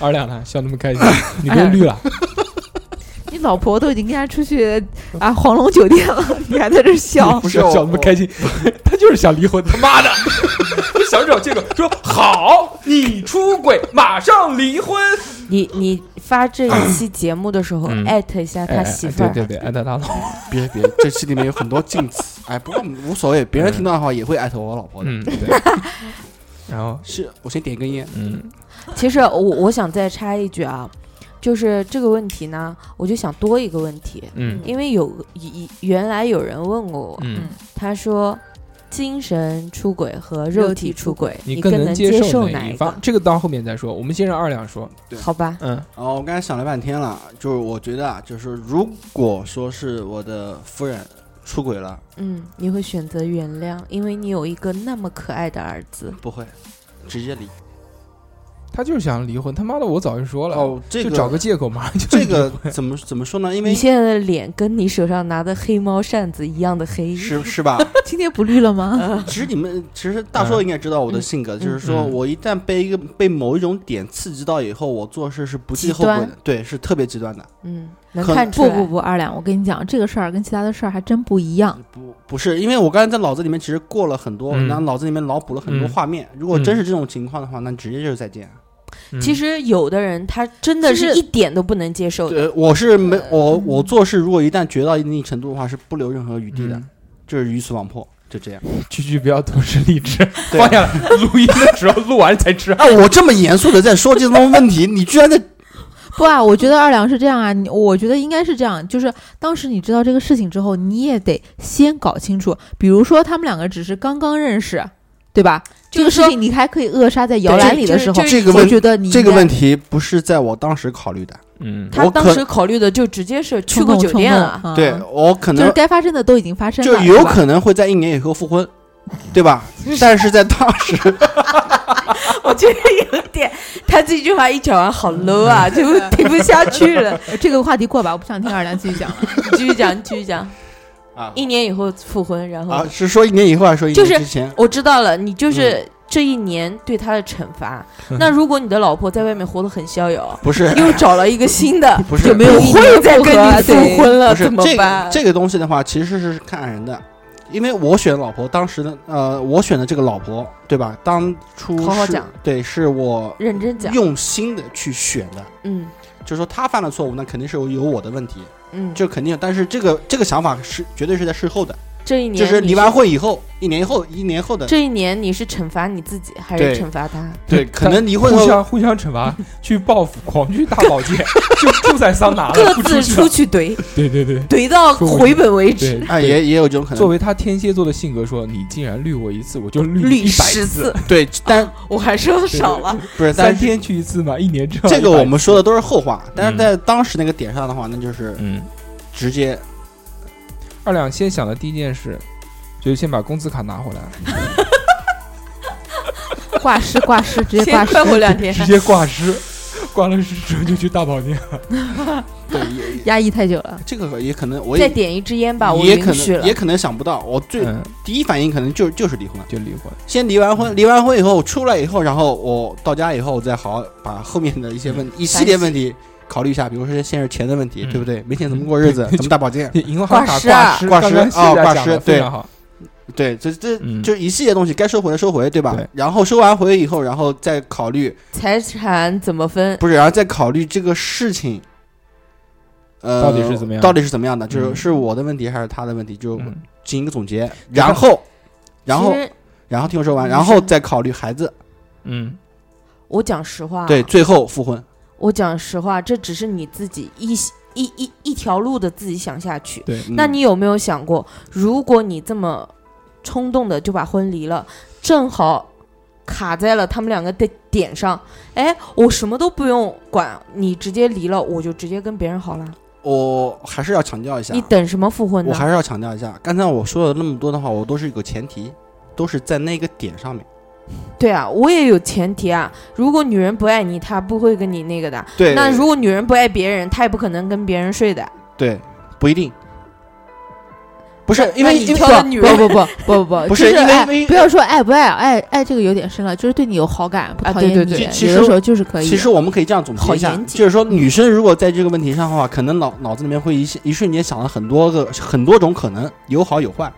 Speaker 2: 二两呢，笑那么开心，你被绿了。
Speaker 3: 你老婆都已经跟他出去啊黄龙酒 店了，你还在这儿笑？
Speaker 4: 不是
Speaker 2: 笑
Speaker 4: 我
Speaker 2: 那么开心， 他就是想离婚，他妈 的，就想找借口说好，你出轨，马上离婚。
Speaker 5: 你你发这一 期节目的时候
Speaker 2: 嗯，
Speaker 5: 艾特一下他媳妇儿。
Speaker 2: 对对对，艾特他老
Speaker 4: 哦
Speaker 2: 婆。
Speaker 4: 别别，这期里面有很多禁词， 哎，不过无所谓，别人听到的话也会艾特我老婆的。
Speaker 2: 嗯，对。 然后，
Speaker 4: 是我先点一根烟，
Speaker 2: 嗯，
Speaker 5: 其实我我想再插一句啊，就是这个问题呢，我就想多一个问题，
Speaker 2: 嗯
Speaker 5: 因为有以原来有人问过我，
Speaker 2: 嗯，
Speaker 5: 他说精神出轨和肉
Speaker 3: 肉体
Speaker 5: 体
Speaker 3: 出
Speaker 5: 出轨，
Speaker 2: 你
Speaker 5: 更
Speaker 2: 更
Speaker 5: 能
Speaker 2: 能接
Speaker 5: 受
Speaker 2: 哪
Speaker 5: 一
Speaker 2: 一
Speaker 5: 个？
Speaker 2: 方？这个到后面再说。我们先让二两说。
Speaker 5: 好吧，
Speaker 2: 嗯
Speaker 4: 然哦后我刚才想了半天了，就是我觉得啊，就是如果说是我的夫人出轨了，
Speaker 5: 嗯，你会选择原谅，因为你有一个那么可爱的儿子。
Speaker 4: 不会直接离。
Speaker 2: 他就是想离婚，他妈的，我早就说了，
Speaker 4: 哦，这
Speaker 2: 就找个
Speaker 4: 个
Speaker 2: 借口，马上就
Speaker 4: 这个怎么怎么说呢？因
Speaker 5: 你
Speaker 4: 为
Speaker 5: 现在的脸跟你手上拿的黑猫扇子一样的黑，
Speaker 4: 是是吧？
Speaker 3: 今天不绿了
Speaker 2: 呃
Speaker 3: 吗？
Speaker 4: 其实你们，其实大硕应该知道
Speaker 3: 嗯
Speaker 4: 我的性格，就是说我一旦被一个被某一种点刺激到以后，我做事是不计后果
Speaker 5: 极
Speaker 3: 嗯
Speaker 4: 的，对，是特别极端的。
Speaker 5: 嗯，能
Speaker 4: 很
Speaker 5: 看出
Speaker 3: 不
Speaker 5: 来。
Speaker 3: 不不，二两，我跟你讲，这个事儿跟其他的事儿还真不一样。
Speaker 4: 不不是，因为我刚才在脑子里面其实过了很多，
Speaker 2: 嗯
Speaker 4: 然后脑子里面脑补了很多
Speaker 2: 嗯
Speaker 4: 画面。如果真是这种情况的话，那直接就是再见。
Speaker 2: 嗯
Speaker 4: 嗯
Speaker 5: 其实有的人他真的
Speaker 3: 就是是
Speaker 5: 一点都不能接
Speaker 3: 嗯
Speaker 5: 受的，
Speaker 4: 对，我是没我我做事，如果一旦觉到一定程度的话，是不留任何余地
Speaker 3: 嗯
Speaker 4: 的，就是鱼死网破，就这样。
Speaker 2: 句句不要同时励志，
Speaker 4: 对啊
Speaker 2: 放
Speaker 3: 啊
Speaker 2: 下来录音的时候录完才吃。
Speaker 4: 哎，我这么严肃的在说这种问题，你居然在
Speaker 3: 不啊，我觉得二两是这样啊，你我觉得应该是这样，就是当时你知道这个事情之后，你也得先搞清楚，比如说他们两个只是刚刚认识，对吧？这
Speaker 5: 就
Speaker 3: 个
Speaker 5: 是
Speaker 3: 事
Speaker 5: 说
Speaker 3: 情你还可以扼杀在摇篮里的时候
Speaker 5: 就是，
Speaker 4: 这个
Speaker 3: 我
Speaker 4: 问
Speaker 3: 觉得你
Speaker 4: 这个
Speaker 3: 应该
Speaker 4: 问题不是在我当时考虑的，
Speaker 2: 嗯
Speaker 5: 他
Speaker 4: 我
Speaker 5: 当
Speaker 4: 可
Speaker 5: 时考虑的就直接是去
Speaker 3: 冲
Speaker 5: 过
Speaker 3: 动
Speaker 5: 酒店了
Speaker 3: 冲。动啊
Speaker 4: 对我可
Speaker 3: 就
Speaker 4: 能
Speaker 3: 是该发生的都已经发生
Speaker 4: 就
Speaker 3: 了，
Speaker 4: 有
Speaker 3: 是吧
Speaker 4: 可能会在一年以后复婚，对吧？但是在当 时，
Speaker 5: 我觉得有点，他这句话一讲完好 low 啊，就 听不下去了。
Speaker 3: 呃这个话题过吧，我不想听二两继续讲了。
Speaker 5: 你继续讲，你继续讲。
Speaker 4: 啊
Speaker 5: 一年以后复婚，然后、
Speaker 4: 啊，是说一年以后还是说一
Speaker 5: 就
Speaker 4: 年
Speaker 5: 是
Speaker 4: 之前？嗯
Speaker 5: 我知道了，你就是、这一年对他的惩 罚。那如果你的老婆在外面活得很逍遥，
Speaker 4: 不是
Speaker 5: 又找了一个新的，
Speaker 4: 不是
Speaker 3: 就没有一
Speaker 5: 会
Speaker 3: 年
Speaker 5: 再
Speaker 3: 不
Speaker 5: 跟
Speaker 3: 和
Speaker 5: 你复
Speaker 3: 对
Speaker 5: 婚了，
Speaker 4: 不是
Speaker 5: 怎么
Speaker 4: 这
Speaker 5: 办
Speaker 4: 个？这个东西的话，其实是看人的，因为我选老婆当时的呃，我选的这个老婆对吧？当初
Speaker 5: 好好
Speaker 4: 是
Speaker 5: 讲，
Speaker 4: 对，是我
Speaker 5: 认真讲，
Speaker 4: 用心的去选的，
Speaker 5: 嗯
Speaker 4: 就是说他犯了错误，那肯定是有有我的问题，
Speaker 5: 嗯，
Speaker 4: 这肯定。但是这个这个想法是绝对是在事后的，
Speaker 5: 这一年
Speaker 4: 就是
Speaker 5: 你
Speaker 4: 离完婚以后，一年以后一年后的，
Speaker 5: 这一年你是惩罚你自己还是
Speaker 4: 呃对
Speaker 5: 惩罚他？
Speaker 4: 对，可能离婚
Speaker 2: 互
Speaker 4: 后
Speaker 2: 相互相惩罚，去报复，狂去大保健，就住在桑
Speaker 4: 啊
Speaker 2: 拿
Speaker 5: 各
Speaker 2: 了，不
Speaker 5: 自
Speaker 2: 去了
Speaker 5: 出。去怼，
Speaker 2: 对对对
Speaker 5: 怼到
Speaker 2: 出去
Speaker 5: 回本为
Speaker 2: 对
Speaker 5: 止，，
Speaker 4: 哎，
Speaker 2: 对
Speaker 4: 也也有这种可
Speaker 2: 作
Speaker 4: 能。
Speaker 2: 为他天蝎座的性格说，你竟然绿我一次，我就 绿
Speaker 5: 绿
Speaker 2: 一百
Speaker 5: 十
Speaker 2: 次
Speaker 5: 次，，
Speaker 4: 对，但
Speaker 5: 我还说少了。
Speaker 4: 不是，
Speaker 2: 三
Speaker 4: 但是
Speaker 2: 天去一次嘛，一年之后
Speaker 4: 这个
Speaker 2: 100
Speaker 4: 我们说的都是后话，
Speaker 2: 嗯
Speaker 4: 但是在当时那个点上的话，那就是
Speaker 2: 次，嗯，
Speaker 4: 直接
Speaker 2: 二两先想的第一件事就是先把工资卡拿回来，
Speaker 3: 挂失挂失，直接 挂
Speaker 5: 先
Speaker 3: 失。
Speaker 5: 快活两天，
Speaker 2: 直接挂失， 挂了失之后就去大保 健。
Speaker 4: 对，也也
Speaker 3: 压抑太久了，
Speaker 4: 这个也可能我
Speaker 5: 再
Speaker 4: 也
Speaker 5: 点一支烟吧，我
Speaker 4: 也可
Speaker 5: 允许
Speaker 4: 能
Speaker 5: 了
Speaker 4: 也。可能想不到，我最、
Speaker 2: 嗯，
Speaker 4: 第一反应可能就就是离婚，
Speaker 2: 就离婚。
Speaker 4: 先离完婚，离完婚以后出来以后，然后我到家以后，我再好好把后面的一些问、一系列问题考虑一下，比如说先是钱的问题，
Speaker 2: 嗯
Speaker 4: 对不对？没钱怎么过 日子？
Speaker 2: 嗯
Speaker 4: 怎么大保健？
Speaker 2: 银行卡
Speaker 5: 挂失
Speaker 2: 挂
Speaker 5: 啊
Speaker 2: 失，
Speaker 4: 挂
Speaker 2: 刚
Speaker 4: 失
Speaker 2: 刚
Speaker 4: 哦
Speaker 2: 谢谢
Speaker 4: 挂
Speaker 2: 讲
Speaker 4: 失
Speaker 2: 得非
Speaker 4: 对
Speaker 2: 常好。
Speaker 4: 对，这这、
Speaker 2: 嗯
Speaker 4: 就是一系列东西，该收回的收回，对吧？
Speaker 2: 对
Speaker 4: 然后收完回以后，然后再考虑，
Speaker 5: 财产怎么分？
Speaker 4: 不是，然后再考虑这个事情。呃，
Speaker 2: 到底是怎么样
Speaker 4: 到底是怎么样的？就是
Speaker 2: 嗯
Speaker 4: 是我的问题还是他的问题？就
Speaker 2: 嗯
Speaker 4: 进行一个总结，然后，然后
Speaker 5: 其，实
Speaker 4: 然后听我说完，
Speaker 5: 嗯
Speaker 4: 然后再考虑孩子，
Speaker 2: 嗯，
Speaker 5: 我讲实话，
Speaker 4: 对，，最后复婚，
Speaker 5: 我讲实话，这只是你自己一一一一条路的自己想下去。
Speaker 2: 对，
Speaker 5: 那
Speaker 4: 嗯
Speaker 5: 你有没有想过，如果你这么冲动的就把婚离了，正好卡在了他们两个的点上，哎，我什么都不用管，你直接离了，我就直接跟别人好了，
Speaker 4: 我还是要强调一下
Speaker 5: 你，等什么复婚
Speaker 4: 我
Speaker 5: 呢？
Speaker 4: 还是要强调一下，刚才我说的那么多的话，我都是有个前提，都是在那个点上面。
Speaker 5: 对啊，我也有前提啊，如果女人不爱你，她不会跟你那个的。
Speaker 4: 对
Speaker 5: 那如果女人不爱别人，她也不可能跟别人睡的。
Speaker 4: 对不一定，不是因
Speaker 5: 那
Speaker 4: 为
Speaker 5: 你
Speaker 4: 因为
Speaker 5: 挑的女人
Speaker 3: 不不不不不不，
Speaker 4: 不
Speaker 3: 就是
Speaker 4: 因为
Speaker 3: 爱
Speaker 4: 因为
Speaker 3: 不要说爱不爱，爱爱这个有点深了，就是对你有好感，不
Speaker 5: 啊
Speaker 3: 讨
Speaker 5: 对
Speaker 3: 厌你，
Speaker 5: 对对
Speaker 4: 其
Speaker 3: 有的
Speaker 4: 实
Speaker 3: 时候就是可以。
Speaker 4: 其实我们可以这样总结
Speaker 5: 好
Speaker 4: 一下
Speaker 5: 严，谨
Speaker 4: 就是说女生如果在这个问题上的话，可能脑脑子里面会一一瞬间想了很多个很多种可能，有好有坏。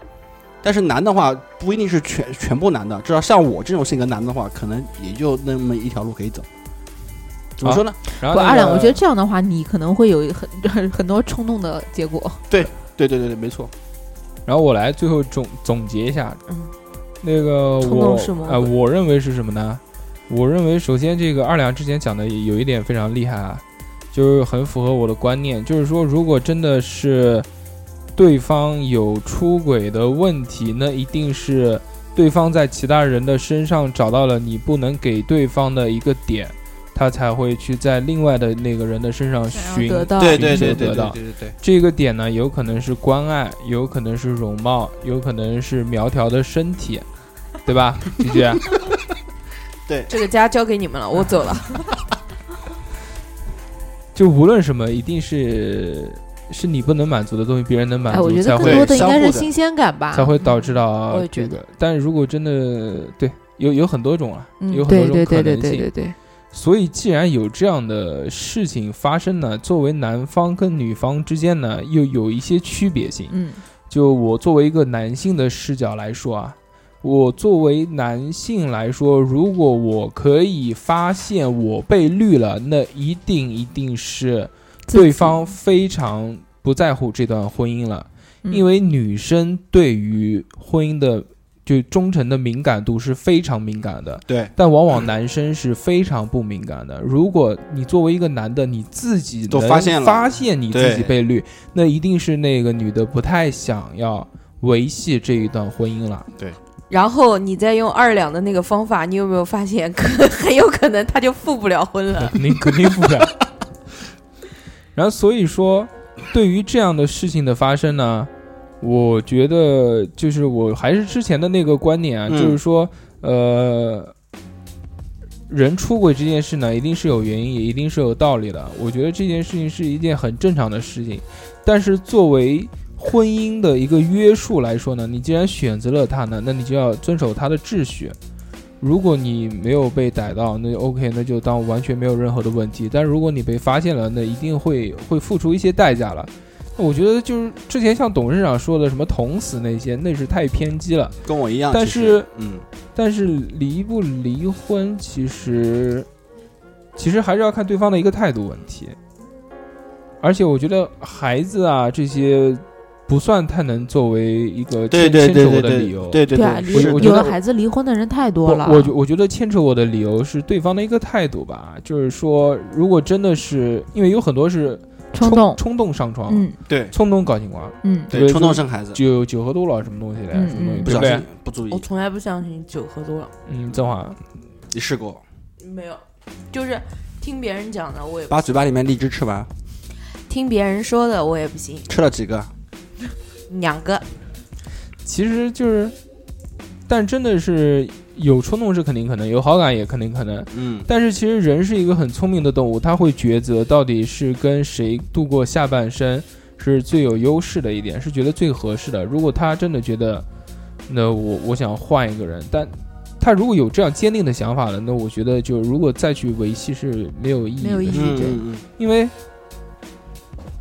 Speaker 4: 但是男的话不一定是全全部男的，至少像我这种性格男的话，可能也就那么一条路可以走。怎么说呢？
Speaker 2: 然后
Speaker 3: 不
Speaker 2: 啊那
Speaker 3: 二两，
Speaker 2: 个
Speaker 3: 我觉得这样的话，你可能会有很很很多冲动的结果。
Speaker 4: 对对对对，没错。
Speaker 2: 然后我来最后总总结一下，
Speaker 5: 嗯
Speaker 2: 那个
Speaker 5: 冲动
Speaker 2: 我
Speaker 5: 是魔
Speaker 2: 呃，
Speaker 5: 鬼
Speaker 2: 我认为是什么呢？我认为首先这个二两之前讲的也有一点非常厉害啊，就是很符合我的观念，就是说如果真的是对方有出轨的问题，那一定是对方在其他人的身上找到了你不能给对方的一个点，他才会去在另外的那个人的身上
Speaker 3: 想要
Speaker 2: 寻
Speaker 3: 得到
Speaker 4: 对
Speaker 2: 寻
Speaker 4: 对
Speaker 2: 求
Speaker 4: 对对
Speaker 2: 得
Speaker 4: 对
Speaker 2: 到
Speaker 4: 对对对。
Speaker 2: 这个点呢，有可能是关爱，有可能是容貌，有可能是苗条的身体， 对吧？姐姐，
Speaker 5: 这个家交给你们了，我走 了。
Speaker 2: 就无论什么，一定是是你不能满足的东西，别人能满
Speaker 3: 哎，我
Speaker 2: 足，
Speaker 3: 觉
Speaker 2: 才
Speaker 3: 得更
Speaker 2: 会
Speaker 3: 多的应该
Speaker 4: 相互
Speaker 3: 是
Speaker 4: 的
Speaker 3: 新鲜感吧
Speaker 2: 才。会导致
Speaker 5: 我
Speaker 2: 到
Speaker 5: 也觉
Speaker 2: 这
Speaker 5: 得
Speaker 2: 个。但如果真的对，有有很多种啊，
Speaker 3: 嗯，
Speaker 2: 有很
Speaker 3: 对
Speaker 2: 多种
Speaker 3: 对
Speaker 2: 可
Speaker 3: 对对
Speaker 2: 能
Speaker 3: 对
Speaker 2: 性
Speaker 3: 对。对，
Speaker 2: 所以，既然有这样的事情发生呢，作为男方跟女方之间呢，又有一些区别性。
Speaker 3: 嗯，
Speaker 2: 就我作为一个男性的视角来说啊，我作为男性来说，如果我可以发现我被绿了，那一定一定是
Speaker 3: 自己
Speaker 2: 对方非常不在乎这段婚姻了，
Speaker 3: 嗯
Speaker 2: 因为女生对于婚姻的就忠诚的敏感度是非常敏感的。
Speaker 4: 对，
Speaker 2: 但往往男生是非常不敏感的。如果你作为一个男的，你自己
Speaker 4: 都
Speaker 2: 能
Speaker 4: 发现了
Speaker 2: 发现你自己
Speaker 4: 对
Speaker 2: 被绿，那一定是那个女的不太想要维系这一段婚姻了。
Speaker 5: 然后你再用二两的那个方法，你有没有发现，可很有可能他就复不了婚了？
Speaker 2: 肯定 肯定不敢。然后所以说，对于这样的事情的发生呢，我觉得就是我还是之前的那个观点啊，
Speaker 4: 嗯
Speaker 2: 就是说，呃，人出轨这件事呢，一定是有原因，也一定是有道理的。我觉得这件事情是一件很正常的事情，但是作为婚姻的一个约束来说呢，你既然选择了它呢，那你就要遵守它的秩序。如果你没有被逮到，那就 OK，那就当完全没有任何的问题。但如果你被发现了，那一定会会付出一些代价了。我觉得就是之前像董事长说的什么捅死那些，那是太偏激了。
Speaker 4: 跟我一样。
Speaker 2: 但
Speaker 4: 其
Speaker 2: 是
Speaker 4: 实，嗯，
Speaker 2: 但是离不离婚，其实其实还是要看对方的一个态度问题。而且我觉得孩子啊这些不算太能作为一个
Speaker 4: 对
Speaker 2: 牵牵
Speaker 4: 对对
Speaker 2: 扯
Speaker 4: 对
Speaker 2: 我的
Speaker 4: 对
Speaker 2: 理由。
Speaker 4: 对对
Speaker 3: 啊，
Speaker 4: 对，
Speaker 3: 离
Speaker 4: 是
Speaker 2: 我
Speaker 4: 的
Speaker 2: 觉
Speaker 3: 有
Speaker 2: 得
Speaker 3: 了孩子离婚的人太多了。啊
Speaker 2: 不我觉我觉得牵扯我的理由是对方的一个态度吧，就是说，如果真的是因为有很多是
Speaker 3: 冲动，
Speaker 2: 冲动上床，
Speaker 3: 嗯
Speaker 4: 对
Speaker 2: 冲动搞情况，
Speaker 3: 嗯，
Speaker 2: 对
Speaker 4: 对冲动生孩子，
Speaker 2: 酒酒喝多了什么东西的，
Speaker 3: 嗯
Speaker 2: 什么东西，
Speaker 3: 嗯
Speaker 4: 不
Speaker 2: 对
Speaker 4: 小
Speaker 2: 不对
Speaker 4: 心？不注
Speaker 5: 我
Speaker 4: 意，
Speaker 5: 从来不相信酒喝多了，
Speaker 2: 嗯，曾华，
Speaker 4: 你试过
Speaker 5: 没有，就是听别人讲的，我也
Speaker 4: 把嘴巴里面荔枝吃完，
Speaker 5: 听别人说的，我也不信。
Speaker 4: 吃了几个？
Speaker 5: 两个，
Speaker 2: 其实就是，但真的是有冲动是肯定可能，有好感也肯定可能，
Speaker 4: 嗯，
Speaker 2: 但是其实人是一个很聪明的动物，他会抉择到底是跟谁度过下半生是最有优势的一点，是觉得最合适的。如果他真的觉得，那我我想换一个人，但他如果有这样坚定的想法了，那我觉得就如果再去维系是没有意义的，
Speaker 3: 没有意义
Speaker 4: 嗯
Speaker 3: 对
Speaker 4: 嗯嗯，
Speaker 2: 因为。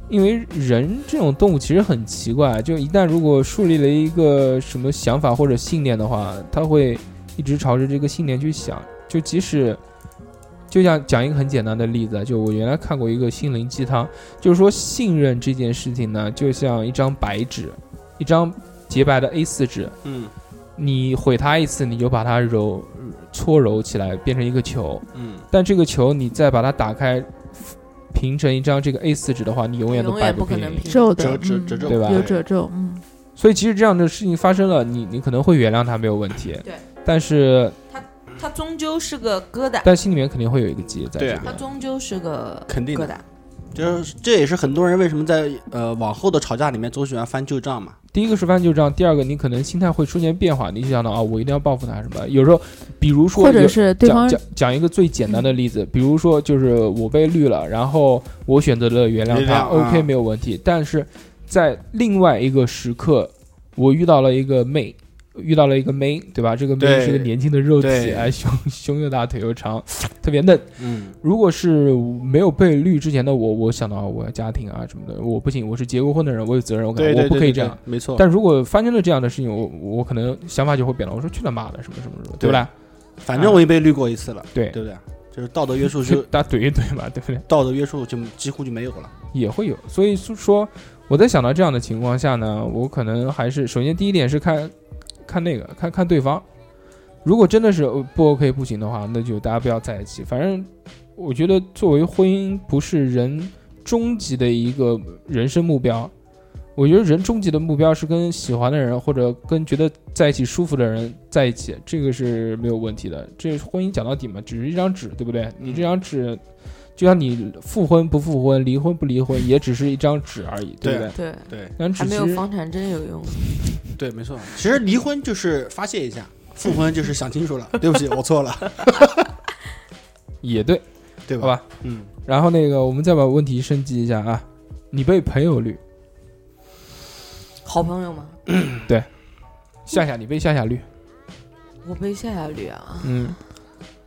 Speaker 2: 因为人这种动物其实很奇怪，啊就一旦如果树立了一个什么想法或者信念的话，他会一直朝着这个信念去想。就即使，就像讲一个很简单的例子啊，就我原来看过一个心灵鸡汤，就是说信任这件事情呢，就像一张白纸，一张洁白的 A4 纸，
Speaker 4: 嗯
Speaker 2: 你毁它一次，你就把它揉搓揉起来，变成一个球。
Speaker 4: 嗯，
Speaker 2: 但这个球你再把它打开，平成一张这个 A4 纸的话，你永远都
Speaker 5: 永
Speaker 2: 摆
Speaker 5: 远不可
Speaker 2: 平。
Speaker 5: 能平。
Speaker 3: 皱的，
Speaker 4: 褶褶
Speaker 3: 嗯
Speaker 4: 褶皱，
Speaker 2: 对吧
Speaker 3: 有褶皱，嗯，
Speaker 2: 所以其实这样的事情发生了，你你可能会原谅他没有问题。
Speaker 5: 对。
Speaker 2: 但是
Speaker 5: 它终究是个疙瘩，
Speaker 2: 但心里面肯定会有一个结在这
Speaker 4: 对啊
Speaker 2: 边。
Speaker 5: 它终究是个
Speaker 4: 肯定
Speaker 5: 疙瘩。
Speaker 4: 的就是这也是很多人为什么在呃往后的吵架里面总喜欢翻旧账嘛。
Speaker 2: 第一个是翻旧账，第二个你可能心态会出现变化，你就想到啊，我一定要报复他什么。有时候，比如说
Speaker 3: 或者
Speaker 2: 有
Speaker 3: 是对
Speaker 2: 讲
Speaker 3: 方
Speaker 2: 讲讲一个最简单的例子，比如说就是我被绿了，然后我选择了原谅
Speaker 4: 原
Speaker 2: 他
Speaker 4: 谅
Speaker 2: ，OK
Speaker 4: 啊
Speaker 2: 没有问题。但是在另外一个时刻，我遇到了一个妹，遇到了一个妹，对吧？这个妹
Speaker 4: 对
Speaker 2: 是个年轻的肉体，
Speaker 4: 对
Speaker 2: 哎，胸胸又大，腿又长，特别嫩。
Speaker 4: 嗯，
Speaker 2: 如果是没有被绿之前的我，我想到我要家庭啊什么的，我不行，我是结过婚的人，我有责任，我感
Speaker 4: 对对
Speaker 2: 我不可以这样。，
Speaker 4: 没错。
Speaker 2: 但如果发生了这样的事情，我我可能想法就会变了。我说去他妈的，什么什么什么，对不啦？
Speaker 4: 反正我也被绿过一次了，
Speaker 2: 啊对
Speaker 4: 对不对？就是道德约 束
Speaker 2: 去
Speaker 4: 就
Speaker 2: 大怼一怼嘛，对不对？
Speaker 4: 道德约束就几乎就没有了。
Speaker 2: 也会有。所以说，我在想到这样的情况下呢，我可能还是首先第一点是看看那个看看对方，如果真的是呃不 OK 不行的话，那就大家不要在一起。反正我觉得作为婚姻不是人终极的一个人生目标。我觉得人终极的目标是跟喜欢的人或者跟觉得在一起舒服的人在一起，这个是没有问题的。这婚姻讲到底嘛，只是一张纸，对不对？你这张纸，就像你复婚不复婚、离婚不离婚，也只是一张纸而已，对不
Speaker 4: 对
Speaker 2: 对？
Speaker 5: 对，啊
Speaker 4: 对
Speaker 2: 那
Speaker 5: 还
Speaker 2: 纸
Speaker 5: 没
Speaker 2: 其
Speaker 5: 有
Speaker 2: 实
Speaker 5: 房产证有用。
Speaker 4: 对，没错。其实离婚就是发泄一下，复婚就是想清楚了，对不起，我错了，
Speaker 2: 也对，
Speaker 4: 对
Speaker 2: 好
Speaker 4: 吧？
Speaker 2: 吧。
Speaker 4: 嗯，
Speaker 2: 然后那个，我们再把问题升级一下啊，你被朋友绿，
Speaker 5: 好朋友吗？
Speaker 2: 夏夏，你被夏夏绿，
Speaker 5: 我被夏夏绿啊，
Speaker 2: 嗯，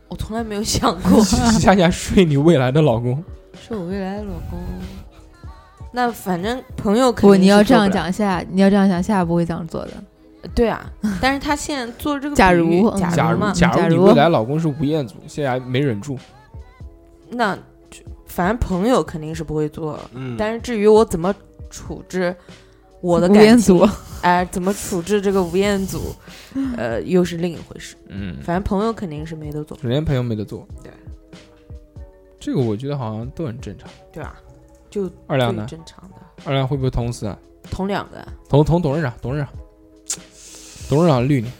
Speaker 5: 我从来没有想过
Speaker 2: 夏夏睡你未来的老公，
Speaker 5: 是我未来的老公。那反正朋友肯
Speaker 3: 不，
Speaker 5: 定
Speaker 3: 你要
Speaker 5: 是
Speaker 3: 这
Speaker 5: 做不
Speaker 3: 样
Speaker 5: 了，
Speaker 3: 讲下，你要这样想下不会这样做 的。
Speaker 5: 对啊。但是他现在做这个比喻，
Speaker 3: 假如嗯
Speaker 5: 假
Speaker 2: 假
Speaker 5: 如
Speaker 2: 如
Speaker 5: 嘛，
Speaker 2: 假
Speaker 3: 假
Speaker 2: 如你
Speaker 3: 如
Speaker 2: 未来老公是吴彦祖，夏夏没忍住，
Speaker 5: 那就反正朋友肯定是不会做。
Speaker 4: 嗯
Speaker 5: 但是至于我怎么处置我的
Speaker 3: 吴
Speaker 5: 感
Speaker 3: 彦
Speaker 5: 情
Speaker 3: 祖，
Speaker 5: 哎，怎么处置这个吴彦祖，呃，又是另一回事。
Speaker 2: 嗯，
Speaker 5: 反正朋友肯定是没得做，
Speaker 2: 首先朋友没得做，
Speaker 5: 对，
Speaker 2: 这个我觉得好像都很正常。
Speaker 5: 对吧？就
Speaker 2: 二
Speaker 5: 最
Speaker 2: 亮呢？
Speaker 5: 正常的，
Speaker 2: 二亮会不会捅死啊？
Speaker 5: 捅两个，
Speaker 2: 捅捅董事长，董事长，董事长绿你，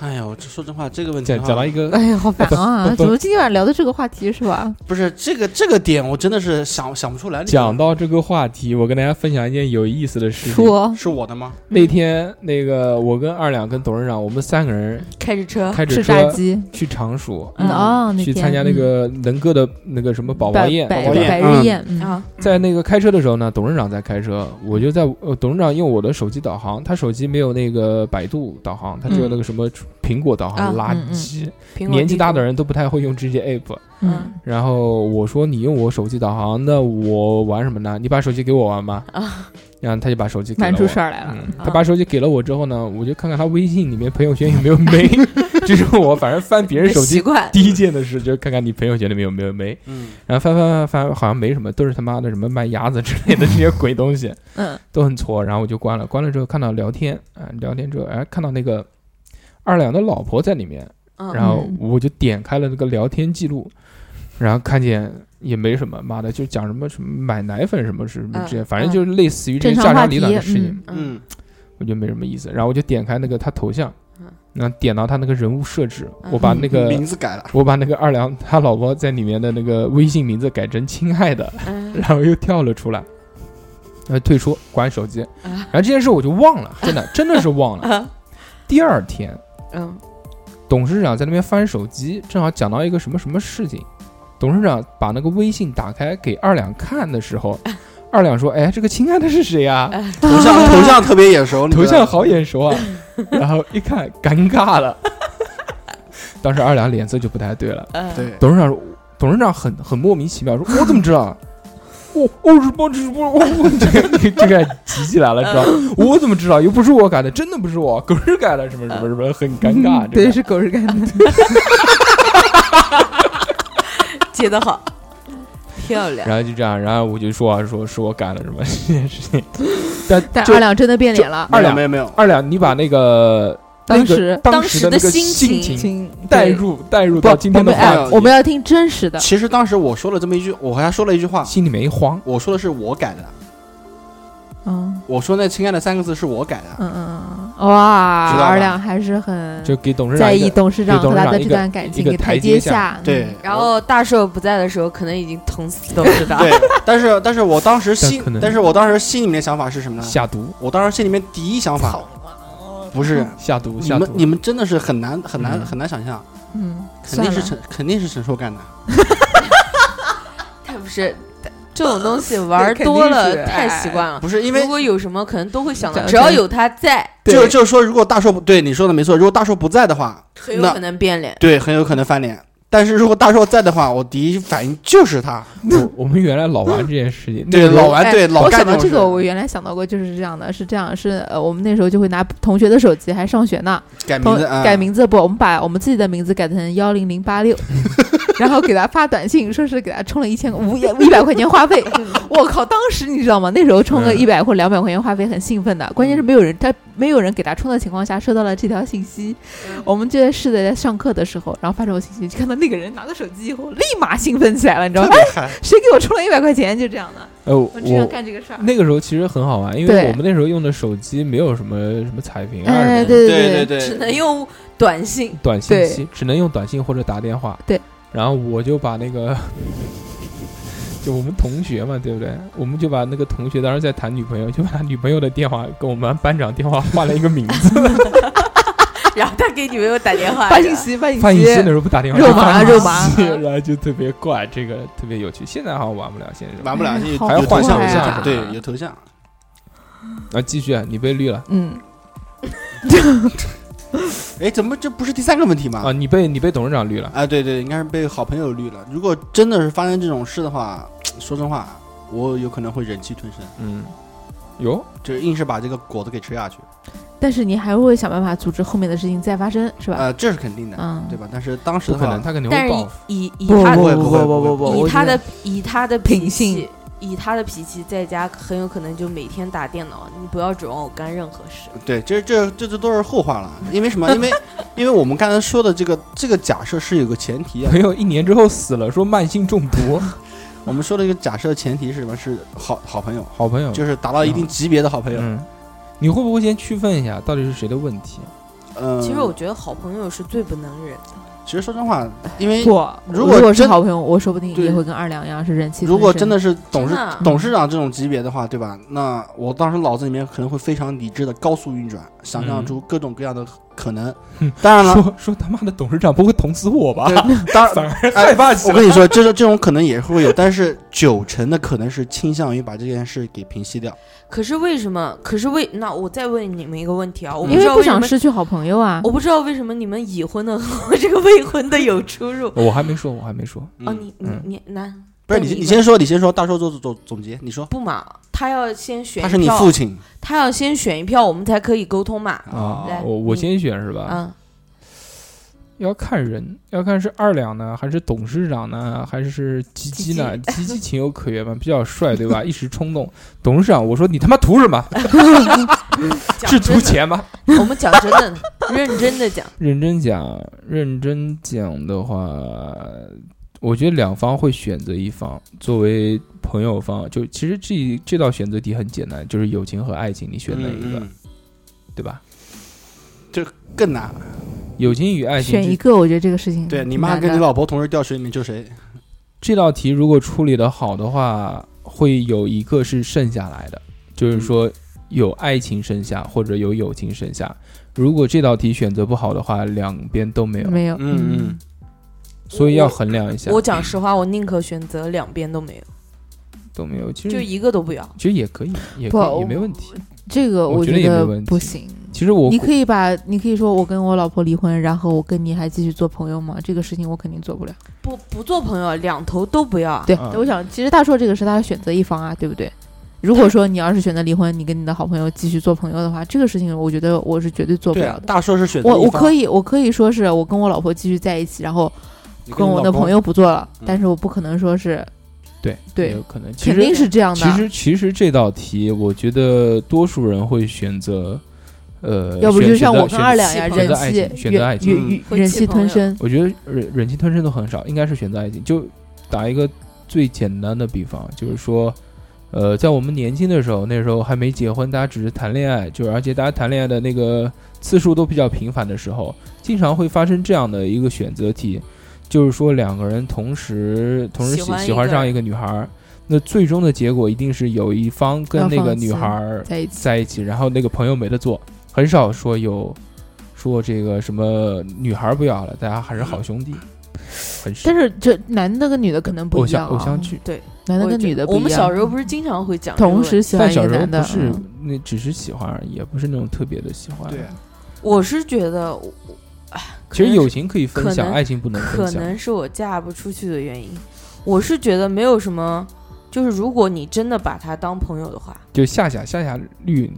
Speaker 4: 哎呀，我这说真话，这个问题
Speaker 2: 讲
Speaker 4: 哈
Speaker 2: 讲到一个，
Speaker 3: 哎呀，好烦
Speaker 2: 不
Speaker 3: 啊！
Speaker 2: 不
Speaker 3: 怎么今天晚上聊的这个话题是吧？
Speaker 4: 不是这个这个点，我真的是想想不出来。
Speaker 2: 讲到这个话题，我跟大家分享一件有意思的事情。
Speaker 3: 说
Speaker 4: 是我的吗？
Speaker 2: 那天那个我跟二两跟董事长，我们三个人
Speaker 5: 开着车，
Speaker 2: 开着
Speaker 3: 吃炸
Speaker 2: 车
Speaker 3: 鸡，
Speaker 2: 去常熟，
Speaker 3: 嗯哦，那
Speaker 2: 去
Speaker 3: 天
Speaker 2: 参加那个能哥的那个什么宝
Speaker 3: 嗯
Speaker 2: 宝
Speaker 3: 百
Speaker 2: 宴，
Speaker 3: 百
Speaker 4: 宝宝宴
Speaker 3: 百
Speaker 4: 嗯
Speaker 3: 日宴，嗯，
Speaker 5: 啊，
Speaker 2: 在那个开车的时候呢，董事长在开车，我就在呃，董事长用我的手机导航，他手机没有那个百度导航，他只有那个什么出苹果导航垃
Speaker 5: 啊
Speaker 3: 嗯嗯
Speaker 2: 圾，
Speaker 5: 苹果
Speaker 2: 年纪
Speaker 5: 地
Speaker 2: 大
Speaker 5: 图
Speaker 2: 的人都不太会用这些 app。
Speaker 3: 嗯，
Speaker 5: 嗯
Speaker 2: 然后我说你用我手机导航，那我玩什么呢？你把手机给我玩吧。
Speaker 5: 啊，
Speaker 2: 然后他就把手机给
Speaker 3: 瞒
Speaker 2: 了
Speaker 3: 出
Speaker 2: 我。
Speaker 3: 事儿来了。啊
Speaker 2: 嗯，他把手机给了我之后呢，我就看看他微信里面朋友圈有没有没， 这是我反正翻别人手
Speaker 5: 习
Speaker 2: 机
Speaker 5: 惯
Speaker 2: 第一件的事，就是看看你朋友圈里面有没有没。
Speaker 4: 嗯，
Speaker 2: 然后翻翻翻翻，好像没什么，都是他妈的什么卖鸭子之类的这些鬼东西，
Speaker 3: 嗯，
Speaker 2: 都很挫。然后我就关了，关了之后看到聊天啊、聊天之后哎，看到那个二两的老婆在里面，
Speaker 5: 嗯
Speaker 2: 然后我就点开了那个聊天记录，然后看见也没什么，妈的，就讲什么什么买奶粉什么是什么这些，
Speaker 5: 嗯
Speaker 2: 反正就是类似于这
Speaker 3: 正
Speaker 2: 些
Speaker 3: 常
Speaker 2: 家
Speaker 3: 话
Speaker 2: 长
Speaker 3: 题
Speaker 2: 里短的事情，
Speaker 3: 嗯
Speaker 5: 嗯
Speaker 4: 嗯，
Speaker 2: 我觉得没什么意思。然后我就点开那个他头像
Speaker 5: 嗯，
Speaker 2: 然后点到他那个人物设置，
Speaker 5: 嗯
Speaker 2: 我把那个
Speaker 4: 名字 改了，
Speaker 2: 我把那个二良他老婆在里面的那个微信名字改成亲爱的，
Speaker 5: 嗯
Speaker 2: 然后又跳了出来，然后退出关手机，
Speaker 5: 啊
Speaker 2: 然后这件事我就忘了，真的真的是忘 了。
Speaker 5: 啊
Speaker 2: 第二天，
Speaker 5: 嗯
Speaker 2: 董事长在那边翻手机，正好讲到一个什么什么事情，董事长把那个微信打开给二两看的时候，二两说：“哎，这个亲爱的是谁呀、啊？
Speaker 4: 头像头像特别眼熟，你
Speaker 2: 头
Speaker 4: 知道
Speaker 2: 像
Speaker 4: 吗
Speaker 2: 好眼熟啊！”然后一看，尴尬了。 当时二两脸色就不太对了。
Speaker 5: 嗯
Speaker 4: 对，
Speaker 2: 董事长说，董事长很很莫名其妙，说我怎么知道？我我是帮直播，我我哦 这个这个急起来了，知道吗？我怎么知道？又不是我改的，真的不是我，狗日改的，什么什么什么，很尴尬。 这
Speaker 3: 对，
Speaker 2: 个
Speaker 3: 是狗日干的。
Speaker 5: 接的好，漂亮，
Speaker 2: 然后就这样，然后我就说啊说是我改了什么 这件事情，但
Speaker 3: 但
Speaker 2: 就
Speaker 3: 二两真的变脸了，
Speaker 4: 没
Speaker 2: 二
Speaker 4: 有
Speaker 2: 两
Speaker 4: 没有没有，
Speaker 2: 二两，你把那个
Speaker 3: 当
Speaker 2: 那个
Speaker 3: 时
Speaker 2: 当时的那个
Speaker 5: 当时的心
Speaker 2: 情
Speaker 3: 亲
Speaker 2: 带入带入到今天的
Speaker 3: 我们哎
Speaker 2: 话
Speaker 4: 话题
Speaker 3: 我们要听真实的。
Speaker 4: 其实当时我说了这么一句，我和他说了一句话
Speaker 2: 题，，心里面一慌，
Speaker 4: 我说的是我改的，
Speaker 3: 嗯
Speaker 4: 我说那“亲爱的”三个字是我改的，
Speaker 3: 嗯嗯嗯，哇
Speaker 4: 知道，吧
Speaker 3: 二两还是很
Speaker 2: 就给董事长
Speaker 3: 嗯在
Speaker 2: 一
Speaker 3: 意
Speaker 2: 个
Speaker 3: 董事长
Speaker 2: 给董
Speaker 3: 和
Speaker 2: 事
Speaker 3: 他
Speaker 2: 长
Speaker 3: 的
Speaker 2: 一
Speaker 3: 这
Speaker 2: 个
Speaker 3: 段感
Speaker 2: 一
Speaker 3: 情
Speaker 2: 个
Speaker 3: 给
Speaker 2: 台
Speaker 3: 台
Speaker 2: 阶
Speaker 3: 阶
Speaker 2: 下
Speaker 3: 下。嗯
Speaker 4: 对
Speaker 5: 然后大寿不在的时候，可能已经捅死董事长
Speaker 4: 对，但是但是我当时心
Speaker 2: 但可能，
Speaker 4: 但是我当时心里面的想法是什么呢？
Speaker 2: 下毒
Speaker 4: 我当时心里面第一想法不是
Speaker 2: 下毒
Speaker 4: 你
Speaker 2: 下
Speaker 4: 们
Speaker 2: 毒，
Speaker 4: 你们真的是很难很难
Speaker 2: 嗯
Speaker 4: 很难想象，
Speaker 3: 嗯，
Speaker 4: 肯定
Speaker 3: 算
Speaker 4: 是
Speaker 3: 了
Speaker 4: 陈肯定是陈硕干的，
Speaker 5: 他不是这种东西玩多
Speaker 3: 肯定
Speaker 5: 了
Speaker 3: 是
Speaker 5: 太习惯了。
Speaker 4: 不是因
Speaker 5: 如
Speaker 4: 为
Speaker 5: 果有什么，可能都会想到，
Speaker 3: 对
Speaker 5: 只要有他在，
Speaker 4: 就就是说，如果大硕不对你说的没错，如果大硕不在的话，
Speaker 5: 很有
Speaker 4: 那
Speaker 5: 可能变脸。
Speaker 4: 对很有可能翻脸。但是如果大硕在的话，我第一反应就是他，
Speaker 2: 我我们原来老玩这件事 情，那
Speaker 4: 对
Speaker 2: 个时候
Speaker 4: 老玩
Speaker 3: 哎
Speaker 4: 对老
Speaker 3: 我
Speaker 4: 干
Speaker 3: 想
Speaker 4: 这
Speaker 3: 到
Speaker 4: 种
Speaker 3: 这
Speaker 4: 事
Speaker 3: 个，我原来想到过就是这样的，是这样，是呃，我们那时候就会拿同学的手机，还上学呢，
Speaker 4: 改名
Speaker 3: 同
Speaker 4: 字啊，
Speaker 3: 改名字不，我们把我们自己的名字改成幺零零八六， 然后给他发短信，说是给他充了一千五一百块钱话 费。我靠，当时你知道吗？那时候充个
Speaker 2: 嗯
Speaker 3: 一百或两百块钱话费很兴奋的，关键是没有人，
Speaker 4: 嗯
Speaker 3: 他没有人给他充的情况下收到了这条信息。
Speaker 4: 嗯
Speaker 3: 我们就在试着在上课的时候，然后发这种信息，就看到那个人拿到手机以后，立马兴奋起来了，你知道
Speaker 4: 特
Speaker 3: 吗？哎
Speaker 4: 别嗨，
Speaker 3: 谁给我充了一百块钱？就这样的，
Speaker 2: 呃
Speaker 3: 我经常
Speaker 2: 我
Speaker 3: 干这个 事儿。
Speaker 2: 那个时候其实很好玩，因为
Speaker 3: 对
Speaker 2: 我们那时候用的手机没有什么什么彩屏啊什么
Speaker 3: 哎，
Speaker 2: 的
Speaker 3: 对
Speaker 4: 对
Speaker 3: 对，
Speaker 5: 只
Speaker 4: 对，
Speaker 5: 能用短信。
Speaker 2: 短信
Speaker 3: 对
Speaker 2: 息，只能用短信或者打电话。
Speaker 3: 对，
Speaker 2: 然后我就把那个， 就我们同学嘛，对不对？我们就把那个同学当时在谈女朋友，就把他女朋友的电话跟我们班长电话换了一个名 字。
Speaker 5: 然后他给女朋友打电话，
Speaker 3: 发信息，发
Speaker 2: 发
Speaker 3: 信
Speaker 2: 信息那
Speaker 3: 息，
Speaker 2: 时候不打电话，
Speaker 3: 肉麻
Speaker 2: 就
Speaker 3: 肉
Speaker 2: 发
Speaker 3: 麻
Speaker 2: 信息 然后就特别怪，这个特别有趣。现在好像玩不了，现在是吧
Speaker 4: 玩不了，
Speaker 3: 哎
Speaker 4: 有
Speaker 3: 好
Speaker 4: 有头像
Speaker 2: 快
Speaker 4: 有头
Speaker 2: 啊
Speaker 4: 像，对，有头像。
Speaker 2: 啊，继续，你被绿了
Speaker 3: 嗯，
Speaker 4: 哎，怎么这不是第三个问题吗？
Speaker 2: 啊，你被你被董事长绿了。
Speaker 4: 啊，对对，应该是被好朋友绿了。如果真的是发生这种事的话，说真话，我有可能会忍气吞声，
Speaker 2: 嗯，哟，
Speaker 4: 就是硬是把这个果子给吃下去。
Speaker 3: 但是你还会想办法阻止后面的事情再发生，是吧？
Speaker 4: 呃，这是肯定的，
Speaker 3: 嗯，
Speaker 4: 对吧？但是当时
Speaker 2: 不
Speaker 4: 的
Speaker 2: 可
Speaker 4: 话
Speaker 2: 能，，他肯定会
Speaker 5: 但是
Speaker 2: 报复。
Speaker 5: 以以以
Speaker 3: 不
Speaker 5: 他
Speaker 4: 不
Speaker 5: 的
Speaker 4: 会
Speaker 3: 不
Speaker 4: 会
Speaker 3: 不
Speaker 4: 不会
Speaker 3: 不，
Speaker 5: 以
Speaker 3: 我
Speaker 5: 他
Speaker 3: 觉
Speaker 5: 的
Speaker 3: 得
Speaker 5: 以他的
Speaker 3: 品
Speaker 5: 脾气
Speaker 3: 性，
Speaker 5: 以他的脾气，在家很有可能就每天打电脑。你不要指望我干任何事。
Speaker 4: 对，这这这这都是后话了。因为什么？因为因为我们刚才说的这个这个假设是有个前提啊
Speaker 2: 朋。友一年之后死了，说慢性中毒，
Speaker 4: 我们说的一个假设前提是什么？是好好朋友，
Speaker 2: 好朋友
Speaker 4: 就是达到一定级别的好朋友。
Speaker 2: 嗯，你会不会先区分一下到底是谁的问题？
Speaker 4: 嗯，
Speaker 5: 其实我觉得好朋友是最不能忍的。
Speaker 4: 其实说真话，因为
Speaker 3: 不，
Speaker 4: 如
Speaker 3: 如
Speaker 4: 果
Speaker 3: 是
Speaker 4: 真
Speaker 3: 好朋友，我说不定
Speaker 4: 对
Speaker 3: 也会跟二两一样是人气。
Speaker 4: 如果真的，是董事
Speaker 5: 真的
Speaker 4: 董事长这种级别的话，对吧？那我当时脑子里面可能会非常理智的高速运转，想象出各种各样的可能。当然了，
Speaker 2: 说说他妈的董事长不会捅死我吧？
Speaker 4: 啊对当
Speaker 2: 反
Speaker 4: 然，哎
Speaker 2: 而害怕起
Speaker 4: 我
Speaker 2: 来。
Speaker 4: 跟你说，这种这种可能也会有，但是九成的可能是倾向于把这件事给平息掉。
Speaker 5: 可是为什么？可是为那我再问你们一个问题啊，我不
Speaker 3: 因
Speaker 5: 知
Speaker 3: 为
Speaker 5: 道
Speaker 3: 不
Speaker 5: 为什
Speaker 3: 想
Speaker 5: 么，
Speaker 3: 失去好朋友啊。
Speaker 5: 我不知道为什么你们已婚的和这个未婚的有出入。
Speaker 2: 我还没说，我还没说，
Speaker 5: 哦，
Speaker 4: 嗯
Speaker 5: 你你
Speaker 2: 嗯
Speaker 5: 你男
Speaker 4: 不是
Speaker 5: 那
Speaker 4: 你，
Speaker 5: 你
Speaker 4: 你先说，你先说，大叔做做总总结，你说
Speaker 5: 不嘛？他要先选
Speaker 4: 他
Speaker 5: 一
Speaker 4: 是你
Speaker 5: 票，
Speaker 4: 父亲
Speaker 5: 他要先选一票，我们才可以沟通嘛。
Speaker 2: 啊
Speaker 4: 哦
Speaker 5: 来
Speaker 2: 我我
Speaker 5: 你
Speaker 2: 先选是吧？
Speaker 5: 嗯，
Speaker 2: 要看人，要看是二两呢，还是董事长呢，还是吉吉呢？吉吉情有可原嘛，比较帅对 吧？一时冲动，董事长，我说你他妈图什么？
Speaker 5: 讲
Speaker 2: 是
Speaker 5: 真
Speaker 2: 图
Speaker 5: 的
Speaker 2: 钱吗？
Speaker 5: 我们讲真的， 认真的讲，
Speaker 2: 认真讲，认真讲的话，我觉得两方会选择一方作为朋友方，就其实这这道选择题很简单，就是友情和爱情，你选哪一个，
Speaker 4: 嗯
Speaker 2: 对吧？
Speaker 4: 嗯更难。
Speaker 2: 友情与爱情
Speaker 3: 选
Speaker 2: 之
Speaker 3: 一个，我觉得这个事情
Speaker 4: 对你
Speaker 3: 挺
Speaker 4: 妈
Speaker 3: 难
Speaker 4: 跟
Speaker 3: 的
Speaker 4: 你老婆同时掉水里面救谁？
Speaker 2: 这道题如果处理的好的话，会有一个是剩下来的，就是
Speaker 3: 嗯
Speaker 2: 说有爱情剩下或者有友情剩下。如果这道题选择不好的话，两边都没有，
Speaker 3: 没有，
Speaker 4: 嗯嗯，
Speaker 2: 所以要衡量一下。
Speaker 5: 我讲实话，我宁可选择两边都没有，
Speaker 2: 都没有，其
Speaker 5: 就
Speaker 2: 实
Speaker 5: 一个都不要。
Speaker 2: 其实也可以，也
Speaker 3: 不
Speaker 2: 可以，也
Speaker 3: 我
Speaker 2: 没问题。
Speaker 3: 这个
Speaker 2: 我觉得
Speaker 3: 觉
Speaker 2: 也没
Speaker 3: 得
Speaker 2: 问题
Speaker 3: 不行。
Speaker 2: 其实我
Speaker 3: 你可以把，你可以说我跟我老婆离婚，然后我跟你还继续做朋友吗？这个事情我肯定做不了。
Speaker 5: 不不做朋友，两头都不要啊。
Speaker 3: 对，
Speaker 2: 嗯
Speaker 3: 我想其实大硕这个是他选择一方啊，对不对？如果说你要是选择离婚，你跟你的好朋友继续做朋友的话，这个事情我觉得我是绝对做不
Speaker 4: 对
Speaker 3: 了
Speaker 4: 啊，
Speaker 3: 的。
Speaker 4: 大硕是选择
Speaker 3: 我
Speaker 4: 一
Speaker 3: 我
Speaker 4: 方
Speaker 3: 可以我可以说是我跟我老婆继续在一起，然后
Speaker 4: 你
Speaker 3: 跟
Speaker 4: 你
Speaker 3: 我
Speaker 4: 老
Speaker 3: 的
Speaker 4: 公
Speaker 3: 朋友不做了，
Speaker 4: 嗯
Speaker 3: 但是我不可能说是
Speaker 2: 对
Speaker 3: 对
Speaker 2: 也有可能，其
Speaker 3: 肯
Speaker 2: 实
Speaker 3: 定是这样
Speaker 2: 其
Speaker 3: 的，
Speaker 2: 实其实这道题，我觉得多数人会选择，呃，
Speaker 3: 要不就
Speaker 2: 选
Speaker 3: 像
Speaker 2: 选择
Speaker 3: 我跟二两呀，
Speaker 5: 选
Speaker 3: 忍
Speaker 5: 择
Speaker 2: 爱
Speaker 3: 气
Speaker 2: 情选择爱
Speaker 3: 忍
Speaker 2: 情
Speaker 3: 忍
Speaker 5: 嗯
Speaker 3: 忍气吞声，
Speaker 2: 我觉得忍忍气吞声的很少，应该是选择爱情。就打一个最简单的比方，就是说，呃，在我们年轻的时候，那时候还没结婚，大家只是谈恋爱，就是而且大家谈恋爱的那个次数都比较频繁的时候，经常会发生这样的一个选择题，就是说两个人同时同时喜
Speaker 5: 喜欢一
Speaker 2: 喜欢
Speaker 5: 个
Speaker 2: 上
Speaker 5: 人
Speaker 2: 一个女孩儿，那最终的结果一定是有一方跟
Speaker 3: 要
Speaker 2: 那个
Speaker 3: 放
Speaker 2: 女
Speaker 3: 弃
Speaker 2: 孩儿
Speaker 3: 在一起。
Speaker 2: 在一起，然后那个朋友没得做，很少说有说这个什么女孩不要了，大家还是好兄弟，很少
Speaker 3: 但。是这男的跟女的可能不
Speaker 2: 偶
Speaker 3: 一样、
Speaker 2: 像
Speaker 3: 啊，
Speaker 2: 偶像剧，
Speaker 3: 男的
Speaker 5: 我
Speaker 3: 跟
Speaker 5: 觉
Speaker 3: 女的不一
Speaker 5: 我
Speaker 3: 样。
Speaker 5: 们小时候不是经常会讲这个问
Speaker 3: 同
Speaker 5: 题，
Speaker 3: 时喜欢
Speaker 2: 但
Speaker 3: 一个
Speaker 2: 小时候
Speaker 3: 男的，
Speaker 2: 不是
Speaker 3: 嗯
Speaker 2: 那只是喜欢而已，也不是那种特别的喜欢。
Speaker 4: 对啊，
Speaker 5: 我是觉得我，我哎，可
Speaker 2: 其实
Speaker 5: 能
Speaker 2: 友
Speaker 5: 是
Speaker 2: 情可以分
Speaker 5: 可
Speaker 2: 享，
Speaker 5: 能
Speaker 2: 爱情不能分
Speaker 5: 可
Speaker 2: 享。
Speaker 5: 能是我嫁不出去的原因。我是觉得没有什么，就是如果你真的把他当朋友的话，
Speaker 2: 就夏夏，夏夏绿你，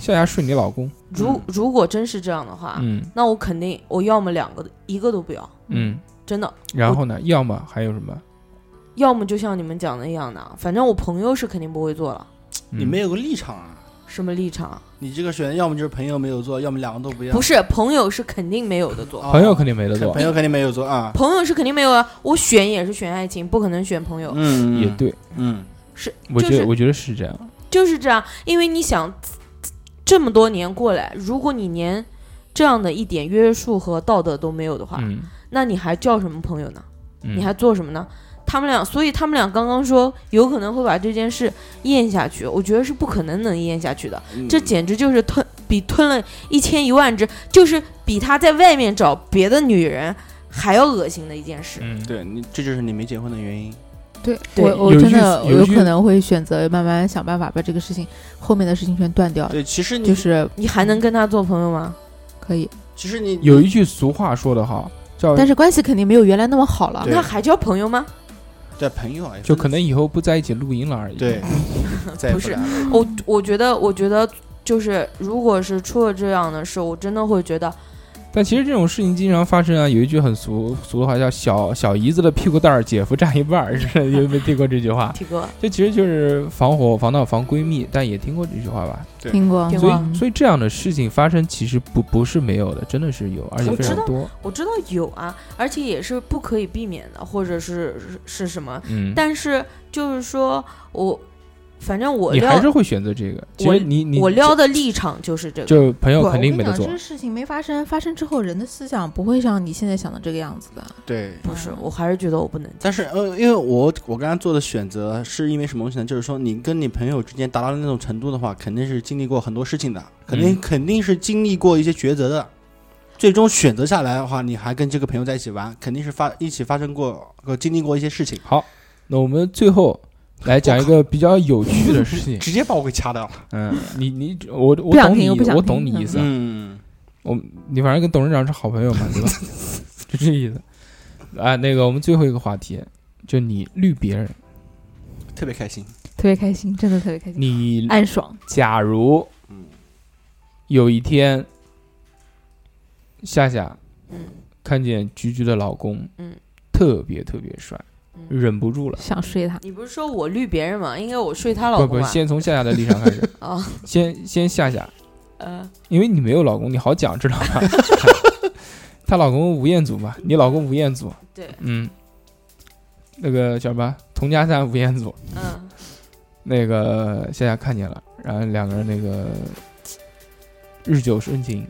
Speaker 2: 夏夏睡你老公。
Speaker 5: 如、
Speaker 4: 嗯
Speaker 5: 如果真是这样的话，
Speaker 2: 嗯
Speaker 5: 那我肯定我要么两个一个都不要，
Speaker 2: 嗯，
Speaker 5: 真的，
Speaker 2: 然后呢，要么还有什么？
Speaker 5: 要么就像你们讲的一样的，啊反正我朋友是肯定不会做了，
Speaker 4: 你
Speaker 2: 嗯
Speaker 4: 没有个立场啊。
Speaker 5: 什么立场？
Speaker 4: 你这个选，要么就是朋友没有做，要么两个都
Speaker 2: 啊
Speaker 4: 不要。
Speaker 5: 不是朋友是肯定没有的做。
Speaker 4: 哦，
Speaker 2: 朋友肯定没得做
Speaker 4: 朋，友肯定没有做啊。
Speaker 5: 朋友是肯定没有啊，我选也是选爱情，不可能选朋友，
Speaker 4: 嗯，
Speaker 2: 也，对，
Speaker 4: 嗯，
Speaker 5: 是
Speaker 2: 我
Speaker 5: 就
Speaker 2: 觉得
Speaker 5: 是
Speaker 2: 我觉得是这样。
Speaker 5: 就是这样，因为你想，这么多年过来，如果你连这样的一点约束和道德都没有的话，
Speaker 2: 嗯，
Speaker 5: 那你还叫什么朋友呢？
Speaker 2: 你
Speaker 5: 你还做什么呢？他们俩，所以他们俩刚刚说有可能会把这件事咽下去，我觉得是不可能能咽下去的，
Speaker 2: 嗯
Speaker 4: 嗯
Speaker 5: 这简直就是吞比吞了一千一万只，就是比他在外面找别的女人还要恶心的一件事。
Speaker 2: 嗯，
Speaker 4: 对你，这就是你没结婚的原因。
Speaker 3: 对
Speaker 5: 对
Speaker 3: 我我
Speaker 2: 有一
Speaker 3: 真
Speaker 2: 句
Speaker 3: 的
Speaker 2: 有一
Speaker 3: 有
Speaker 2: 句
Speaker 3: 可能会选择慢慢想办法把这个事情后面的事情全断
Speaker 5: 啊
Speaker 3: 掉，
Speaker 4: 对，其实你
Speaker 3: 就是
Speaker 5: 你还能跟他做朋友吗？
Speaker 3: 可以，
Speaker 4: 其实你
Speaker 2: 有一句俗话说得好，叫
Speaker 3: 但是关系肯定没有原来那么好了
Speaker 4: 对。
Speaker 5: 那还叫朋 友吗？
Speaker 4: 对朋友啊，
Speaker 2: 就可能以后不在一起录音了而已。
Speaker 4: 对，再也
Speaker 5: 不是啊
Speaker 4: 来了
Speaker 5: 我我觉得，我觉得就是，如果是出了这样的事，我真的会觉得，
Speaker 2: 但其实这种事情经常发生啊。有一句很俗俗的话叫“小小姨子的屁股蛋儿，姐夫占一半儿”，是有没有听过这句 话？
Speaker 5: 体哥，
Speaker 2: 这其实就是防火、防盗、防闺蜜，但也听过这句话吧？
Speaker 4: 对
Speaker 3: 听过，
Speaker 5: 听
Speaker 2: 所
Speaker 5: 哇
Speaker 2: 以，所以这样的事情发生其实不不是没有的，真的是有，而且
Speaker 5: 我
Speaker 2: 非常
Speaker 5: 知道
Speaker 2: 多。
Speaker 5: 我知道有啊，而且也是不可以避免的，或者是是是什么？
Speaker 2: 嗯，
Speaker 5: 但是就是说我，反正我
Speaker 2: 你还
Speaker 5: 撩
Speaker 2: 是会选择这个。其
Speaker 5: 我
Speaker 2: 实你你
Speaker 5: 我撩的立场就是这个，
Speaker 2: 就朋友
Speaker 3: 不
Speaker 2: 肯定没得做
Speaker 3: 这。个事情没发生，发生之后人的思想不会像你现在想的这个样子的。
Speaker 4: 对。
Speaker 5: 不是，我还是觉得我不能。
Speaker 4: 但是呃，因为我我刚刚做的选择是因为什么东西呢？就是说，你跟你朋友之间
Speaker 2: 嗯
Speaker 4: 达到那种程度的话，肯定是经历过很多事情的，肯定、肯定是经历过一些抉择的。最终选择下来的话，你还跟这个朋友在一起玩，肯定是发一起发生过呃经历过一些事情。
Speaker 2: 好，那我们最后来讲一个比较有趣的事情。
Speaker 4: 直接把我给掐掉了。
Speaker 2: 嗯，你你我我
Speaker 3: 不想
Speaker 2: 懂你
Speaker 3: 听不想
Speaker 2: 我
Speaker 3: 听
Speaker 2: 懂你意
Speaker 3: 嗯
Speaker 2: 思。
Speaker 4: 嗯，
Speaker 2: 我你反正跟董事长是好朋友嘛，对 吧？就这意思。啊，那个我们最后一个话题，就你绿别人，
Speaker 4: 特别开心。
Speaker 3: 特别开心，真的特别开心，
Speaker 2: 你
Speaker 3: 暗爽。
Speaker 2: 假如
Speaker 4: 嗯
Speaker 2: 有一天，夏夏
Speaker 5: 嗯
Speaker 2: 看见菊菊的老公，
Speaker 5: 嗯，
Speaker 2: 特别特别帅，
Speaker 5: 嗯
Speaker 2: 忍不住了。
Speaker 3: 想睡他，
Speaker 5: 你不是说我绿别人吗？应该我睡她老
Speaker 2: 不
Speaker 3: 啊
Speaker 5: 公
Speaker 2: 不，
Speaker 5: 吧？
Speaker 2: 先从夏夏的立场开 始，
Speaker 5: 啊，
Speaker 2: 先先夏夏，
Speaker 5: 呃，
Speaker 2: 因为你没有老公，你好讲，知道吧？她老公吴彦祖嘛，你老公吴彦祖，
Speaker 5: 对，
Speaker 2: 嗯，那个叫什么佟家三吴彦祖，
Speaker 5: 嗯，
Speaker 2: 那个夏夏看见了，然后两个人那个日久生情，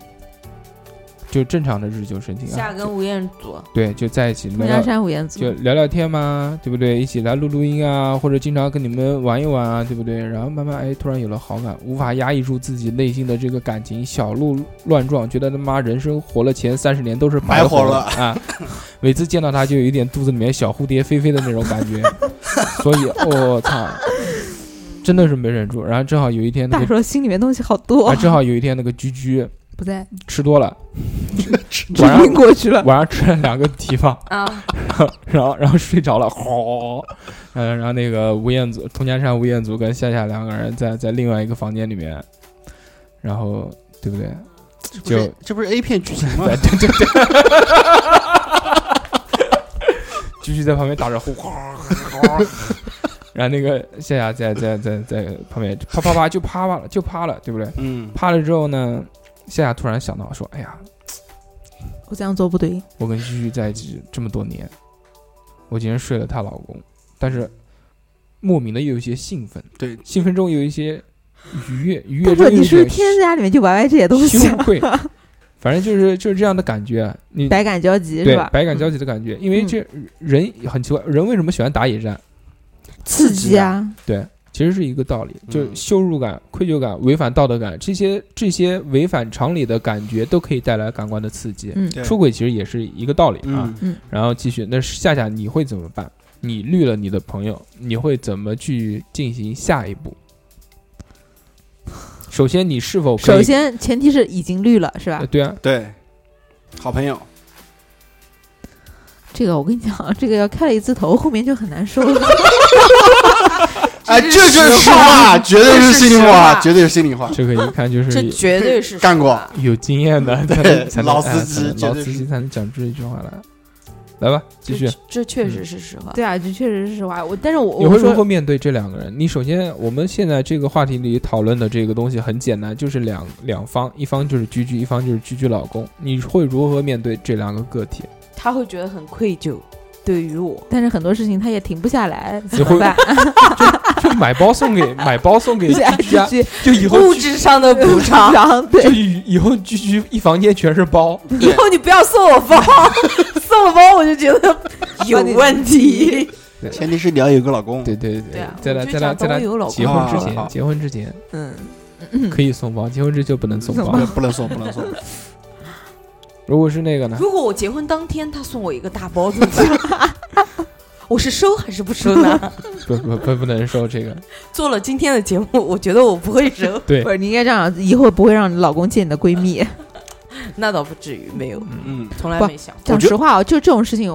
Speaker 2: 就正常的日久生情
Speaker 5: 夏
Speaker 2: 啊，
Speaker 5: 跟吴彦祖，
Speaker 2: 对，就在一起
Speaker 3: 孟
Speaker 2: 聊
Speaker 3: 姜
Speaker 2: 聊，
Speaker 3: 山吴彦祖
Speaker 2: 就聊聊天嘛，对不对？一起来录录音啊，或者经常跟你们玩一玩啊，对不对？然后慢慢哎，突然有了好感，无法压抑住自己内心的这个感情，小鹿乱撞，觉得他妈人生活了前三十年都是白
Speaker 4: 白活
Speaker 2: 了啊！每次见到他就有一点肚子里面小蝴蝶飞飞的那种感觉，所以我、操，真的是没忍住。然后正好有一天那
Speaker 3: 大
Speaker 2: 个，
Speaker 3: 叔心里面东西好多
Speaker 2: 啊，，正好有一天那个居居
Speaker 3: 不在，
Speaker 2: 吃多了，
Speaker 3: 只
Speaker 2: 晚上
Speaker 3: 晕过去了。
Speaker 2: 晚上吃了两个蹄膀。
Speaker 5: 啊，
Speaker 2: 然后然后睡着了，吼，嗯，然后那个吴彦祖、佟家山、吴彦祖跟夏夏两个人在在另外一个房间里面，然后对不对？
Speaker 4: 这不是
Speaker 2: 就
Speaker 4: 这不是 A 片剧情吗？
Speaker 2: 居居在旁边打着呼，哗然后那个夏夏在在在在旁边啪啪啪就啪啪了就趴了，对不对？
Speaker 4: 嗯，
Speaker 2: 趴了之后呢，夏夏突然想到说，哎呀，
Speaker 3: 我这样做不对，
Speaker 2: 我跟居居在一起这么多年，我竟然睡了她老公，但是莫名的又有一些兴奋，
Speaker 4: 对，
Speaker 2: 兴奋中有一些愉悦，愉
Speaker 3: 不
Speaker 2: 悦中
Speaker 3: 不，
Speaker 2: 有
Speaker 3: 你
Speaker 2: 一
Speaker 3: 是
Speaker 2: 些
Speaker 3: 不是天生家里面就玩玩这些东西
Speaker 2: 羞
Speaker 3: 啊，
Speaker 2: 愧，反正就是就是这样的感觉，啊你
Speaker 3: 百感交集
Speaker 2: 对
Speaker 3: 是吧？嗯
Speaker 2: 百感交集的感觉，因为这人很奇怪，人为什么喜欢打野战？
Speaker 3: 刺激啊，
Speaker 2: 对，其实是一个道理，
Speaker 4: 嗯
Speaker 2: 就是羞辱感、愧疚感、违反道德感，这些这些违反常理的感觉都可以带来感官的刺激。
Speaker 3: 嗯，
Speaker 4: 对
Speaker 2: 出轨其实也是一个道理啊。
Speaker 4: 嗯，
Speaker 2: 然后继续，那夏夏你会怎么办？你绿了你的朋友，你会怎么去进行下一步？首先，你是否可以
Speaker 3: 首先前提是已经绿了是吧
Speaker 2: 呃？对啊，
Speaker 4: 对，好朋友，
Speaker 3: 这个我跟你讲，啊这个要开了一次头，后面就很难受 了。
Speaker 4: 哎，这就是
Speaker 5: 实
Speaker 4: 实
Speaker 5: 话
Speaker 4: 话，绝对
Speaker 5: 这
Speaker 4: 是
Speaker 5: 是
Speaker 4: 心里
Speaker 5: 实
Speaker 4: 话，
Speaker 5: 话
Speaker 4: 绝对是心里话。
Speaker 2: 这个一看就是
Speaker 5: 这绝对是
Speaker 4: 干过
Speaker 5: 实话
Speaker 2: 有经验 的才能才能
Speaker 4: 老
Speaker 2: 哎
Speaker 4: 司
Speaker 2: 才
Speaker 4: 机
Speaker 2: 能
Speaker 4: 绝
Speaker 2: 老
Speaker 4: 对
Speaker 2: 司
Speaker 4: 是
Speaker 2: 机才能讲出一句话来。来吧，继续嗯
Speaker 5: 这。这确实是实话。
Speaker 3: 对啊，就确实是实话。我但是我
Speaker 2: 你
Speaker 3: 我
Speaker 2: 会
Speaker 3: 说
Speaker 2: 如何面对这两个人？你首先，我们现在这个话题里讨论的这个东西很简单，就是两两方，一方就是居居，一方就是居居老公。你会如何面对这两个个体？
Speaker 5: 他会觉得很愧疚，对于我，
Speaker 3: 但是很多事情他也停不下来，怎
Speaker 2: 会
Speaker 3: 么办？
Speaker 2: 就买包送 给买包送给居 居啊，
Speaker 3: 去
Speaker 2: 就以后
Speaker 5: 物质上 的补 偿。
Speaker 3: 对
Speaker 2: 就，以以后居居一房间全是包，
Speaker 5: 以后你不要送我包， 送我包我就觉 得有问题。
Speaker 4: 前提是你要有个老公，
Speaker 2: 对对
Speaker 5: 对啊
Speaker 2: 在他
Speaker 5: 我就
Speaker 2: 在他
Speaker 5: 讲
Speaker 2: 在他
Speaker 5: 都有老公
Speaker 2: 结婚之
Speaker 4: 了
Speaker 2: 前，结婚之前
Speaker 5: 嗯，
Speaker 2: 可以送包，结婚之后不能送
Speaker 3: 送
Speaker 2: 包
Speaker 4: 不。能不能送，不 能送。
Speaker 2: 如果是那个呢？
Speaker 5: 如果我结婚当天他送我一个大包怎么办？ 我是收还是不收 呢？
Speaker 2: 不不不不能收这个，
Speaker 5: 做了今天的节目，我觉得我不会收，
Speaker 2: 对
Speaker 3: 不，是你应该这样，以后不会让你老公见你的闺蜜。
Speaker 5: 那倒不至于，没有，
Speaker 4: 嗯，
Speaker 5: 从来
Speaker 3: 不
Speaker 5: 没想过。
Speaker 3: 讲
Speaker 4: 觉
Speaker 3: 实话啊，就这种事情，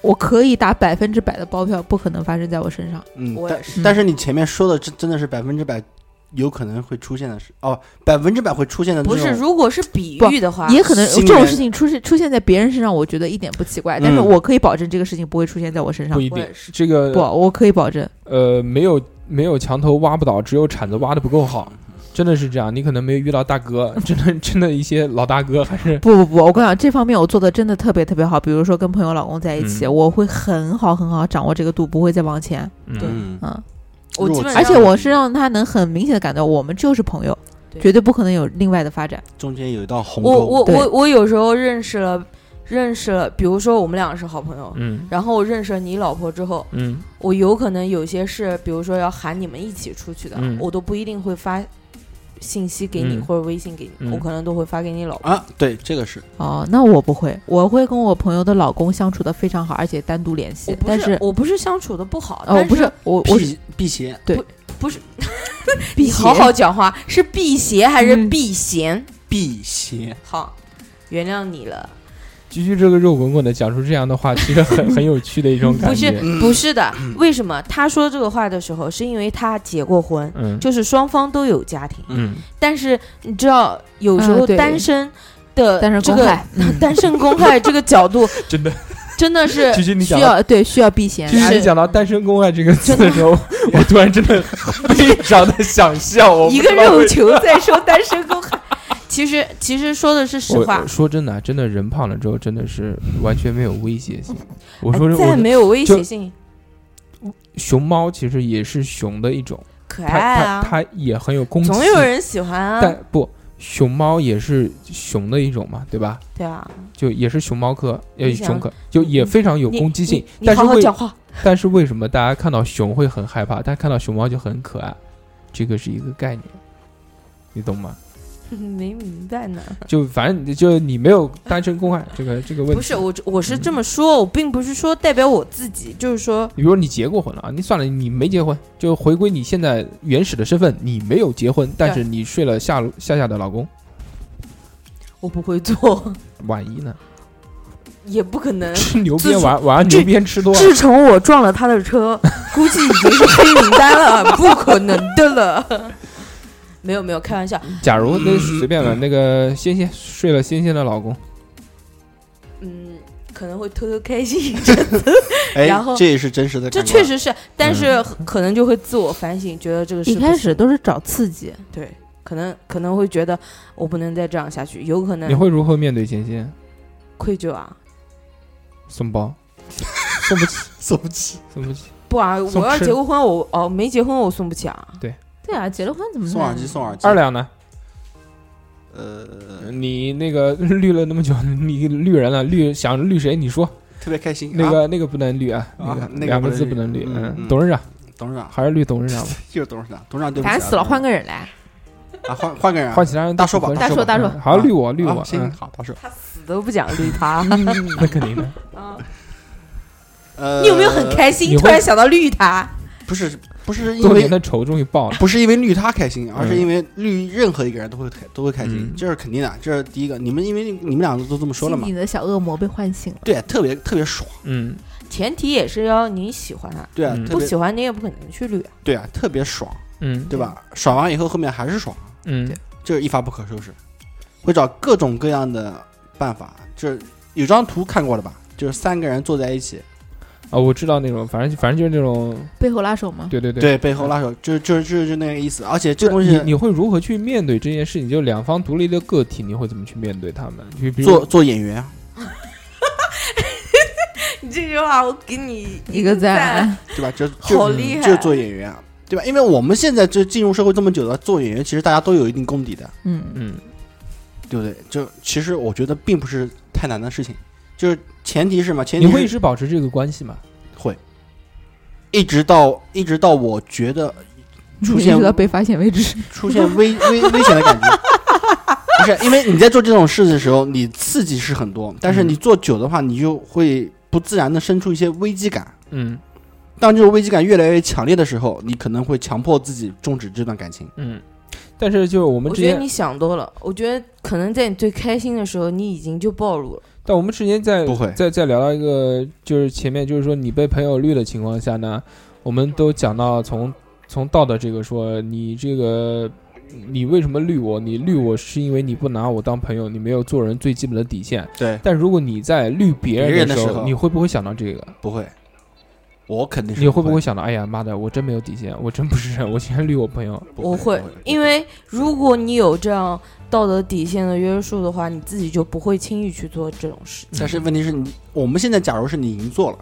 Speaker 3: 我可以打百分之百的包票，不可能发生在我身上。
Speaker 4: 嗯
Speaker 5: 我，也
Speaker 4: 但
Speaker 5: 是
Speaker 4: 但是你前面说的真真的是百分之百有可能会出现的事哦，百分之百会出现的这
Speaker 5: 不是，
Speaker 4: 种，
Speaker 5: 如果是比喻的话，
Speaker 3: 也可能
Speaker 4: 心
Speaker 3: 这种
Speaker 4: 愿
Speaker 3: 事情出现出现在别人身上，我觉得一点不奇怪，但是
Speaker 4: 嗯
Speaker 3: 我可以保证这个事情不会出现在我身上
Speaker 2: 不。一
Speaker 5: 我
Speaker 2: 定
Speaker 5: 也是。
Speaker 2: 这
Speaker 3: 不，
Speaker 2: 个
Speaker 3: 我可以保证。
Speaker 2: 呃，没有没有墙头挖不倒，只有铲子挖的不够好，真的是这样。你可能没有遇到大 哥，真的真的一些老大哥还是
Speaker 3: 不不不，我跟你讲，这方面我做的真的特别特别好。比如说跟朋友、老公在一起，
Speaker 2: 嗯
Speaker 3: 我会很好很好掌握这个度，不会再往前。
Speaker 2: 嗯，
Speaker 4: 嗯，
Speaker 3: 嗯，
Speaker 5: 我基本
Speaker 4: 如果
Speaker 5: 上
Speaker 3: 而且我是让他能很明显的感到，我们就是朋友，
Speaker 5: 对
Speaker 3: 绝对不可能有另外的发展。
Speaker 4: 中间有一道鸿沟，
Speaker 5: 我我
Speaker 3: 对
Speaker 5: 我我有时候认识了认识了，比如说我们俩是好朋友，
Speaker 2: 嗯
Speaker 5: 然后我认识了你老婆之后，
Speaker 2: 嗯
Speaker 5: 我有可能有些事，比如说要喊你们一起出去的，
Speaker 2: 嗯
Speaker 5: 我都不一定会发信息给你、
Speaker 2: 嗯
Speaker 5: 或者微信给你，
Speaker 2: 嗯
Speaker 5: 我可能都会发给你老婆。
Speaker 4: 啊，对，这个是
Speaker 3: 哦，那我不会，我会跟我朋友的老公相处的非常好，而且单独联
Speaker 5: 我
Speaker 3: 系。
Speaker 5: 不
Speaker 3: 但是，
Speaker 5: 我不是相处的不好，
Speaker 3: 哦，我
Speaker 5: 但
Speaker 3: 不是我，我是
Speaker 4: 辟辟邪，
Speaker 5: 不是
Speaker 3: 辟
Speaker 5: 你
Speaker 3: 邪
Speaker 5: 好好讲话，是辟邪还是
Speaker 3: 嗯
Speaker 5: 避嫌？
Speaker 4: 辟邪，
Speaker 5: 好，原谅你了。
Speaker 2: 居居这个肉滚滚的讲出这样的话，其实 很很有趣的一种感
Speaker 5: 不是
Speaker 2: 觉。
Speaker 5: 不是的，
Speaker 2: 嗯
Speaker 5: 为什么他说这个话的时候，是因为他结过婚，
Speaker 2: 嗯
Speaker 5: 就是双方都有家庭，
Speaker 2: 嗯，
Speaker 5: 但是你知道，有时
Speaker 3: 嗯
Speaker 5: 候
Speaker 3: 对
Speaker 5: 单身的
Speaker 3: 单身
Speaker 5: 这
Speaker 3: 公
Speaker 5: 个
Speaker 3: 害，嗯
Speaker 5: 单身公害这个角度
Speaker 2: 真的。
Speaker 5: 真的是
Speaker 2: 居居，你
Speaker 3: 需
Speaker 2: 讲到
Speaker 3: 要对需要避嫌。
Speaker 2: 居居，你讲到“单身公害”这 个词的时候，我突然真的非常的想笑。 我不
Speaker 5: 一
Speaker 2: 知
Speaker 5: 个
Speaker 2: 道
Speaker 5: 肉
Speaker 2: 为
Speaker 5: 球在说单身公害。其实其实说的是实话
Speaker 2: 我，说真的啊，真的人胖了之后，真的是完全没有威胁性。我说
Speaker 5: 哎
Speaker 2: 是，
Speaker 5: 再
Speaker 2: 我
Speaker 5: 没有威胁
Speaker 2: 就
Speaker 5: 性，
Speaker 2: 熊猫其实也是熊的一种，
Speaker 5: 可
Speaker 2: 它
Speaker 5: 爱
Speaker 2: 它
Speaker 5: 啊，
Speaker 2: 它也很有攻击性。
Speaker 5: 总有人喜欢啊，
Speaker 2: 但不，熊猫也是熊的一种嘛，对吧？
Speaker 5: 对啊，
Speaker 2: 就也是熊猫科，呃，
Speaker 5: 你想嗯
Speaker 2: 熊科就也非常有
Speaker 5: 你
Speaker 2: 攻击性
Speaker 5: 你。你
Speaker 2: 但是
Speaker 5: 好好
Speaker 2: 为
Speaker 5: 讲话，
Speaker 2: 但是为什么大家看到熊会很害怕，但看到熊猫就很可爱？这个是一个概念，你懂吗？
Speaker 4: 嗯
Speaker 5: 没明白呢。
Speaker 2: 就反正你就你没有单身公害这 个这个问题。
Speaker 5: 不是我，我是这么说，我并不是说代表我自己，就是说，
Speaker 2: 比如说你结过婚了啊，你算了，你没结婚，就回归你现在原始的身份，你没有结婚，但是你睡了夏夏夏的老公，
Speaker 5: 我不会做，
Speaker 2: 万一呢？
Speaker 5: 也不可
Speaker 4: 嗯
Speaker 5: 能。
Speaker 2: 吃牛
Speaker 5: 自
Speaker 2: 鞭
Speaker 5: 从
Speaker 2: 晚晚上
Speaker 5: 这
Speaker 2: 牛鞭吃多了，
Speaker 5: 自从我撞了他的 车，估计已经是黑名单 了，不可能的了。没有没有，开玩笑，
Speaker 2: 假如那随便
Speaker 4: 嗯
Speaker 2: 了，那个仙仙睡了仙仙的老公，
Speaker 5: 嗯，可能会偷偷开心，
Speaker 4: 哎
Speaker 5: 然后，
Speaker 4: 这也是真实的
Speaker 5: 这
Speaker 4: 感官，
Speaker 5: 确实是，但是
Speaker 2: 嗯
Speaker 5: 可能就会自我反省，觉得这个是
Speaker 3: 一
Speaker 5: 不
Speaker 3: 开
Speaker 5: 行
Speaker 3: 始都是找刺激，
Speaker 5: 对，可能可能会觉得哦我不能再这样下去，有
Speaker 4: 嗯
Speaker 5: 可
Speaker 2: 你
Speaker 5: 能
Speaker 2: 会如何面对仙仙？
Speaker 5: 愧疚啊，
Speaker 2: 送 包，送不起，
Speaker 4: 送不起，
Speaker 2: 送不起。
Speaker 5: 不啊，
Speaker 2: 送
Speaker 5: 我要
Speaker 2: 吃
Speaker 5: 结过婚，我哦没结婚我送不起啊，
Speaker 3: 对啊，结了婚怎么
Speaker 4: 送耳机，送耳机，
Speaker 2: 二两呢？
Speaker 4: 呃，
Speaker 2: 你那个绿了那么久， 你绿人了，绿想绿谁？你说
Speaker 4: 特别开心，
Speaker 2: 那
Speaker 4: 啊
Speaker 2: 个那个不能绿啊，
Speaker 4: 啊
Speaker 2: 那
Speaker 4: 那个
Speaker 2: 两个
Speaker 4: 不能
Speaker 2: 字
Speaker 4: 绿
Speaker 2: 不能绿。
Speaker 4: 嗯
Speaker 2: 嗯，
Speaker 4: 嗯
Speaker 2: 董事长
Speaker 4: 董事长
Speaker 2: 还是绿董事长吧，
Speaker 4: 就是董事长，董事长对不起啊，
Speaker 3: 烦死了，换
Speaker 4: 个
Speaker 3: 个人来。
Speaker 4: 啊，换换个人啊，
Speaker 2: 换其他人
Speaker 4: 大叔吧
Speaker 2: 不合适
Speaker 3: 大叔大叔
Speaker 2: 嗯好
Speaker 4: 啊
Speaker 2: 绿我绿
Speaker 4: 啊
Speaker 2: 我，
Speaker 4: 行
Speaker 2: 嗯，
Speaker 4: 好，大叔，
Speaker 5: 他死都不想绿 他。
Speaker 2: 那肯定的。
Speaker 5: 啊
Speaker 4: 呃，
Speaker 5: 你有没有很？开心？
Speaker 2: 你
Speaker 5: 突
Speaker 2: 会
Speaker 5: 然想到绿他，
Speaker 4: 不是不是因
Speaker 2: 多年
Speaker 4: 为
Speaker 2: 的仇终于报 了。
Speaker 4: 不是因为绿他开心，而是
Speaker 2: 嗯
Speaker 4: 因为绿任何一个人都会开都会开心
Speaker 2: 嗯，
Speaker 4: 这是肯定的，这是第一个。你们因为你们俩都这么说了嘛
Speaker 3: 你，的小恶魔被唤醒了。
Speaker 4: 对，啊特别特别爽，
Speaker 2: 嗯，
Speaker 5: 前提也是要你喜欢他，
Speaker 4: 对啊
Speaker 2: 嗯，
Speaker 4: 特
Speaker 5: 不
Speaker 4: 别
Speaker 5: 喜欢你也不可能去绿啊。
Speaker 4: 对啊，特别爽，
Speaker 2: 嗯
Speaker 4: 对吧？爽完以后后面还是爽，
Speaker 2: 嗯，
Speaker 4: 这是一发不可收拾，会找各种各样的办法。就是有张图看过了吧？就是三个人坐在一起，
Speaker 2: 啊，我知道那种，反正反正就是那种，
Speaker 3: 背后拉手吗？
Speaker 2: 对对对。
Speaker 4: 对，背后拉手，就就就就那个意思。而且这东
Speaker 2: 你
Speaker 4: 西
Speaker 2: 你会如何去面对这件事情？就两方独立的个体，你会怎么去面对他们？就比如
Speaker 4: 做做演员，啊
Speaker 5: 你这句话我给你
Speaker 3: 一 个啊 赞，
Speaker 4: 对吧？就就
Speaker 5: 好厉害啊
Speaker 4: 就是做演员，啊对吧？因为我们现在就进入社会这么久了，做演员其实大家都有一定功底的，
Speaker 3: 嗯，
Speaker 2: 嗯，
Speaker 4: 对不对？就其实我觉得并不是太难的事情，就是前提是嘛，前
Speaker 2: 你
Speaker 4: 提
Speaker 2: 会一
Speaker 4: 是
Speaker 2: 直保持这个关系吗？
Speaker 4: 一直到一直到我觉得出现
Speaker 3: 一直到被发现为 止。
Speaker 4: 出现 危危危险的感觉。不是，因为你在做这种事的时候，你刺激是很多，但是
Speaker 2: 嗯
Speaker 4: 你做久的话，你就会不自然的生出一些危机感。
Speaker 2: 嗯
Speaker 4: 当这种危机感越来越强烈的时候，你可能会强迫自己终止这段感情。
Speaker 2: 嗯。但是就是我们
Speaker 5: 我
Speaker 2: 之
Speaker 5: 觉得
Speaker 2: 前
Speaker 5: 你想多了，我觉得可能在你最开心的时候，你已经就暴露了。
Speaker 2: 但我们之前在
Speaker 4: 不会
Speaker 2: 在在聊到一个，就是前面就是说你被朋友绿的情况下呢，我们都讲到从从道德这个说，你这个你为什么绿我？你绿我是因为你不拿我当朋友，你没有做人最基本的底线。
Speaker 4: 对，
Speaker 2: 但如果你在绿别
Speaker 4: 别
Speaker 2: 人
Speaker 4: 人
Speaker 2: 的
Speaker 4: 的
Speaker 2: 时
Speaker 4: 时候
Speaker 2: 你会不会想到这个？
Speaker 4: 不会，我肯定是
Speaker 2: 你会
Speaker 4: 不
Speaker 2: 不会想到，哎呀妈的，我真没有底线，我真不是人，我竟然绿我朋友？
Speaker 4: 不
Speaker 5: 我
Speaker 4: 会，
Speaker 5: 因为如果你有这样道德底线的约束的话，你自己就不会轻易去做这种事。
Speaker 4: 但是问题是你，我们现在假如是你已经做了，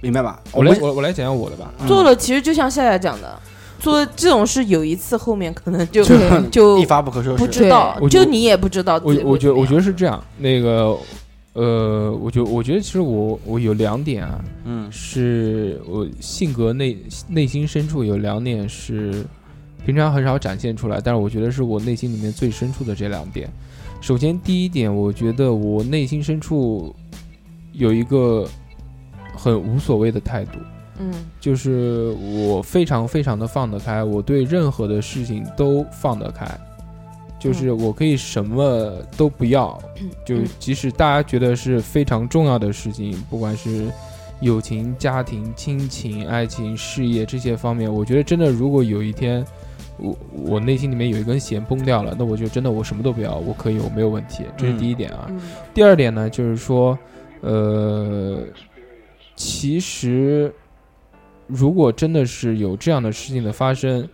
Speaker 4: 明白吧？
Speaker 2: 我来
Speaker 4: 们
Speaker 2: 我我来讲讲我的吧。
Speaker 4: 嗯
Speaker 5: 做了，其实就像夏夏讲的，做这种事有一次，后面可能就
Speaker 3: 对
Speaker 5: 就
Speaker 4: 一发不可收
Speaker 5: 不
Speaker 4: 拾。
Speaker 5: 知道
Speaker 2: 对，我
Speaker 5: 就你也不知道自
Speaker 2: 我
Speaker 5: 己会
Speaker 2: 我觉得
Speaker 5: 怎么
Speaker 2: 我
Speaker 5: 样
Speaker 2: 觉得是这样，那个呃，我觉我觉得其实我我有两点啊，
Speaker 4: 嗯
Speaker 2: 是我性格内内心深处有两点是平常很少展现出来，但是我觉得是我内心里面最深处的这两点。首先，第一点，我觉得我内心深处有一个很无所谓的态度，
Speaker 5: 嗯
Speaker 2: 就是我非常非常的放得开，我对任何的事情都放得开，就是我可以什么都不要，就
Speaker 5: 嗯
Speaker 2: 即使大家觉得是非常重要的事情，不管是友情、家庭、亲情、爱情、事业这些方面，我觉得真的，如果有一天我我内心里面有一根弦崩掉了，那我就真的我什么都不要，我可以，我没有问题，这是第一点啊。
Speaker 5: 嗯
Speaker 2: 第二点呢，就是说，呃，其实如果真的是有这样的事情的发生，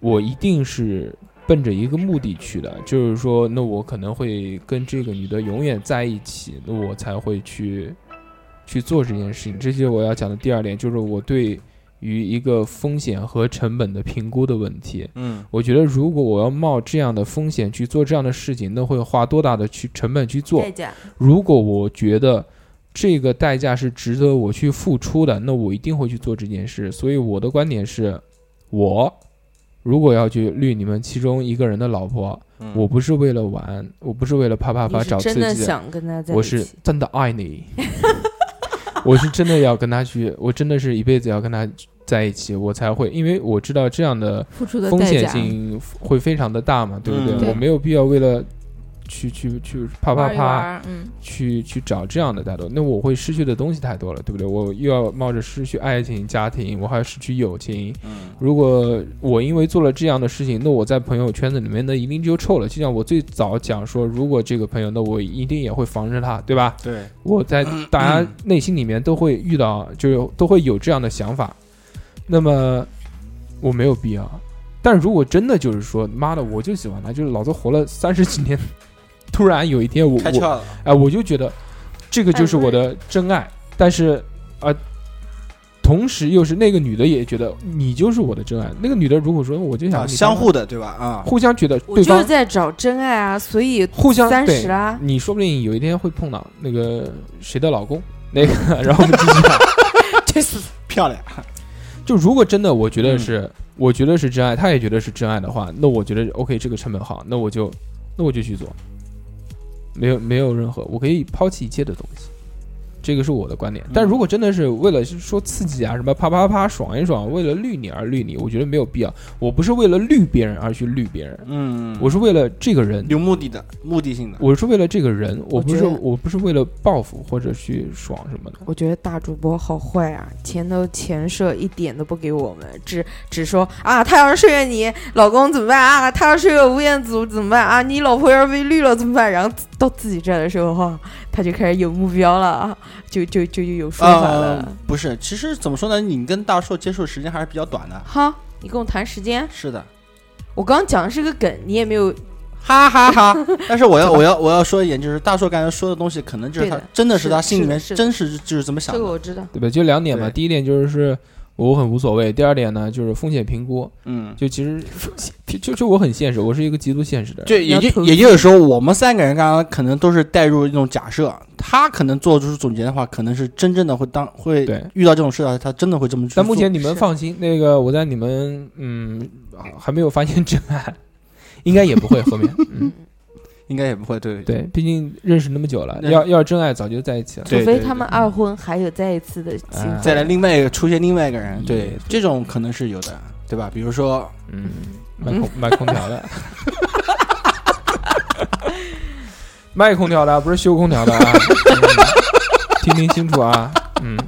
Speaker 2: 我一定是奔着一个目的去的，就是说，那我可能会跟这个女的永远在一起，那我才会去去做这件事情。这就是我要讲的第二点，就是我对于一个风险和成本的评估的问题。
Speaker 4: 嗯
Speaker 2: 我觉得，如果我要冒这样的风险去做这样的事情，那会花多大的去成本去做
Speaker 5: 代？价，
Speaker 2: 如果我觉得这个代价是值得我去付出的，那我一定会去做这件事。所以我的观点是，我如果要去绿你们其中一个人的老婆，
Speaker 4: 嗯
Speaker 2: 我不是为了玩，我不是为了啪啪
Speaker 5: 你
Speaker 2: 啪
Speaker 5: 是
Speaker 2: 找刺
Speaker 5: 真的
Speaker 2: 激，
Speaker 5: 想跟他在一起，
Speaker 2: 我是真的爱你，我是真的要跟他去，我真的是一辈子要跟他在一起，我才会，因为我知道这样的。
Speaker 3: 付出的
Speaker 2: 风
Speaker 3: 代
Speaker 2: 险
Speaker 3: 价，
Speaker 2: 性会非常的大嘛，对不对？
Speaker 4: 嗯
Speaker 3: 对
Speaker 2: 我没有必要为了去去去啪啪
Speaker 3: 玩一
Speaker 2: 啪
Speaker 3: 玩，嗯，
Speaker 2: 去去找这样的态度，那我会失去的东西太多了，对不对？我又要冒着失去爱情、家庭，我还要失去友情。
Speaker 4: 嗯
Speaker 2: 如果我因为做了这样的事情，那我在朋友圈子里面那一定就臭了。就像我最早讲说，如果这个朋友，那我一定也会防着他，对吧？
Speaker 4: 对，
Speaker 2: 我
Speaker 4: 嗯
Speaker 2: 在大家内心里面都会遇到，就是都会有这样的想法。那么我没有必要，但如果真的就是说，妈的，我就喜欢他，就是老子活了三十几年， 突然有一天我
Speaker 4: 开
Speaker 2: 我
Speaker 4: 窍了，
Speaker 2: 哎，我就觉得这个就是我的真爱，但是啊、同时又是那个女的也觉得你就是我的真爱。那个女的如果说我就想
Speaker 4: 啊，
Speaker 2: 你
Speaker 4: 相
Speaker 2: 当
Speaker 4: 互的对吧？啊，
Speaker 2: 互相觉得
Speaker 5: 我
Speaker 2: 对
Speaker 5: 就是
Speaker 2: 方
Speaker 5: 在找真爱啊，所以
Speaker 2: 互相
Speaker 5: 三
Speaker 2: 对
Speaker 5: 十啊啦，
Speaker 2: 你说不定有一天会碰到那个谁的老公，那个， 然后我们继续看。
Speaker 5: 就是
Speaker 4: 漂亮，
Speaker 2: 就如果真的，我觉得是，我觉得是真爱，他也觉得是真爱的话，那我觉得 OK，这个成本好，那我就，那我就去做，没有没有任何，我可以抛弃一切的东西，这个是我的观点。但如果真的是为了是说刺激啊，什么啪啪啪爽一爽，为了绿你而绿你，我觉得没有必要。我不是为了绿别人而去绿别人，
Speaker 4: 嗯，
Speaker 2: 我是为了这个人，
Speaker 4: 有目的的，目的性的，
Speaker 2: 我是为了这个人，我不是
Speaker 5: 我觉得
Speaker 2: 我不是为了报复或者去爽什么的。
Speaker 5: 我觉得大主播好坏啊，前头前设一点都不给我们，只只说啊，他要是睡了你老公怎么办啊？他要睡了吴彦祖怎么办啊？你老婆要是被绿了怎么办？啊然后到自己这儿的时候哈、他就开始有目标了啊，就就就就有说法
Speaker 4: 呃
Speaker 5: 了。，
Speaker 4: 不是，其实怎么说呢？你跟大硕接触时间还是比较短的。
Speaker 5: 哈，你跟我谈时间，
Speaker 4: 是的，
Speaker 5: 我刚讲的是个梗，你也没有
Speaker 4: 哈哈哈 但是我要我要我要说一点，就是大硕刚才说的东西，可能就是
Speaker 5: 对
Speaker 4: 他
Speaker 5: 的
Speaker 4: 真的是他
Speaker 5: 是
Speaker 4: 心里面
Speaker 5: 是的
Speaker 4: 真实就是怎么想
Speaker 5: 这个
Speaker 4: 的。
Speaker 5: 我知道，
Speaker 2: 对吧？就两点嘛，
Speaker 4: 对
Speaker 2: 第一点就是我很无所谓，第二点呢就是风险评估，
Speaker 4: 嗯，
Speaker 2: 就其实就就是我很现实，我是一个极度现实的人。
Speaker 4: 就也
Speaker 5: 要
Speaker 4: 就
Speaker 5: 投
Speaker 4: 也
Speaker 5: 资
Speaker 4: 就是说，我们三个人刚刚可能都是带入一种假设，他可能做出总结的话，可能是真正的会当会
Speaker 2: 对
Speaker 4: 遇到这种事啊，他真的会这么去做。
Speaker 2: 但目前你们放心，那个我在你们嗯还没有发现真爱，应该也不会后 面。嗯，
Speaker 4: 应该也不会对
Speaker 2: 对，毕竟认识那么久了，
Speaker 4: 那
Speaker 2: 要要真爱早就在一起了。
Speaker 4: 对
Speaker 5: 除非他们二婚还有再一次的机
Speaker 2: 哎
Speaker 5: 会。
Speaker 4: 再来另外一个出现另外一个人，
Speaker 2: 也
Speaker 4: 对
Speaker 2: 对
Speaker 4: 这种可能是有的，对吧？比 如说
Speaker 2: 嗯，卖空卖空调的，卖空调的不是修空调的啊，嗯听听清楚啊，嗯，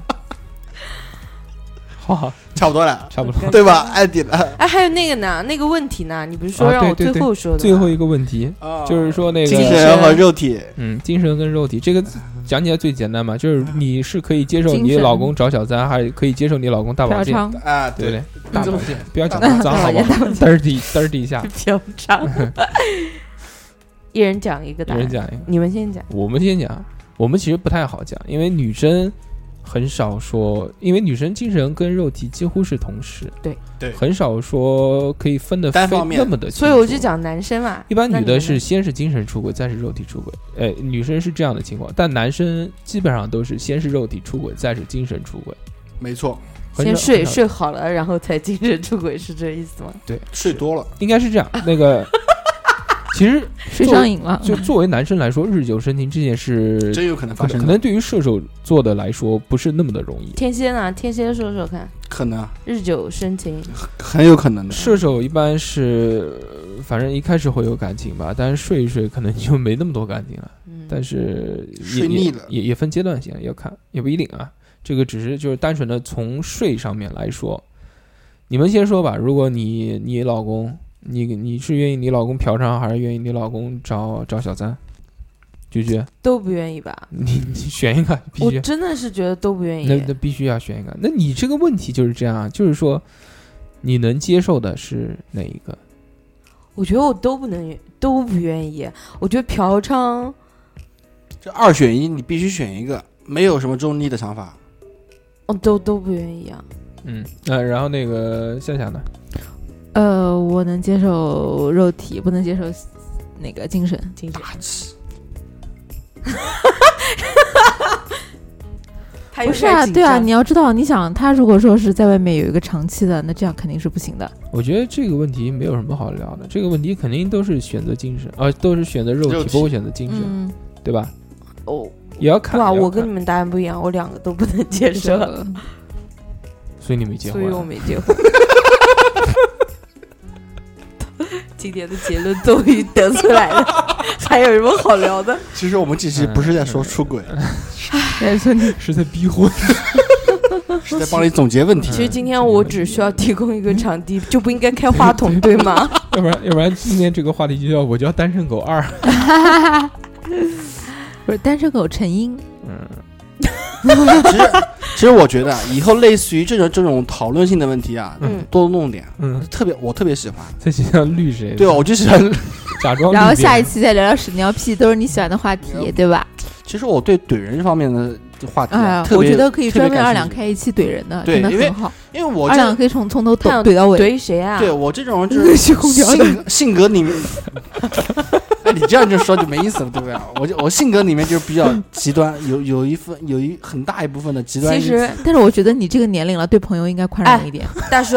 Speaker 2: 好，
Speaker 4: 差不多了，
Speaker 2: 差不多。
Speaker 4: 对吧？艾迪了，
Speaker 5: 哎，还有那个呢，那个问题呢，你不是说
Speaker 2: 啊
Speaker 5: 让我
Speaker 2: 对对
Speaker 5: 最后说的吗？
Speaker 2: 最后一个问题哦就是说那
Speaker 4: 精
Speaker 2: 个，
Speaker 4: 神和肉体，
Speaker 2: 嗯，精神跟肉体这个讲起来最简单嘛，就是你是可以接受
Speaker 3: 精
Speaker 2: 你
Speaker 3: 神
Speaker 2: 老公找小三，还是可以接受你老公大保
Speaker 3: 嫖
Speaker 2: 健，
Speaker 3: 娼，
Speaker 4: 啊，
Speaker 2: 对不对？
Speaker 4: 对
Speaker 3: 嗯
Speaker 2: 大
Speaker 4: 这
Speaker 2: 保
Speaker 4: 么
Speaker 2: 健，不要讲那么脏好不好？dirty dirty 一下，
Speaker 5: 平常，一人讲一个
Speaker 2: 一
Speaker 5: 答
Speaker 2: 人
Speaker 5: 案。
Speaker 2: 讲一个。
Speaker 5: 你们先讲，
Speaker 2: 我们先讲，我们其实不太好讲，因为女生很少说，因为女生精神跟肉体几乎是同时，
Speaker 4: 对
Speaker 2: 很少说可以分的非
Speaker 4: 单方面
Speaker 2: 那么的清楚。
Speaker 5: 所以我就讲男生嘛。
Speaker 2: 一般
Speaker 5: 那
Speaker 2: 女
Speaker 5: 你们
Speaker 2: 的
Speaker 5: 呢
Speaker 2: 是先是精神出轨，再是肉体出轨。呃，女生是这样的情况，但男生基本上都是先是肉体出轨，再是精神出轨。
Speaker 4: 没错，
Speaker 2: 很
Speaker 5: 先
Speaker 2: 少
Speaker 5: 睡
Speaker 2: 很少
Speaker 5: 睡好了，然后才精神出轨，是这意思吗？
Speaker 4: 睡多了，
Speaker 2: 应该是这样。那 个其实
Speaker 3: 睡上瘾了，
Speaker 2: 就作为男生来说，日久生情这件事，
Speaker 4: 真有可能发
Speaker 2: 可能
Speaker 4: 生
Speaker 2: 可
Speaker 4: 的，
Speaker 2: 能对于射手座的来说不是那么的容易。
Speaker 5: 天蝎呢？天蝎说说看，
Speaker 4: 可能啊
Speaker 5: 日久 生情，
Speaker 4: 很有可能的。
Speaker 2: 射手一般是，呃反正一开始会有感情吧，但是睡一睡可能就没那么多感情了。
Speaker 5: 嗯，
Speaker 2: 但是也
Speaker 4: 睡腻了
Speaker 2: 也也也分阶段性要看，也不一定啊。这个只是就是单纯的从睡上面来说，你们先说吧。如果你你老公，你你是愿意你老公嫖娼，还是愿意你老公找找小三？菊菊，
Speaker 5: 都不愿意吧？
Speaker 2: 你你选一个，必
Speaker 5: 我
Speaker 2: 须。
Speaker 5: 真的是觉得都不愿
Speaker 2: 啊那
Speaker 5: 意
Speaker 2: 那。必须要选一个。那你这个问题就是这样啊，就是说，你能接受的是哪一个？
Speaker 5: 我觉得我都不能，都不愿意。我觉得嫖娼，
Speaker 4: 这二选一，你必须选一个，没有什么中立的想法。
Speaker 5: 我哦都都不愿意啊。
Speaker 2: 嗯，那、然后那个夏夏呢？
Speaker 3: 呃，我能接受肉体，不能接受那个精神。
Speaker 5: 精神， 还有
Speaker 3: 不是啊，
Speaker 5: 点紧
Speaker 3: 对啊，
Speaker 5: 张
Speaker 3: 你要知道，你想他如果说是在外面有一个长期的，那这样肯定是不行的。
Speaker 2: 我觉得这个问题没有什么好聊的，这个问题肯定都是选择精神，啊，都是选择肉
Speaker 4: 肉
Speaker 2: 体，
Speaker 4: 体
Speaker 2: 不会选择精神，
Speaker 3: 嗯，
Speaker 2: 对吧？
Speaker 5: 哦，
Speaker 2: 也要看。
Speaker 5: 哇，
Speaker 2: 也要
Speaker 5: 我跟
Speaker 2: 看
Speaker 5: 你们答案不一样，我两个都不能接
Speaker 4: 嗯
Speaker 5: 受，
Speaker 2: 所以你没结
Speaker 5: 所
Speaker 2: 婚
Speaker 5: 以
Speaker 2: 啊，
Speaker 5: 我没结婚。 今天的结论终于得出来了，还有什么好聊的？
Speaker 4: 其实我们这期不是在说出轨，
Speaker 3: 对，所以你
Speaker 2: 是在逼婚。
Speaker 4: 是在帮你总结问题
Speaker 5: 其。实今天我只需要提供一个场地，就不应该开话筒，对吗？
Speaker 2: 要不然，要不然今天这个话题就叫我叫单身狗二。
Speaker 3: 不是单身狗成因，
Speaker 2: 嗯，
Speaker 4: 其实，其实我觉得啊以后类似于这种这种讨论性的问题啊，
Speaker 5: 嗯
Speaker 4: 多弄点。
Speaker 2: 嗯，
Speaker 4: 特别，我特别喜欢。
Speaker 2: 在学校绿谁？
Speaker 4: 对，我就喜欢。
Speaker 2: 假装。
Speaker 3: 然后下一，期再聊聊屎尿屁，都是你喜欢的话题，对吧？
Speaker 4: 其实我对怼人方面的话题啊
Speaker 3: 啊，，
Speaker 4: 特
Speaker 3: 我
Speaker 4: 别
Speaker 3: 觉得可以
Speaker 4: 特别
Speaker 3: 专门
Speaker 4: 感
Speaker 3: 二
Speaker 4: 兴
Speaker 3: 两
Speaker 4: 趣
Speaker 3: 开一期怼人的，
Speaker 4: 对
Speaker 3: 真的
Speaker 4: 因为
Speaker 3: 很好。
Speaker 4: 因为我
Speaker 3: 二两
Speaker 4: 这
Speaker 3: 可以从从头
Speaker 5: 看
Speaker 3: 怼怼到 尾，
Speaker 5: 怼谁啊？
Speaker 4: 对我这种人就是
Speaker 3: 去 空调里。
Speaker 4: 性性格里面， 哎，你这样就说就没意思了，对不对？我就我性格里面就比较极端，有有一分有一很大一部分的极端
Speaker 5: 其
Speaker 4: 因素。
Speaker 5: 实
Speaker 3: 但是我觉得你这个年龄了，对朋友应该宽容一点。
Speaker 5: 大叔，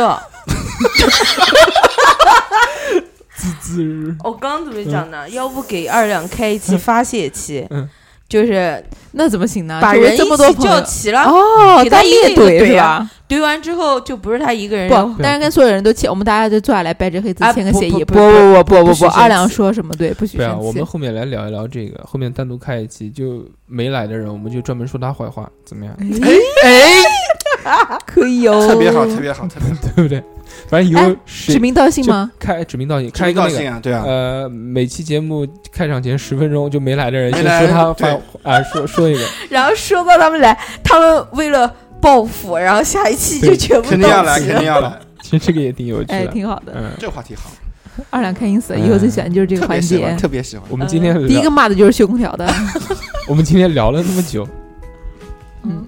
Speaker 2: 滋
Speaker 5: 我刚怎么讲呢？要不给二两开一期发泄期
Speaker 2: 嗯，
Speaker 5: 就是
Speaker 3: 那怎么行呢？
Speaker 5: 把
Speaker 3: 周围
Speaker 5: 人
Speaker 3: 这
Speaker 5: 一
Speaker 3: 么多
Speaker 5: 起
Speaker 3: 朋
Speaker 5: 叫
Speaker 3: 友，
Speaker 5: 齐了，
Speaker 3: 哦，
Speaker 5: 给他
Speaker 3: 单
Speaker 5: 一
Speaker 3: 列
Speaker 5: 个
Speaker 3: 怼
Speaker 5: 怼
Speaker 3: 是
Speaker 5: 啊
Speaker 3: 吧？
Speaker 5: 怼完之后就不是他一个人，
Speaker 3: 不，
Speaker 5: 了。
Speaker 3: 但是跟所有人都签，我们大家就坐下来掰着黑子
Speaker 5: 啊
Speaker 3: 签个
Speaker 5: 不
Speaker 3: 协
Speaker 5: 不
Speaker 3: 议。
Speaker 5: 不
Speaker 3: 不不
Speaker 5: 不许生
Speaker 3: 不二两
Speaker 5: 气
Speaker 3: 说什么对，不许
Speaker 2: 对啊，
Speaker 3: 生
Speaker 2: 我
Speaker 3: 气
Speaker 2: 们。后面来聊一聊这个，后面单独开一期，就没来的人，我们就专门说他坏话，怎么样？
Speaker 3: 哎 可以哦，
Speaker 4: 特别好， 特别好，特别好，
Speaker 2: 对不对？反正以后
Speaker 3: 哎
Speaker 2: 谁
Speaker 3: 指名道姓
Speaker 2: 就
Speaker 3: 吗？
Speaker 2: 开指名道姓，开
Speaker 4: 开
Speaker 2: 一个
Speaker 4: 高
Speaker 2: 那个
Speaker 4: 兴啊，对啊，
Speaker 2: 呃，每期节目开场前十分钟就没来的人
Speaker 4: 没
Speaker 2: 先说
Speaker 4: 来
Speaker 2: 他
Speaker 4: 对
Speaker 2: 发啊，说说一个，
Speaker 5: 然后说到他们来，他们为了报复，然后下一期就
Speaker 2: 对
Speaker 5: 全
Speaker 3: 呃
Speaker 5: 部
Speaker 4: 肯定要
Speaker 5: 到
Speaker 4: 来，
Speaker 5: 齐
Speaker 4: 肯
Speaker 5: 了
Speaker 4: 定。要来，
Speaker 2: 其实这个也挺有趣
Speaker 3: 哎，
Speaker 2: 的。
Speaker 3: 挺好的。
Speaker 2: 嗯，
Speaker 4: 这个话题好，
Speaker 3: 二两看 ins，以后最喜欢就是这个
Speaker 4: 特
Speaker 3: 环
Speaker 4: 别喜
Speaker 3: 节
Speaker 4: 欢，。特别喜欢。
Speaker 2: 我们今天
Speaker 3: 呃第一个
Speaker 2: 聊
Speaker 3: 骂的就是修空调的，
Speaker 2: 我们今天聊了那么久，
Speaker 3: 嗯，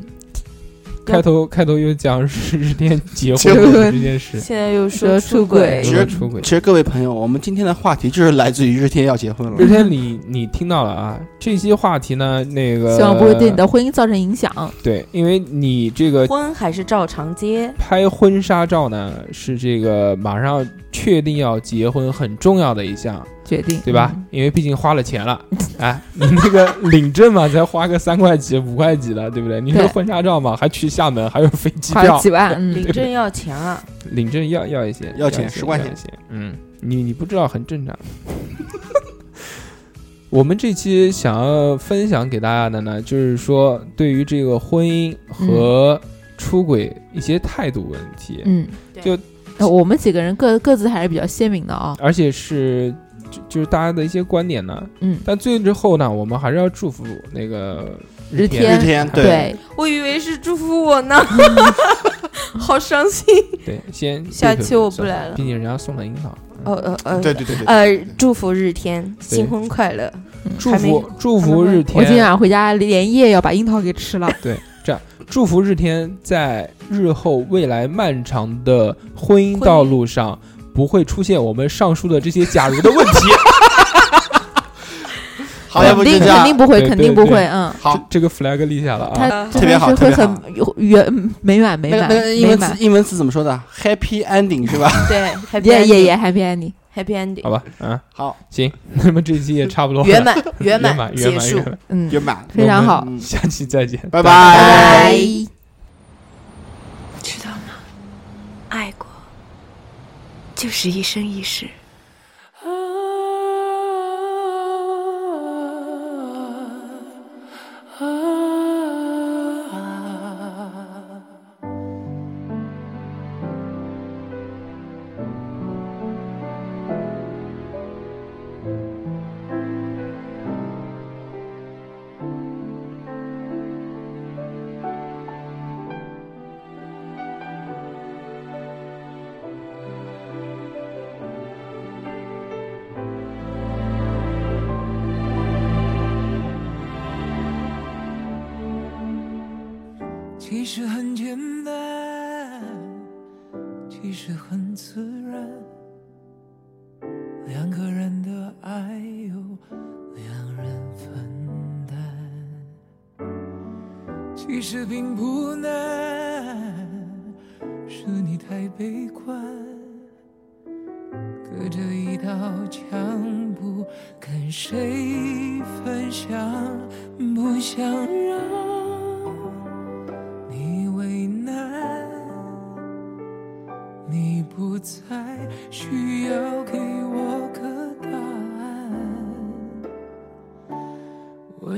Speaker 2: 开头开头又讲日日天结
Speaker 4: 结
Speaker 2: 婚
Speaker 3: 婚
Speaker 2: 这件事，
Speaker 5: 现在又说
Speaker 3: 说
Speaker 5: 出
Speaker 3: 出
Speaker 5: 轨
Speaker 3: 轨
Speaker 4: 其
Speaker 2: 如
Speaker 4: 实
Speaker 2: 何出轨
Speaker 4: 其。实各位朋友，我们今天的话题就是来自于日天要结婚
Speaker 2: 日
Speaker 4: 了，
Speaker 2: 天你，你听到了啊？这些话题呢，那个
Speaker 3: 希望不会
Speaker 2: 呃
Speaker 3: 对你的婚姻造成影响。
Speaker 2: 对，因为你这个
Speaker 5: 婚还是照常结，
Speaker 2: 拍婚纱照呢，是这个马上确定要结婚很重要的一项，
Speaker 3: 决定嗯
Speaker 2: 对吧？？因为毕竟花了钱 了，哎，你那个领证嘛，才花个三块几、五块几的，对不对？你说
Speaker 3: 对
Speaker 2: 婚纱照嘛，还去厦门，还有飞机
Speaker 3: 花了
Speaker 2: 票，
Speaker 3: 几万，嗯，
Speaker 5: 领证要钱啊！
Speaker 2: 领证要要一些，
Speaker 4: 要钱
Speaker 2: 一些
Speaker 4: 10块钱
Speaker 2: 要一些嗯，你你不知道很正常。 我们这期想要分享给大家的呢，就是说对于这个婚姻和出轨一些态度问题，
Speaker 3: 嗯，
Speaker 5: 对
Speaker 2: 就
Speaker 3: 呃我们几个人各各自还是比较鲜明的啊。
Speaker 2: 而且是就就是大家的一些观点呢。
Speaker 3: 嗯，
Speaker 2: 但最之后呢，我们还是要祝福那个哎
Speaker 3: 日
Speaker 4: 日
Speaker 3: 天
Speaker 4: 天
Speaker 3: 对，
Speaker 5: 我以为是祝福我 呢，好伤心。
Speaker 2: 对，先
Speaker 5: 下期我不
Speaker 2: 送
Speaker 5: 来了
Speaker 2: 毕竟人家送了樱桃。嗯
Speaker 5: 哦哦
Speaker 3: 嗯
Speaker 5: 哦，
Speaker 4: 对对对对
Speaker 5: 呃
Speaker 4: 对，对，
Speaker 5: 祝福日天新婚快乐。
Speaker 2: 祝
Speaker 5: 还没
Speaker 2: 福祝福
Speaker 5: 还没
Speaker 2: 日
Speaker 3: 我
Speaker 2: 天，
Speaker 3: 今
Speaker 5: 啊
Speaker 3: 啊晚回家连夜要把樱桃给吃了。
Speaker 2: 对，这样祝福日天在日后未来漫长的婚姻道路上， 不会出现我们上述的这些假如的问题。
Speaker 4: 好，要
Speaker 3: 肯
Speaker 4: 不就
Speaker 3: 定
Speaker 4: 这
Speaker 3: 肯
Speaker 4: 样
Speaker 3: 定。不会，
Speaker 6: 对
Speaker 3: 肯定
Speaker 6: 对
Speaker 3: 不
Speaker 6: 对
Speaker 3: 会，嗯，
Speaker 4: 好，
Speaker 6: 这个 flag 立下了啊。
Speaker 3: 他
Speaker 5: 特
Speaker 3: 真
Speaker 4: 别
Speaker 3: 的
Speaker 4: 好
Speaker 3: 是
Speaker 4: 特
Speaker 3: 会
Speaker 4: 别
Speaker 3: 很圆美满美
Speaker 4: 那个
Speaker 3: 满
Speaker 4: 那个英
Speaker 3: 美
Speaker 4: 文词
Speaker 3: 满，嗯
Speaker 4: 英文词怎么说的？Happy ending 是吧？
Speaker 5: 对，happy
Speaker 3: 耶耶
Speaker 5: ending，
Speaker 3: 耶，Happy Ending。
Speaker 5: ，happy ending，
Speaker 6: 好吧，啊，
Speaker 4: 好，
Speaker 6: 行，那么这一期也差不多了，
Speaker 5: 圆满
Speaker 6: 圆
Speaker 5: 满
Speaker 6: 满圆
Speaker 5: 结
Speaker 6: 满
Speaker 5: 束
Speaker 6: 圆，满，
Speaker 3: 嗯，
Speaker 4: 圆满，
Speaker 3: 非常好，
Speaker 4: 嗯
Speaker 6: 下期再见，
Speaker 5: 拜
Speaker 4: 拜拜。
Speaker 7: 知道吗？爱过就是一生一世。
Speaker 8: 其实很简单，其实很自然。两个人的爱由两人分担，其实并不难，是你太悲观，隔着一道墙不跟谁分享，不想让。你为难，你不再需要给我个答案。我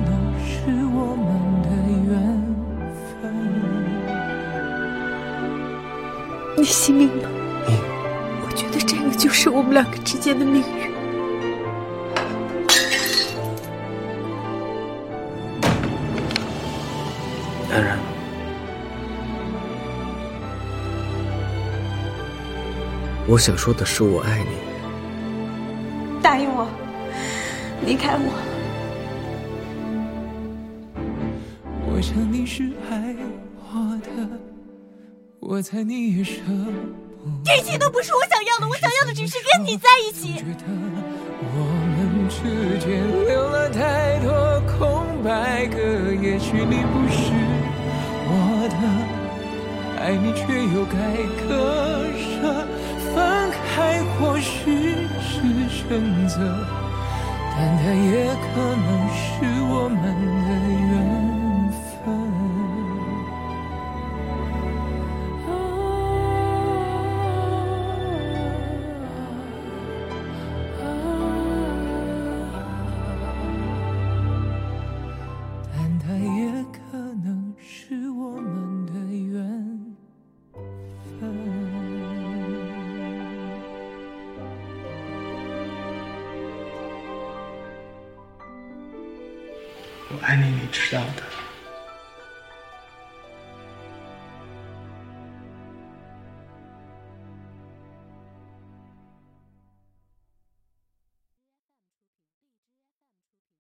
Speaker 8: 是我们的缘分。
Speaker 7: 你信命吗？我觉得这个就是我们两个之间的命运。
Speaker 9: 当然，我想说的是，我爱你。
Speaker 7: 答应我，离开我，
Speaker 8: 我想你是爱我的，我猜你也舍不得。这一切都不是我想要的，我想要的只是跟你在一起。觉得我们之间留了太多空白格，也许你不是我的，爱你却又该割舍，分开或许是选择。但它也可能是我们的缘分。但它也可能是我们的缘分。
Speaker 9: 我爱你，你知道的。